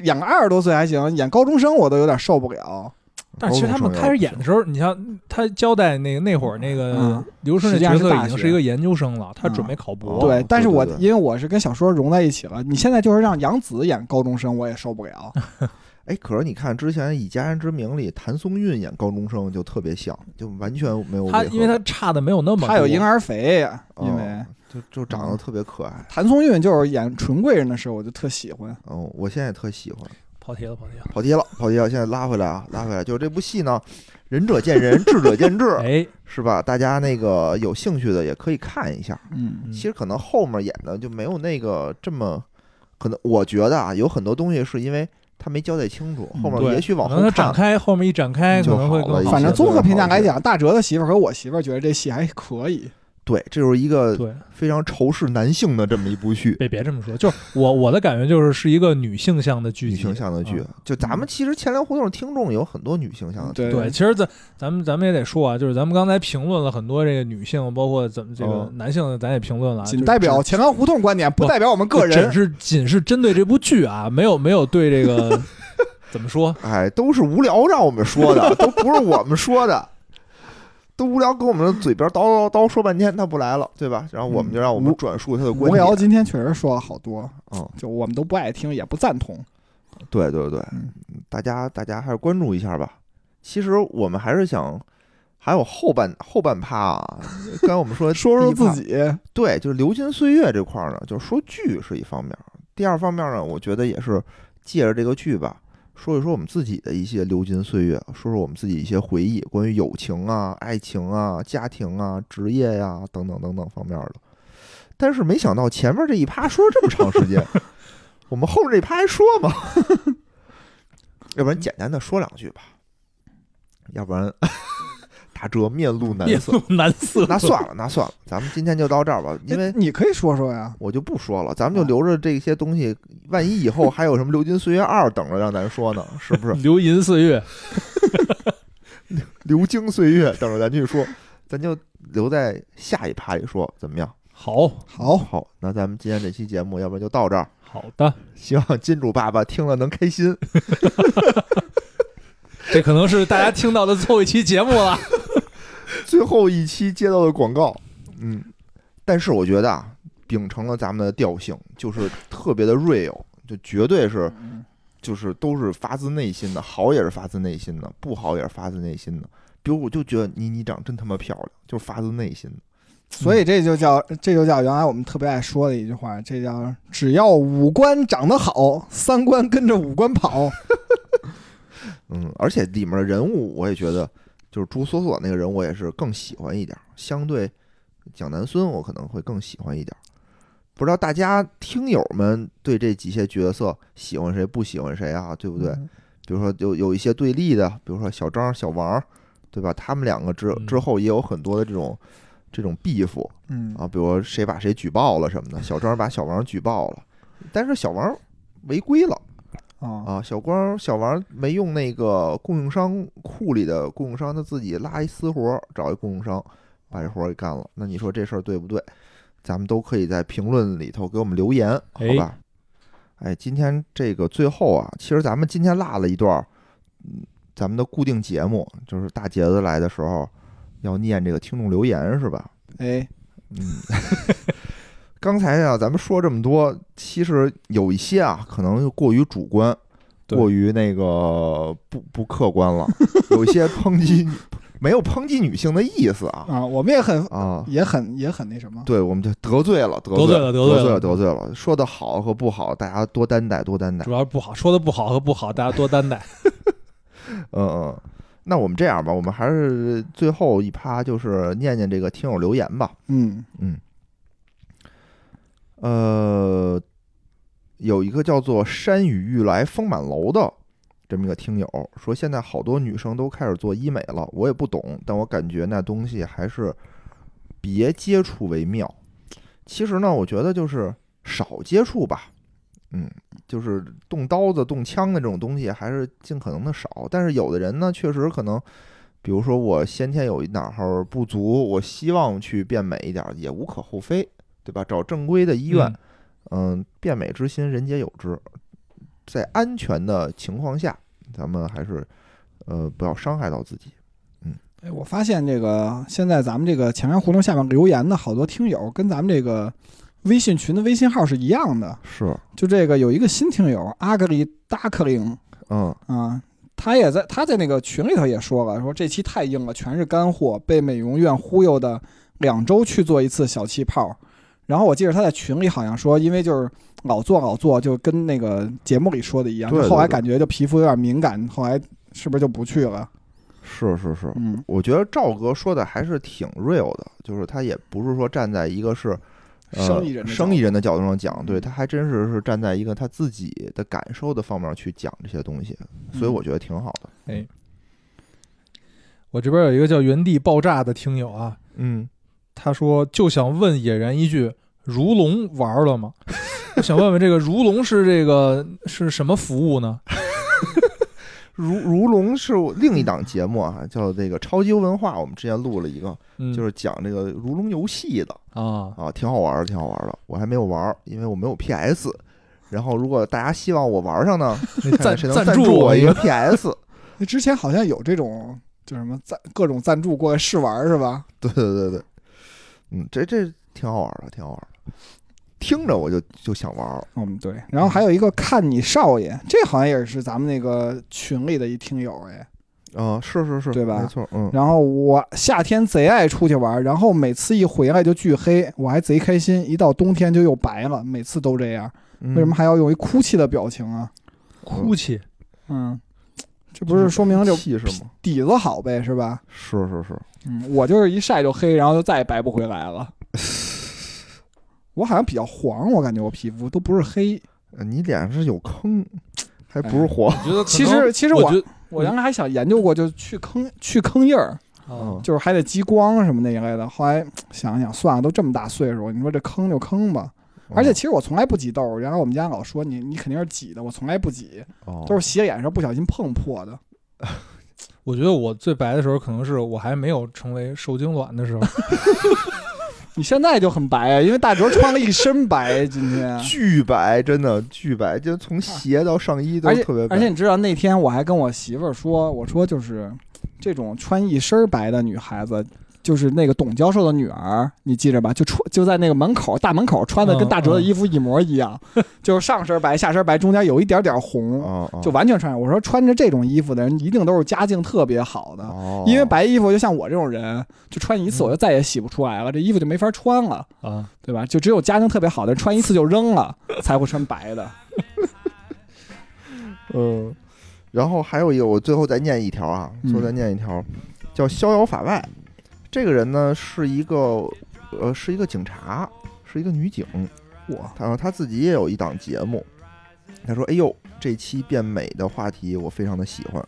[SPEAKER 2] 演个二十多岁还行，演高中生我都有点受不了。
[SPEAKER 3] 但是其实他们开始演的时候，你像他交代那个那会儿那
[SPEAKER 2] 嗯啊
[SPEAKER 1] 啊
[SPEAKER 3] 个刘诗诗那角色已经是一个研究生了，他准备考博。
[SPEAKER 1] 哦
[SPEAKER 2] 对，但是
[SPEAKER 1] 对对
[SPEAKER 2] 我
[SPEAKER 1] 对
[SPEAKER 2] 因为我是跟小说融在一起了，你现在就是让杨紫演高中生，我也受不
[SPEAKER 3] [LAUGHS]
[SPEAKER 2] 了。
[SPEAKER 1] 哎，可是你看之前《以家人之名》里谭松韵演高中生就特别像，就完全没有
[SPEAKER 3] 他
[SPEAKER 1] 违和
[SPEAKER 3] 因为他差的没有那么多，
[SPEAKER 2] 她有婴儿肥，因为
[SPEAKER 1] 哦就就长得特别可爱。
[SPEAKER 2] 谭松韵就是演纯贵人的时候，我就特喜欢。
[SPEAKER 1] 嗯，我现在也特喜欢。
[SPEAKER 3] 跑题了，跑题了。
[SPEAKER 1] 跑题了，跑题了，现在拉回来啊，拉回来。就是这部戏呢，仁者见仁，智者见智，
[SPEAKER 3] [LAUGHS] 哎，
[SPEAKER 1] 是吧？大家那个有兴趣的也可以看一下。
[SPEAKER 2] 嗯
[SPEAKER 3] 嗯
[SPEAKER 1] 其实可能后面演的就没有那个这么，可能我觉得啊，有很多东西是因为他没交代清楚，
[SPEAKER 2] 嗯
[SPEAKER 1] 后面
[SPEAKER 3] 对
[SPEAKER 1] 也许往
[SPEAKER 3] 可
[SPEAKER 1] 后
[SPEAKER 3] 能它展
[SPEAKER 1] 看，嗯
[SPEAKER 3] 开后面一展开
[SPEAKER 1] 就
[SPEAKER 3] 可能会
[SPEAKER 1] 哎好了
[SPEAKER 3] 更
[SPEAKER 1] 一些
[SPEAKER 3] 好。
[SPEAKER 2] 反正综合评价来
[SPEAKER 1] 对
[SPEAKER 2] 讲，大哲的媳妇儿和我媳妇儿觉得这戏还可以。
[SPEAKER 1] 对，这就是一个
[SPEAKER 3] 对，
[SPEAKER 1] 非常仇视男性的这么一部剧，
[SPEAKER 3] 别别这么说，就是我我的感觉就是是一个女性向的剧
[SPEAKER 1] 女
[SPEAKER 3] 集，
[SPEAKER 1] 性向的剧
[SPEAKER 3] 啊。
[SPEAKER 1] 就咱们其实前粮胡同听众有很多女性向的，
[SPEAKER 2] 对
[SPEAKER 3] 对，其实咱咱们咱们也得说啊，就是咱们刚才评论了很多这个女性，包括怎么这个
[SPEAKER 1] 嗯
[SPEAKER 3] 男性，咱也评论了啊，
[SPEAKER 2] 仅
[SPEAKER 3] 就是
[SPEAKER 2] 代表钱粮胡同观点，不
[SPEAKER 3] 不
[SPEAKER 2] 代表我们个人
[SPEAKER 3] 只。是仅是针对这部剧啊，没有没有对这
[SPEAKER 1] [LAUGHS]
[SPEAKER 3] 个怎么说，
[SPEAKER 1] 哎，都是无聊让我们说
[SPEAKER 2] [LAUGHS]
[SPEAKER 1] 的，都不是我们说的，都无聊跟我们嘴边叨叨叨说半天，他不来了，对吧？然后我们就让我们
[SPEAKER 2] 嗯无
[SPEAKER 1] 转述他的观
[SPEAKER 2] 无聊
[SPEAKER 1] 点。
[SPEAKER 2] 今天确实说了好多，
[SPEAKER 1] 嗯，
[SPEAKER 2] 就我们都不爱听，也不赞同。
[SPEAKER 1] 对对对
[SPEAKER 2] 嗯，
[SPEAKER 1] 大家大家还是关注一下吧。其实我们还是想，还有后半后半趴啊，刚才我们说
[SPEAKER 2] [LAUGHS] 说说
[SPEAKER 1] 第一趴
[SPEAKER 2] 自己，
[SPEAKER 1] 对，就是流金岁月这块儿呢，就是说剧是一方面儿，第二方面儿呢，我觉得也是借着这个剧吧，说一说我们自己的一些流金岁月，说说我们自己一些回忆，关于友情啊、爱情啊、家庭啊、职业呀、等等等等方面儿的。但是没想到前面这一趴说了这么长时间， [LAUGHS] 我们后面这一趴还说吗？ [LAUGHS] 要不然简单的说两句吧，要不然 [LAUGHS] 打折面露难
[SPEAKER 3] 面
[SPEAKER 1] 色。
[SPEAKER 3] 露难 [LAUGHS] 色。
[SPEAKER 1] 那算了，那算了，咱们今天就到这儿吧，因为
[SPEAKER 2] 哎你可以说说呀。
[SPEAKER 1] 我就不说了，咱们就留着这些东西，万一以后还有什么《流金岁月二》等着让咱说呢，是不是？
[SPEAKER 3] [LAUGHS]
[SPEAKER 1] 《
[SPEAKER 3] 流银岁月，
[SPEAKER 1] 流金岁月》等着咱去说，咱就留在下一趴里说，怎么样？
[SPEAKER 3] 好
[SPEAKER 2] 好，
[SPEAKER 1] 好，那咱们今天这期节目，要不然就到这儿。
[SPEAKER 3] 好的，
[SPEAKER 1] 希望金主爸爸听了能开心。
[SPEAKER 3] 这可能是大家听到的最后一期节目
[SPEAKER 1] [LAUGHS]
[SPEAKER 3] 了。
[SPEAKER 1] 最后一期接到的广告，嗯，但是我觉得啊，秉承了咱们的调性，就是特别的 real，就绝对是
[SPEAKER 2] 嗯
[SPEAKER 1] 就是都是发自内心的，好也是发自内心的，不好也是发自内心的。比如我就觉得倪妮长真他妈漂亮，就是发自内心的。
[SPEAKER 2] 所
[SPEAKER 1] 嗯
[SPEAKER 2] 以这就叫这就叫原来我们特别爱说的一句话，这叫只要五官长得好，三观跟着五官跑。
[SPEAKER 1] 嗯，而且里面的人物我也觉得，就是朱锁锁那个人，我也是更喜欢一点儿。相对蒋南孙，我可能会更喜欢一点儿。不知道大家听友们对这几些角色喜欢谁不喜欢谁啊？对不对？
[SPEAKER 2] 嗯
[SPEAKER 1] 比如说有有一些对立的，比如说小张、小王，对吧？他们两个之
[SPEAKER 3] 嗯
[SPEAKER 1] 之后也有很多的这种这种 beef。
[SPEAKER 2] 嗯，
[SPEAKER 1] 啊，比如谁把谁举报了什么的，小张把小王举报了，但是小王违规了
[SPEAKER 2] 啊，
[SPEAKER 1] 啊，小光小王没用那个供应商库里的供应商，他自己拉一私活儿，找一供应商把这活儿给干了。那你说这事儿对不对？咱们都可以在评论里头给我们留言，好
[SPEAKER 3] 哎
[SPEAKER 1] 吧？哎，今天这个最后啊，其实咱们今天落了一段儿，嗯，咱们的固定节目就是大杰子来的时候要念这个听众留言是吧？
[SPEAKER 2] 哎，
[SPEAKER 1] 嗯， [LAUGHS] 刚才啊，咱们说这么多，其实有一些啊，可能就过于主观，
[SPEAKER 3] 对
[SPEAKER 1] 过于那个不不客观了， [LAUGHS] 有一些抨击没有抨击女性的意思啊
[SPEAKER 2] 啊，我们也很
[SPEAKER 1] 啊。
[SPEAKER 2] 也很也很那什么。
[SPEAKER 1] 对，我们就得罪了，得罪
[SPEAKER 3] 得罪了
[SPEAKER 1] 得
[SPEAKER 3] 得罪
[SPEAKER 1] 了，
[SPEAKER 3] 了
[SPEAKER 1] 得罪了。说的好和不好，大家多担待，多担待。
[SPEAKER 3] 主要是不好，说的不好和不好，大家多担待。
[SPEAKER 1] 嗯嗯，那我们这样吧，我们还是最后一趴，就是念念这个听友留言吧。
[SPEAKER 2] 嗯，
[SPEAKER 1] 嗯，呃，有一个叫做“山雨欲来风满楼”的这么一个听友说，现在好多女生都开始做医美了，我也不懂，但我感觉那东西还是别接触为妙。其实呢，我觉得就是少接触吧，嗯，就是动刀子、动枪的这种东西还是尽可能的少。但是有的人呢，确实可能比如说我先天有一哪儿不足，我希望去变美一点儿，也无可厚非，对吧？找正规的 [LAUGHS] 医院，嗯、变美之心，人皆有之，在安全的情况下，咱们还是呃不要伤害到自己。
[SPEAKER 2] 哎，我发现这个现在咱们这个前面胡同下面留言的好多听友跟咱们这个微信群的微信号是一样的，
[SPEAKER 1] 是，
[SPEAKER 2] 就这个有一个新听友阿格里达克林
[SPEAKER 1] 嗯，
[SPEAKER 2] 啊，他也在他在那个群里头也说了，说这期太硬了，全是干货，被美容院忽悠的，两周去做一次小气泡，然后我记得他在群里好像说，因为就是老做老做，就跟那个节目里说的一样，
[SPEAKER 1] 对
[SPEAKER 2] 就后来
[SPEAKER 1] 对对
[SPEAKER 2] 感觉就皮肤有点敏感，后来是不是就不去了？
[SPEAKER 1] 是是是，
[SPEAKER 2] 嗯，
[SPEAKER 1] 我觉得赵哥说的还是挺 real 的，就是他也不是说站在一个是。呃、
[SPEAKER 2] 生意人的角
[SPEAKER 1] 生
[SPEAKER 2] 度嗯
[SPEAKER 1] 意人的角度上讲，对他还真是是站在一个他自己的感受的方面去讲这些东西，所以
[SPEAKER 2] 嗯
[SPEAKER 1] 我觉得挺好的。
[SPEAKER 3] 我这边有一个叫“原地爆炸”的听友啊，
[SPEAKER 1] 嗯，
[SPEAKER 3] 他说就想问野人一句：“如龙玩了吗？” [LAUGHS] 我想问问这个如龙是这个是什么服务呢？
[SPEAKER 1] 如如龙是另一档节目啊，叫这个超级文化，我们之前录了一个，
[SPEAKER 3] 嗯，
[SPEAKER 1] 就是讲这个如龙游戏的
[SPEAKER 3] 啊，
[SPEAKER 1] 啊，挺好玩的，挺好玩的。我还没有玩，因为我没有 PS。然后如果大家希望我玩上
[SPEAKER 2] [LAUGHS]
[SPEAKER 1] 呢，
[SPEAKER 3] 那
[SPEAKER 1] 看看
[SPEAKER 3] 赞
[SPEAKER 1] 谁能
[SPEAKER 3] 助
[SPEAKER 1] 助我
[SPEAKER 3] 一
[SPEAKER 1] 一个
[SPEAKER 3] 个，
[SPEAKER 1] PS？
[SPEAKER 2] 那之前好像有这种，就是什么赞各种赞助过来试玩是吧？
[SPEAKER 1] [LAUGHS] 对对对对，嗯，这这挺好玩的，挺好玩的。听着我就就想玩儿，
[SPEAKER 2] 嗯，对。然后还有一个看你少爷，这好像也是咱们那个群里的一听友哎。
[SPEAKER 1] 啊、是是是，
[SPEAKER 2] 对吧
[SPEAKER 1] 没错，嗯，
[SPEAKER 2] 然后我夏天贼爱出去玩，然后每次一回来就巨黑，我还贼开心，一到冬天就又白了，每次都这样，
[SPEAKER 1] 为
[SPEAKER 2] 为什么还要用一哭泣的表情啊？
[SPEAKER 3] 哭泣，
[SPEAKER 2] 嗯，这不是说明就
[SPEAKER 1] 气是吗？
[SPEAKER 2] 底子好呗，是吧？
[SPEAKER 1] 是是是，
[SPEAKER 2] 嗯，我就是一晒就黑，然后就再也白不回来了。我好像比较黄，我感觉我皮肤都不是黑。
[SPEAKER 1] [LAUGHS] 呃你脸上是有坑，还
[SPEAKER 2] 哎
[SPEAKER 1] 不是黄？
[SPEAKER 3] 我觉得
[SPEAKER 2] 其实其实
[SPEAKER 3] 我
[SPEAKER 2] 我
[SPEAKER 3] 觉得
[SPEAKER 2] 我原来还想研究过，就是去坑去坑印儿，
[SPEAKER 1] 嗯
[SPEAKER 3] 啊，
[SPEAKER 2] 就是还得激光什么那一类的。后来想想算了，都这么大岁数，你说这坑就坑吧。而
[SPEAKER 1] 哦
[SPEAKER 2] 且其实我从来不挤痘，原来我们家老说你你肯定是挤的，我从来不挤，
[SPEAKER 1] 哦
[SPEAKER 2] 都是洗脸时候不小心碰破的。
[SPEAKER 3] 我觉得我最白的时候可能是我还没有成为受精卵的时候，
[SPEAKER 2] 你现在就很白啊，因为大哲穿了一身白，今
[SPEAKER 1] [LAUGHS]
[SPEAKER 2] 天。
[SPEAKER 1] 哦巨白，真的巨白，就从鞋到上衣都
[SPEAKER 2] 啊而且
[SPEAKER 1] 特别白。
[SPEAKER 2] 而且你知道那天我还跟我媳妇儿说，我说就是这种穿一身白的女孩子。就是那个董教授的女儿，你记着吧？就穿就在那个门口大门口穿的跟大哲的衣服一模一样，就是上身白下身白，中间有一点点红，
[SPEAKER 1] 哦哦
[SPEAKER 2] 就完全穿上。我说穿着这种衣服的人，一定都是家境特别好的，
[SPEAKER 1] 哦，
[SPEAKER 2] 因为白衣服就像我这种人，就穿一次我就再也洗不出来了，这衣服就没法穿了，
[SPEAKER 3] 啊，
[SPEAKER 2] 对吧？就只有家庭特别好的人穿一次就扔了，才会穿白的。
[SPEAKER 1] 嗯。然后还有一个，我最后再念一条啊，最后再
[SPEAKER 2] 嗯
[SPEAKER 1] 念一条，叫逍遥法外。这个人呢是一个呃是一个警察，是一个女警。
[SPEAKER 2] 哇，
[SPEAKER 1] 他说他自己也有一档节目，他说：“哎呦，这期变美的话题我非常的喜欢。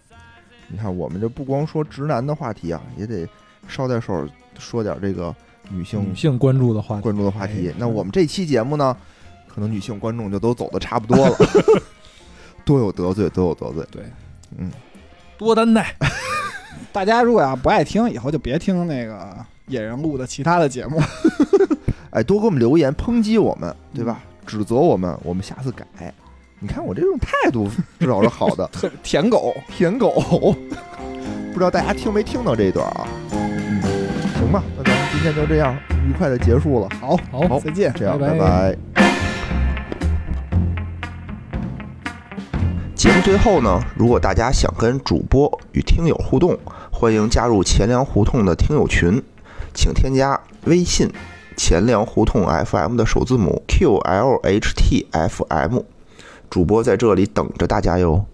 [SPEAKER 1] 你看，我们这不光说直男的话题啊，也得捎带手说点这个女性
[SPEAKER 3] 女性关注的话题，
[SPEAKER 1] 关注的话题
[SPEAKER 3] 嗯哎。
[SPEAKER 1] 那我们这期节目呢，可能女性观众就都走的差不多了，多有得罪，多有得罪。
[SPEAKER 2] 对，
[SPEAKER 1] 嗯，
[SPEAKER 3] 多担待。
[SPEAKER 2] 大家如果要不爱听，以后就别听那个野人录的其他的节目。
[SPEAKER 1] 哎，多给我们留言抨击我们，
[SPEAKER 2] 嗯
[SPEAKER 1] 对吧？指责我们，我们下次改。你看我这种态度至少是好的。”
[SPEAKER 2] [LAUGHS] 特舔狗，
[SPEAKER 1] 舔狗， [LAUGHS] 不知道大家听没听到这一段啊？嗯，行吧，那咱们今天就这样愉快的结束了，
[SPEAKER 2] 好，
[SPEAKER 3] 好
[SPEAKER 2] 再见。
[SPEAKER 1] 这样
[SPEAKER 3] 拜
[SPEAKER 1] 拜
[SPEAKER 3] 拜
[SPEAKER 1] 节目最后呢，如果大家想跟主播与听友互动，欢迎加入钱粮胡同的听友群，请添加微信“钱粮胡同 FM” 的首字母 “QLHTFM”，主播在这里等着大家哟。